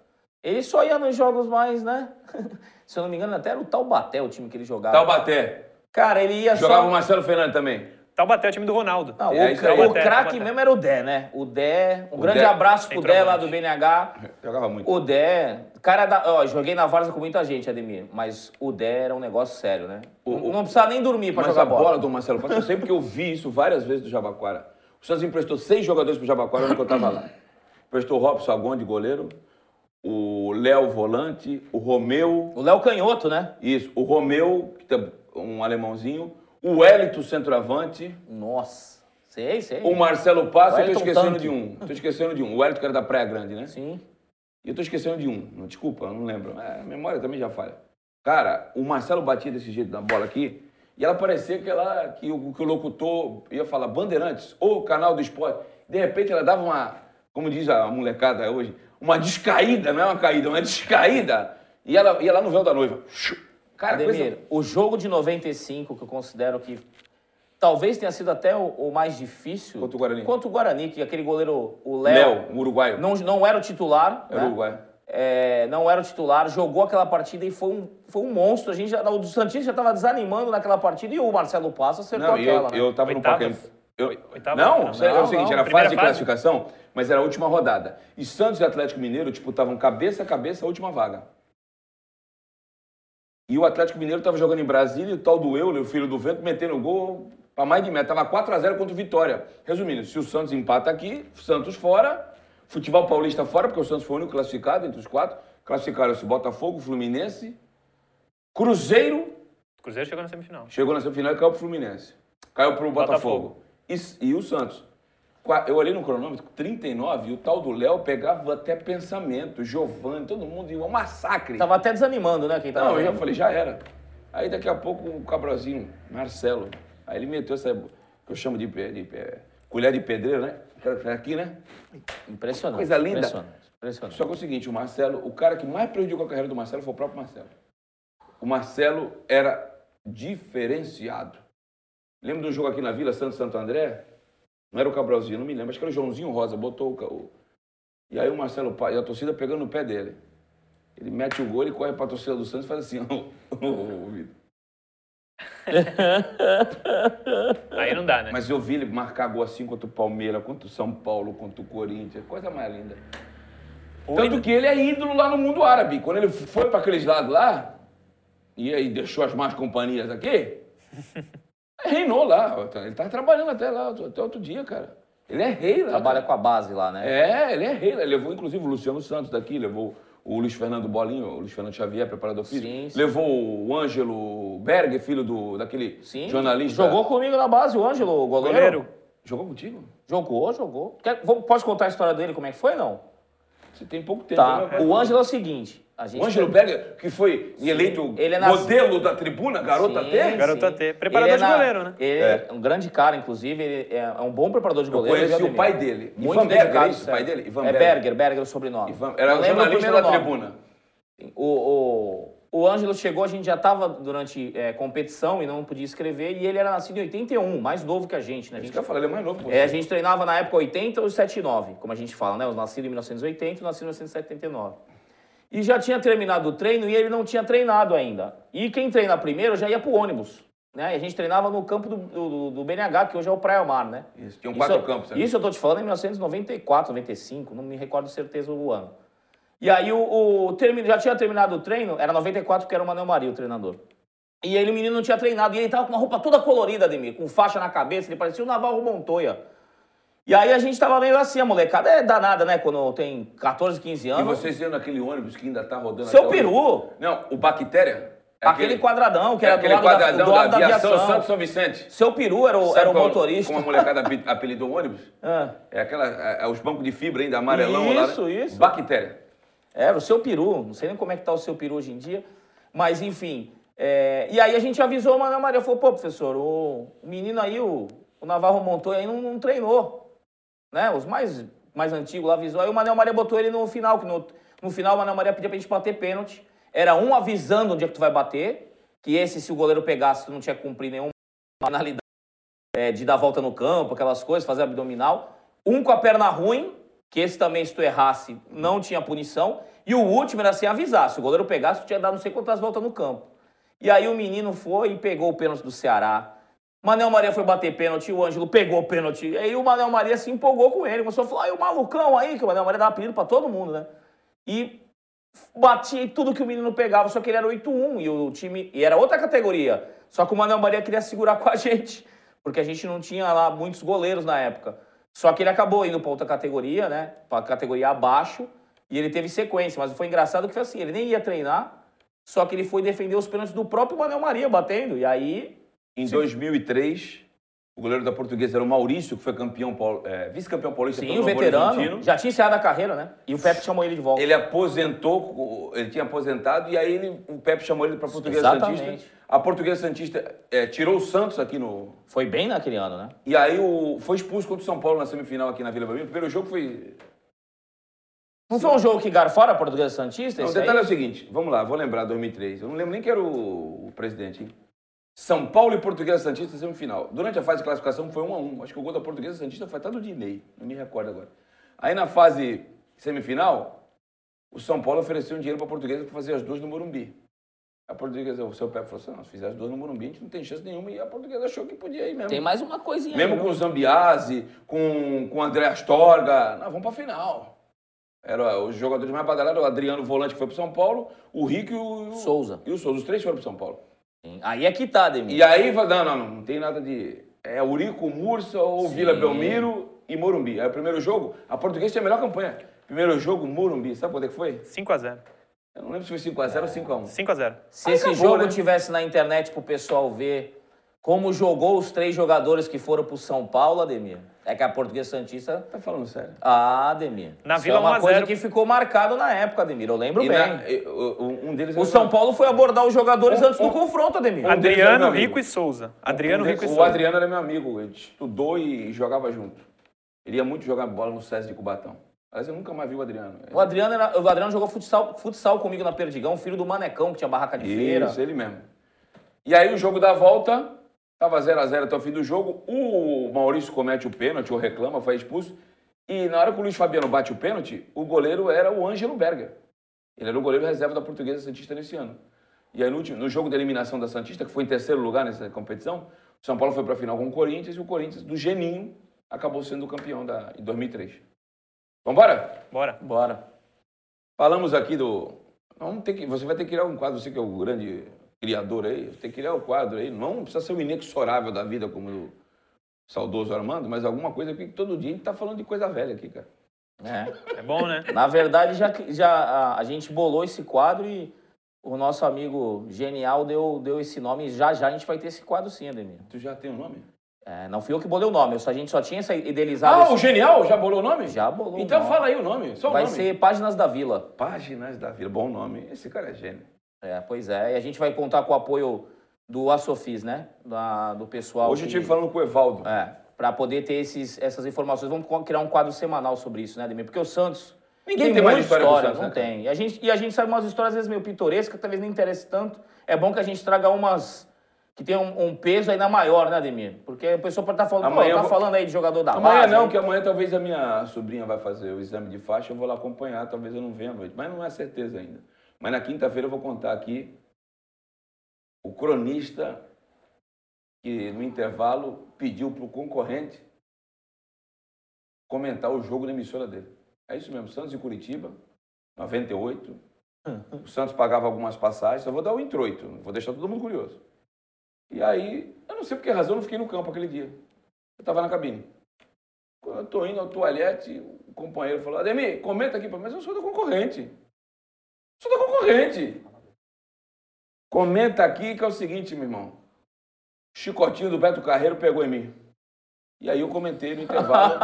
Speaker 2: Ele só ia nos jogos mais, né? *laughs* Se eu não me engano, até era o Taubaté o time que ele jogava.
Speaker 1: Taubaté.
Speaker 2: Cara, ele ia
Speaker 1: Jogava o
Speaker 2: só...
Speaker 1: Marcelo Fernandes também.
Speaker 3: Taubaté é o time do Ronaldo.
Speaker 2: Não,
Speaker 1: É,
Speaker 2: o,
Speaker 1: isso
Speaker 2: cra-
Speaker 1: aí.
Speaker 2: o
Speaker 1: Taubaté,
Speaker 2: craque
Speaker 3: Taubaté.
Speaker 2: mesmo era o Dé, né? O Dé... Um grande
Speaker 1: Dé.
Speaker 2: abraço pro Dé lá
Speaker 3: Centroavante.
Speaker 2: do BNH.
Speaker 1: Jogava muito.
Speaker 2: O Dé... Cara, da... ó, joguei na Varsa com muita gente, Ademir. Mas o Dé era um negócio sério, né?
Speaker 1: O- o-
Speaker 2: Não precisava nem dormir pra
Speaker 1: Mas
Speaker 2: jogar
Speaker 1: a bola. do Marcelo Passos, eu sei porque eu vi isso várias vezes do Jabaquara. O Santos emprestou seis jogadores pro Jabaquara quando eu tava lá. Prestou Robson Agon de goleiro, o Léo Volante, o Romeu,
Speaker 2: O Léo Canhoto, né?
Speaker 1: isso, o Romeu, que tá um alemãozinho, o Wellington Centroavante,
Speaker 2: Nossa. Sei, sei.
Speaker 1: o Marcelo Passo, eu tô
Speaker 2: Wellington
Speaker 1: esquecendo
Speaker 2: Tanque.
Speaker 1: de um. Tô esquecendo de um. O Wellington que era da Praia Grande, né?
Speaker 2: Sim.
Speaker 1: E eu tô esquecendo de um. Não, Desculpa, eu não lembro. É, a memória também já falha. Cara, o Marcelo batia desse jeito na bola aqui e ela parecia que, ela, que, o, que o locutor ia falar Bandeirantes ou canal do esporte. De repente ela dava uma, como diz a molecada hoje, uma descaída, não é uma caída, uma descaída. E ela ia lá no véu da noiva. Shoo! Cara,
Speaker 2: Ademir,
Speaker 1: coisa...
Speaker 2: o jogo de 95, que eu considero que talvez tenha sido até o, o mais difícil.
Speaker 1: Contra o Guarani.
Speaker 2: Contra o Guarani, que aquele goleiro, o Léo,
Speaker 1: Léo, um uruguaio.
Speaker 2: não, não era o titular.
Speaker 1: Era
Speaker 2: né?
Speaker 1: uruguaio.
Speaker 2: É, não era o titular, jogou aquela partida e foi um, foi um monstro. A gente já, o Santista já estava desanimando naquela partida e o Marcelo Passo acertou
Speaker 1: Não, e eu,
Speaker 2: aquela. né?
Speaker 1: eu tava no Pacaembu.
Speaker 3: Oitavas?
Speaker 1: Eu,
Speaker 3: Oitavas?
Speaker 1: não,
Speaker 3: Não,
Speaker 1: é o seguinte,
Speaker 2: não,
Speaker 1: era fase
Speaker 3: primeira
Speaker 1: de
Speaker 3: fase.
Speaker 1: classificação, mas era a última rodada. E Santos e Atlético Mineiro disputavam cabeça a cabeça a última vaga. E o Atlético Mineiro tava jogando em Brasília e o tal do Euler, o filho do vento, metendo gol pra mais de meta. Tava 4x0 contra o Vitória. Resumindo, se o Santos empata aqui, Santos fora, futebol paulista fora, porque o Santos foi o único classificado entre os quatro. Classificaram-se Botafogo, Fluminense, Cruzeiro
Speaker 3: O Cruzeiro chegou na semifinal.
Speaker 1: Chegou na semifinal e caiu pro Fluminense. Caiu pro Botafogo. E, e o Santos. Qua- Eu olhei no cronômetro, 39, e o tal do Léo pegava até pensamento, Giovanni, todo mundo, e um massacre.
Speaker 2: Tava até desanimando, né? Quem tava
Speaker 1: Não, eu já
Speaker 2: vendo.
Speaker 1: falei, já era. Aí daqui a pouco o cabrozinho, Marcelo, aí ele meteu essa, que eu chamo de, pe- de pe- colher de pedreiro, né? Aquela que fica Aqui, né?
Speaker 2: Impressionante.
Speaker 1: Coisa linda.
Speaker 2: Impressionante. impressionante.
Speaker 1: Só que é o seguinte, o Marcelo, o cara que mais prejudicou a carreira do Marcelo foi o próprio Marcelo. O Marcelo era diferenciado. Lembra do jogo aqui na Vila Santo Santo André? Não era o Cabralzinho, não me lembro. Acho que era o Joãozinho Rosa, botou o. ca- o- E aí o Marcelo Pa- e a torcida pegando no pé dele. Ele mete o gol, ele corre pra torcida do Santos e faz assim, *laughs* ó. ô, ô, Vitor.
Speaker 3: Aí não dá, né?
Speaker 1: Mas eu vi ele marcar gol assim contra o Palmeiras, contra o São Paulo, contra o Corinthians. Coisa mais linda. Tanto que ele é ídolo lá no mundo árabe. Quando ele foi para aqueles lados lá, e aí deixou as más companhias
Speaker 2: *laughs*
Speaker 1: aqui, reinou lá. Ele tá trabalhando até lá, até outro dia, cara. Ele é rei lá.
Speaker 2: Trabalha com a base lá, né?
Speaker 1: É, ele é rei. Ele levou, inclusive, o Luciano Santos daqui, levou o Luiz Fernando Bolinho, o Luiz Fernando Xavier, preparador físico.
Speaker 2: Sim, sim.
Speaker 1: Levou o Ângelo Berger, filho do, daquele
Speaker 2: Sim.
Speaker 1: jornalista.
Speaker 2: Jogou comigo na base, o Ângelo, o goleiro.
Speaker 3: Goleiro.
Speaker 1: Jogou contigo?
Speaker 2: Jogou, jogou. Quer- vou- pode contar a história dele, como é que foi, não?
Speaker 1: Você tem pouco tempo. né,
Speaker 2: Tá.
Speaker 1: rapaz?
Speaker 2: O Ângelo é o seguinte. A gente
Speaker 1: O Ângelo Berger, que foi eleito
Speaker 2: Ele é nas-
Speaker 1: modelo da tribuna, garota
Speaker 2: Sim,
Speaker 1: T.
Speaker 2: sim.
Speaker 3: Garota T. Preparador
Speaker 2: Ele
Speaker 3: de goleiro, né?
Speaker 2: Ele é.
Speaker 1: É.
Speaker 2: um grande cara, inclusive. Ele é um bom preparador de
Speaker 1: Eu
Speaker 2: goleiro.
Speaker 1: conheci
Speaker 2: viu,
Speaker 1: o pai
Speaker 2: Ademir?
Speaker 1: dele.
Speaker 2: Muito
Speaker 1: Ivan Berger,
Speaker 2: dedicado,
Speaker 1: é isso? O
Speaker 2: sério.
Speaker 1: pai dele? Ivan
Speaker 2: é
Speaker 1: Berger.
Speaker 2: Berger, Berger é o sobrenome.
Speaker 1: Ivan- Era
Speaker 2: Não
Speaker 1: o
Speaker 2: lembro o
Speaker 1: jornalista
Speaker 2: primeiro
Speaker 1: da
Speaker 2: nome.
Speaker 1: tribuna.
Speaker 2: O, o, o Ângelo chegou, a gente já estava durante é, competição e não podia escrever. E ele era nascido em 81, mais novo que a gente, né? A
Speaker 1: Isso
Speaker 2: gente,
Speaker 1: que eu falei, ele é mais novo. pô.
Speaker 2: é, a gente treinava na época 80 ou 79, como a gente fala, né? Os nascidos em 1980 e nascidos em 1979. E já tinha terminado o treino e ele não tinha treinado ainda. E quem treina primeiro já ia pro ônibus. Né? E a gente treinava no campo do, do, do BNH, que hoje é o Praia Mar, né?
Speaker 1: Isso, tinham quatro
Speaker 2: isso,
Speaker 1: campos. ali.
Speaker 2: Isso eu tô te falando em 1994, 95, não me recordo certeza o ano. E aí o, o termi- já tinha terminado o treino, era 94 porque era o Manuel Maria o treinador. E ele o menino não tinha treinado e ele tava com uma roupa toda colorida, Ademir, com faixa na cabeça, ele parecia o Navarro Montoya. E aí a gente tava meio assim, a molecada é danada, né, quando tem 14, 15
Speaker 1: E
Speaker 2: anos.
Speaker 1: vocês iam naquele ônibus que ainda tá rodando
Speaker 2: Seu
Speaker 1: até hoje.
Speaker 2: peru,
Speaker 1: Não, o Bactéria. é
Speaker 2: aquele, quadradão que era do
Speaker 1: aquele
Speaker 2: lado, da,
Speaker 1: quadradão
Speaker 2: do lado da aviação.
Speaker 1: Santos São Vicente.
Speaker 2: Seu peru era o,
Speaker 1: Sabe
Speaker 2: era o
Speaker 1: qual-
Speaker 2: motorista.
Speaker 1: Como a molecada api- apelidou o ônibus?
Speaker 2: Ah.
Speaker 1: É aquela, é- é os bancos de fibra ainda, amarelão lá. né?
Speaker 2: Isso, isso.
Speaker 1: Bactéria.
Speaker 2: Era É, o seu peru, não sei nem como é que tá o seu peru hoje em dia, mas enfim. é, E aí a gente avisou o Manuel Maria, falou, pô, professor, o o menino aí, o, o Navarro Montoya aí não, não treinou, né? Os mais, mais antigos lá avisou, aí o Manuel Maria botou ele no final, que no, no final o Manuel Maria pedia pra gente bater pênalti, era um avisando onde é que tu vai bater, que esse, se o goleiro pegasse, tu não tinha que cumprir nenhuma penalidade é, de dar volta no campo, aquelas coisas, fazer abdominal. Um com a perna ruim, que esse também, se tu errasse, não tinha punição. E o último era sem avisar. Se o goleiro pegasse, tu tinha dado não sei quantas voltas no campo. E aí o menino foi e pegou o pênalti do Ceará. Manel Maria foi bater pênalti, o Ângelo pegou o pênalti. E aí o Manel Maria se empolgou com ele. Começou a falar, "Ai, o malucão aí, que o Manel Maria dava apelido pra todo mundo, né? E batia em tudo que o menino pegava, só que ele era 8-1 e o time. E era outra categoria. *laughs* Só que o Manuel Maria queria segurar com a gente, porque a gente não tinha lá muitos goleiros na época. Só que ele acabou indo para outra categoria, né? Para categoria abaixo. E ele teve sequência. Mas foi engraçado que foi assim: ele nem ia treinar, só que ele foi defender os pênaltis do próprio Manuel Maria batendo. E aí.
Speaker 1: Em 2003, o goleiro da Portuguesa era o Maurício, que foi campeão paul- eh, vice-campeão paulista
Speaker 2: Sim,
Speaker 1: pelo
Speaker 2: o
Speaker 1: Novo
Speaker 2: veterano
Speaker 1: Horizontino.
Speaker 2: já tinha encerrado a carreira, né? E o Pepe chamou ele de volta.
Speaker 1: Ele aposentou, o- ele tinha aposentado, e aí ele- o Pepe chamou ele para a Portuguesa
Speaker 2: Exatamente.
Speaker 1: Santista. A Portuguesa Santista eh, tirou o Santos aqui no.
Speaker 2: Foi bem naquele ano, né?
Speaker 1: E aí o, foi expulso contra o São Paulo na semifinal aqui na Vila Belmiro. O primeiro jogo foi.
Speaker 2: Não foi um jogo que garfaram a Portuguesa Santista?
Speaker 1: Não, o
Speaker 2: esse aí?
Speaker 1: detalhe é o seguinte, vamos lá, vou lembrar 2003. Eu não lembro nem quem era o, o presidente, hein? São Paulo e Portuguesa Santista semifinal. Durante a fase de classificação foi 1 a 1 Acho que o gol da Portuguesa Santista foi até do Dinei, não me recordo agora. Aí na fase semifinal, o São Paulo ofereceu um dinheiro para a Portuguesa para fazer as duas no Morumbi. A Portuguesa, o seu Pepe falou assim: não, se fizer as duas no Morumbi, a gente não tem chance nenhuma. E a Portuguesa achou que podia ir mesmo.
Speaker 2: Tem mais uma coisinha.
Speaker 1: É, Mesmo
Speaker 2: aí,
Speaker 1: com o Zambiase, com, com o André Astorga. Não, vamos pra final. Era os jogadores mais badalados, o Adriano Volante que foi pro São Paulo, o Rico e o,
Speaker 2: viu? Souza.
Speaker 1: e o Souza. Os três foram pro São Paulo.
Speaker 2: Sim. Aí é que tá, Demir.
Speaker 1: E aí, vai- não, não, não, não tem nada de. É Urico, Mursa ou
Speaker 2: Sim.
Speaker 1: Vila Belmiro e Morumbi. Aí o primeiro jogo, a portuguesa tinha a melhor campanha. Primeiro jogo, Morumbi. Sabe quanto é que foi?
Speaker 3: 5x0.
Speaker 1: Eu não lembro se foi 5x0 ou 5x1.
Speaker 3: 5x0.
Speaker 2: Se
Speaker 1: Aí
Speaker 2: esse
Speaker 1: acabou,
Speaker 2: jogo
Speaker 1: né?
Speaker 2: tivesse na internet pro pessoal ver como jogou os três jogadores que foram pro São Paulo, Ademir, é que a Portuguesa Santista.
Speaker 1: Tá falando sério.
Speaker 2: Ah, Ademir.
Speaker 3: Na
Speaker 2: Isso
Speaker 3: Vila
Speaker 2: é uma
Speaker 3: 1 a 0.
Speaker 2: coisa que ficou marcado na época, Ademir. Eu lembro
Speaker 1: E
Speaker 2: bem.
Speaker 1: na- e- o- um deles
Speaker 2: O São Paulo foi abordar os jogadores
Speaker 1: Um-
Speaker 2: antes do
Speaker 1: um-
Speaker 2: confronto, Ademir.
Speaker 1: um- deles era meu
Speaker 3: Adriano,
Speaker 1: amigo.
Speaker 3: Rico e Souza. Adriano,
Speaker 1: Um de-
Speaker 3: Rico e
Speaker 1: O
Speaker 3: Souza.
Speaker 1: Adriano era meu amigo, ele estudou e jogava junto. Ele ia muito jogar bola no César de Cubatão. Aliás, eu nunca mais vi o Adriano.
Speaker 2: O Adriano, era- o Adriano jogou futsal, futsal comigo na Perdigão, filho do Manecão, que tinha barraca de feira.
Speaker 1: Isso, ele mesmo. E aí o jogo da volta, tava 0x0 até o fim do jogo. O Maurício comete o pênalti, ou reclama, foi expulso. E na hora que o Luiz Fabiano bate o pênalti, o goleiro era o Ângelo Berger. Ele era o goleiro reserva da Portuguesa Santista nesse ano. E aí no, último- no jogo de eliminação da Santista, que foi em terceiro lugar nessa competição, o São Paulo foi pra final com o Corinthians e o Corinthians, do Geninho, acabou sendo o campeão da, em 2003. Vambora?
Speaker 3: Bora.
Speaker 2: Bora.
Speaker 1: Falamos aqui do. Vamos ter que, você vai ter que criar um quadro, você que é o grande criador aí, tem que criar o quadro aí. Não precisa ser o inexorável da vida, como o saudoso Armando, mas alguma coisa aqui que todo dia a gente tá falando de coisa velha aqui, cara.
Speaker 2: É.
Speaker 3: É bom, né?
Speaker 2: Na verdade, já, já a, a gente bolou esse quadro e o nosso amigo genial deu, deu esse nome. Já já a gente vai ter esse quadro sim, Ademir.
Speaker 1: Tu já tem o nome?
Speaker 2: É, não fui eu que bolei o nome, eu só- a gente só tinha essa idealizado.
Speaker 1: Ah, o Genial? Já bolou o nome?
Speaker 2: Já bolou o
Speaker 1: Então
Speaker 2: nome.
Speaker 1: fala aí o nome, só o
Speaker 2: vai
Speaker 1: nome.
Speaker 2: ser Páginas da Vila.
Speaker 1: Páginas da Vila, bom nome. Esse cara é gênio.
Speaker 2: É, pois é. E a gente vai contar com o apoio do Asofis, né? Da- do pessoal.
Speaker 1: Hoje eu
Speaker 2: que-
Speaker 1: estive falando com o Evaldo.
Speaker 2: É, para poder ter esses, essas informações. Vamos co- criar um quadro semanal sobre isso, né, Ademir? Porque o Santos.
Speaker 1: Ninguém tem mais
Speaker 2: muita
Speaker 1: história que o Santos,
Speaker 2: não
Speaker 1: né, cara?
Speaker 2: tem. E a, gente, e a gente sabe umas histórias, às vezes, meio pitorescas, que talvez nem interesse tanto. É bom que a gente traga umas que tem um, um peso ainda maior, né, Ademir? Porque a pessoa pode estar falando,
Speaker 1: Amanhã
Speaker 2: pô,
Speaker 1: eu
Speaker 2: tá
Speaker 1: vou-
Speaker 2: falando aí de jogador da
Speaker 1: Amanhã
Speaker 2: base,
Speaker 1: não,
Speaker 2: né?
Speaker 1: que amanhã talvez a minha sobrinha vai fazer o exame de faixa, eu vou lá acompanhar, talvez eu não venha à noite, mas não é certeza ainda. Mas na quinta-feira eu vou contar aqui o cronista que no intervalo pediu para o concorrente comentar o jogo na emissora dele. É isso mesmo, Santos e Curitiba, 98. O Santos pagava algumas passagens, eu vou dar o introito, vou deixar todo mundo curioso. E aí, eu não sei por que razão, eu não fiquei no campo aquele dia. Eu estava na cabine. Quando eu tô indo ao toalhete, o companheiro falou, Ademir, comenta aqui para mim, mas eu sou da concorrente. Sou da concorrente. Comenta aqui que é o seguinte, meu irmão. Chicotinho do Beto Carreiro pegou em mim. E aí eu comentei no intervalo.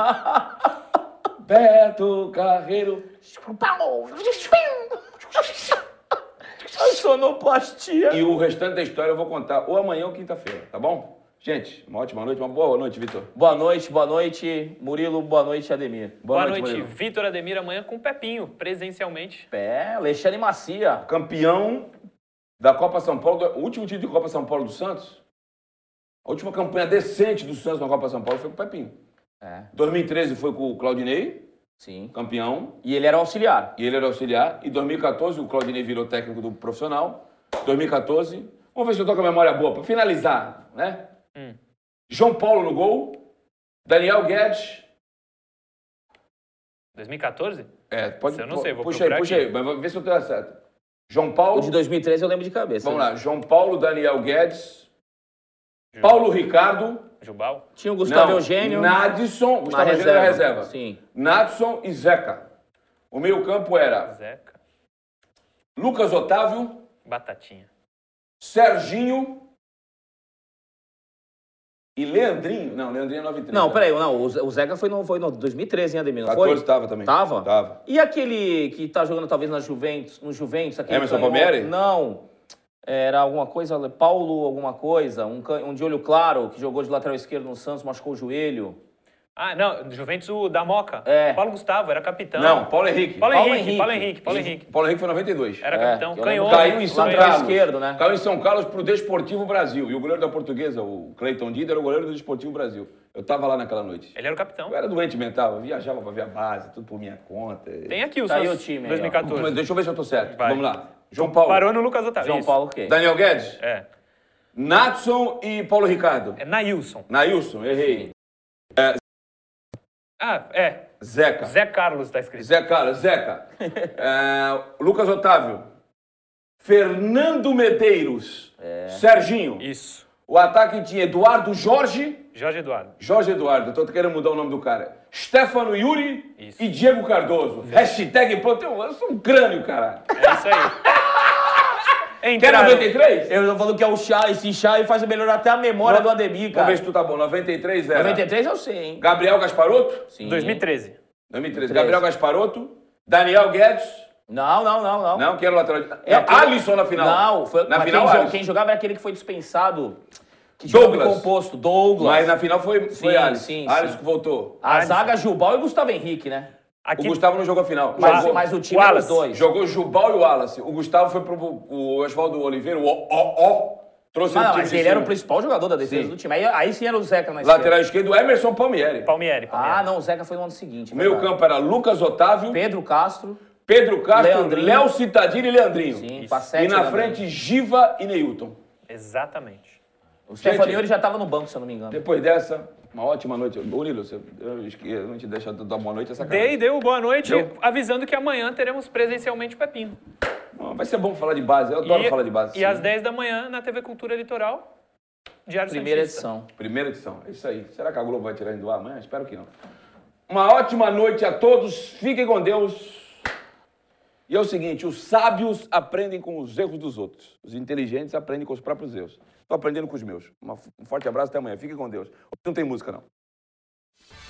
Speaker 2: *laughs*
Speaker 1: Beto Carreiro.
Speaker 2: A sonoplastia.
Speaker 1: E o restante da história eu vou contar ou amanhã ou quinta-feira, tá bom? Gente, uma ótima noite, uma boa noite, Vitor.
Speaker 2: Boa noite, boa noite, Murilo. Boa noite, Ademir.
Speaker 3: Boa, noite,
Speaker 1: Murilo.
Speaker 3: Vitor Ademir, amanhã com o Pepinho, presencialmente.
Speaker 2: É, Alexandre Macia.
Speaker 1: campeão da Copa São Paulo, do- o último título de Copa São Paulo do Santos, a última campanha decente do Santos na Copa São Paulo foi com o Pepinho.
Speaker 2: É,
Speaker 1: 2013 foi com o Claudinei,
Speaker 2: sim.
Speaker 1: campeão,
Speaker 2: E ele era auxiliar.
Speaker 1: e ele era auxiliar. E 2014 o Claudinei virou técnico do profissional. 2014, vamos ver se eu tô com a memória boa para finalizar, né?
Speaker 3: Hum.
Speaker 1: João Paulo no gol, Daniel Guedes.
Speaker 3: 2014?
Speaker 1: É, pode
Speaker 3: Eu não sei, vou
Speaker 1: Puxa aí,
Speaker 3: procurar
Speaker 1: puxa
Speaker 3: aqui.
Speaker 1: aí, mas vou ver se eu tô certo. João Paulo.
Speaker 2: O de 2013 eu lembro de cabeça.
Speaker 1: Vamos
Speaker 2: né?
Speaker 1: lá, João Paulo, Daniel Guedes, Paulo Ricardo,
Speaker 3: Jubal?
Speaker 2: Tinha o Gustavo
Speaker 1: Não,
Speaker 2: Eugênio
Speaker 1: Nadson,
Speaker 2: na
Speaker 1: Gustavo Eugênio
Speaker 2: reserva.
Speaker 1: na reserva.
Speaker 2: Sim.
Speaker 1: Nadson e Zeca. O meio-campo era
Speaker 3: Zeca.
Speaker 1: Lucas Otávio,
Speaker 3: Batatinha.
Speaker 1: Serginho e Leandrinho. Não, Leandrinho é 930.
Speaker 2: Não, peraí, não, o Ze- o Zeca foi no, foi no 2013, hein, Ademir? Não
Speaker 1: 14
Speaker 2: foi?
Speaker 1: estava também.
Speaker 2: Tava?
Speaker 1: Tava.
Speaker 2: E aquele que tá jogando talvez na Juventus, no Juventus, aquele
Speaker 1: Emerson
Speaker 2: canhoto?
Speaker 1: Palmieri?
Speaker 2: Não. Era alguma coisa, Paulo alguma coisa, um, can- um de olho claro que jogou de lateral esquerdo no Santos, machucou o joelho.
Speaker 3: Ah, não, do Juventus o da Moca.
Speaker 2: É.
Speaker 3: Paulo Gustavo era capitão.
Speaker 1: Não, Paulo Henrique.
Speaker 3: Paulo,
Speaker 2: Paulo
Speaker 3: Henrique,
Speaker 2: Henrique.
Speaker 3: Paulo Henrique, Paulo Henrique.
Speaker 1: Paulo Henrique foi 92.
Speaker 3: Era
Speaker 2: É,
Speaker 3: capitão,
Speaker 2: que eu
Speaker 3: canhoto.
Speaker 2: lembro.
Speaker 1: Caiu em São
Speaker 2: Lateral
Speaker 1: Carlos.
Speaker 2: esquerdo, né?
Speaker 1: Caiu em São Carlos pro Desportivo Brasil. E o goleiro da portuguesa, o Cleiton Dida, era o goleiro do Desportivo Brasil. Eu tava lá naquela noite.
Speaker 3: Ele era o capitão.
Speaker 1: Eu era doente mental, eu viajava pra ver a base, tudo por minha conta.
Speaker 3: Tem aqui o
Speaker 2: Tá aí
Speaker 3: Santos,
Speaker 2: o time aí, ó.
Speaker 1: Mas
Speaker 3: 2014.
Speaker 1: deixa eu ver se eu tô certo.
Speaker 3: Vai.
Speaker 1: Vamos lá. João Paulo.
Speaker 3: Parou no Lucas Otávio.
Speaker 2: João
Speaker 3: isso.
Speaker 2: Paulo o quê?
Speaker 1: Daniel Guedes.
Speaker 3: É.
Speaker 1: Natson e Paulo Ricardo.
Speaker 3: É Nailson.
Speaker 1: Nailson, errei.
Speaker 3: Ah, é.
Speaker 1: Zeca.
Speaker 3: Zé Carlos tá escrito.
Speaker 1: Zé Carlos,
Speaker 3: *laughs*
Speaker 1: Zeca. É, Lucas Otávio. Fernando Medeiros.
Speaker 3: É.
Speaker 1: Serginho.
Speaker 3: Isso.
Speaker 1: O ataque tinha Eduardo Jorge.
Speaker 3: Jorge Eduardo.
Speaker 1: Jorge Eduardo, eu tô querendo mudar o nome do cara. Stefano Yuri
Speaker 3: Isso.
Speaker 1: e Diego Cardoso. Hashtag pronto, eu eu sou um crânio,
Speaker 3: *laughs*
Speaker 1: cara.
Speaker 3: É isso aí.
Speaker 2: *laughs*
Speaker 1: Quer
Speaker 3: Entraram.
Speaker 1: 93?
Speaker 2: Eu tô falando que é o chá, esse chá aí faz melhorar até a memória do
Speaker 1: Vamos ver
Speaker 2: Ademir, cara.
Speaker 1: se tu tá bom. 93 era.
Speaker 2: 93 eu sei, hein?
Speaker 1: Gabriel Gasparoto.
Speaker 2: Sim.
Speaker 3: 2013.
Speaker 1: 2013.
Speaker 2: 2013.
Speaker 1: Gabriel Gasparoto, Daniel Guedes.
Speaker 2: Não, não, não, não.
Speaker 1: Não, que era o lateral. É
Speaker 2: É aquele-
Speaker 1: Alisson na final.
Speaker 2: Não, foi,
Speaker 1: na
Speaker 2: mas
Speaker 1: final
Speaker 2: quem, jo-
Speaker 1: Alisson.
Speaker 2: quem jogava era aquele que foi dispensado. Que jogou no
Speaker 1: Douglas.
Speaker 2: composto, Douglas.
Speaker 1: Mas na final foi, foi
Speaker 2: Sim,
Speaker 1: Alisson.
Speaker 2: sim,
Speaker 1: Alisson
Speaker 2: sim. Ah,
Speaker 1: que voltou.
Speaker 2: A zaga, Jubal e Gustavo Henrique, né?
Speaker 1: O
Speaker 3: Aqui,
Speaker 1: Gustavo não jogou a final.
Speaker 2: Mas,
Speaker 1: jogou,
Speaker 2: mas o time era os
Speaker 3: Wallace.
Speaker 2: dois.
Speaker 1: jogou Jubal e o Wallace. O Gustavo foi pro o Oswaldo Oliveira, o ó, ó, trouxe
Speaker 2: Ah,
Speaker 1: o
Speaker 2: não,
Speaker 1: time
Speaker 2: mas
Speaker 1: de
Speaker 2: ele era o
Speaker 1: cima.
Speaker 2: principal jogador da defesa
Speaker 1: Sim.
Speaker 2: do time. Aí, aí sim era o Zeca na esquerda.
Speaker 1: Lateral esquerdo, Emerson Palmieri.
Speaker 3: Palmieri. Palmieri.
Speaker 2: Ah, não, o Zeca foi no ano seguinte.
Speaker 1: O meio
Speaker 2: verdade.
Speaker 1: campo era Lucas Otávio,
Speaker 2: Pedro Castro.
Speaker 1: Pedro Castro,
Speaker 2: Leandrinho.
Speaker 1: Léo Citadini e Leandrinho.
Speaker 2: Sim,
Speaker 1: E
Speaker 2: Passete.
Speaker 1: na
Speaker 2: também.
Speaker 1: frente, Giva e Neilton.
Speaker 2: Ah.
Speaker 3: Exatamente.
Speaker 2: O Stefano Yuri já tava no banco, se eu não me engano.
Speaker 1: Depois dessa, uma ótima noite. Ô, Nilo, você- eu, esque- eu não te deixo dar boa noite, é sacanagem.
Speaker 3: Dei, deu boa noite,
Speaker 1: Deu.
Speaker 3: avisando que amanhã teremos presencialmente o Pepino.
Speaker 1: Não, Vai ser bom falar de base, eu adoro falar de base.
Speaker 3: E às 10 da manhã na TV Cultura Litoral, Diário
Speaker 2: Primeira
Speaker 1: tá-
Speaker 3: Santista.
Speaker 2: edição.
Speaker 1: Primeira edição, é isso aí. Será que a Globo vai tirar ele do ar amanhã? Espero que não. Uma ótima noite a todos, fiquem com Deus. E é o seguinte, os sábios aprendem com os erros dos outros. Os inteligentes aprendem com os próprios erros. Estou aprendendo com os meus. Uma f- Um forte abraço, até amanhã. Fiquem com Deus. Não tem música, não.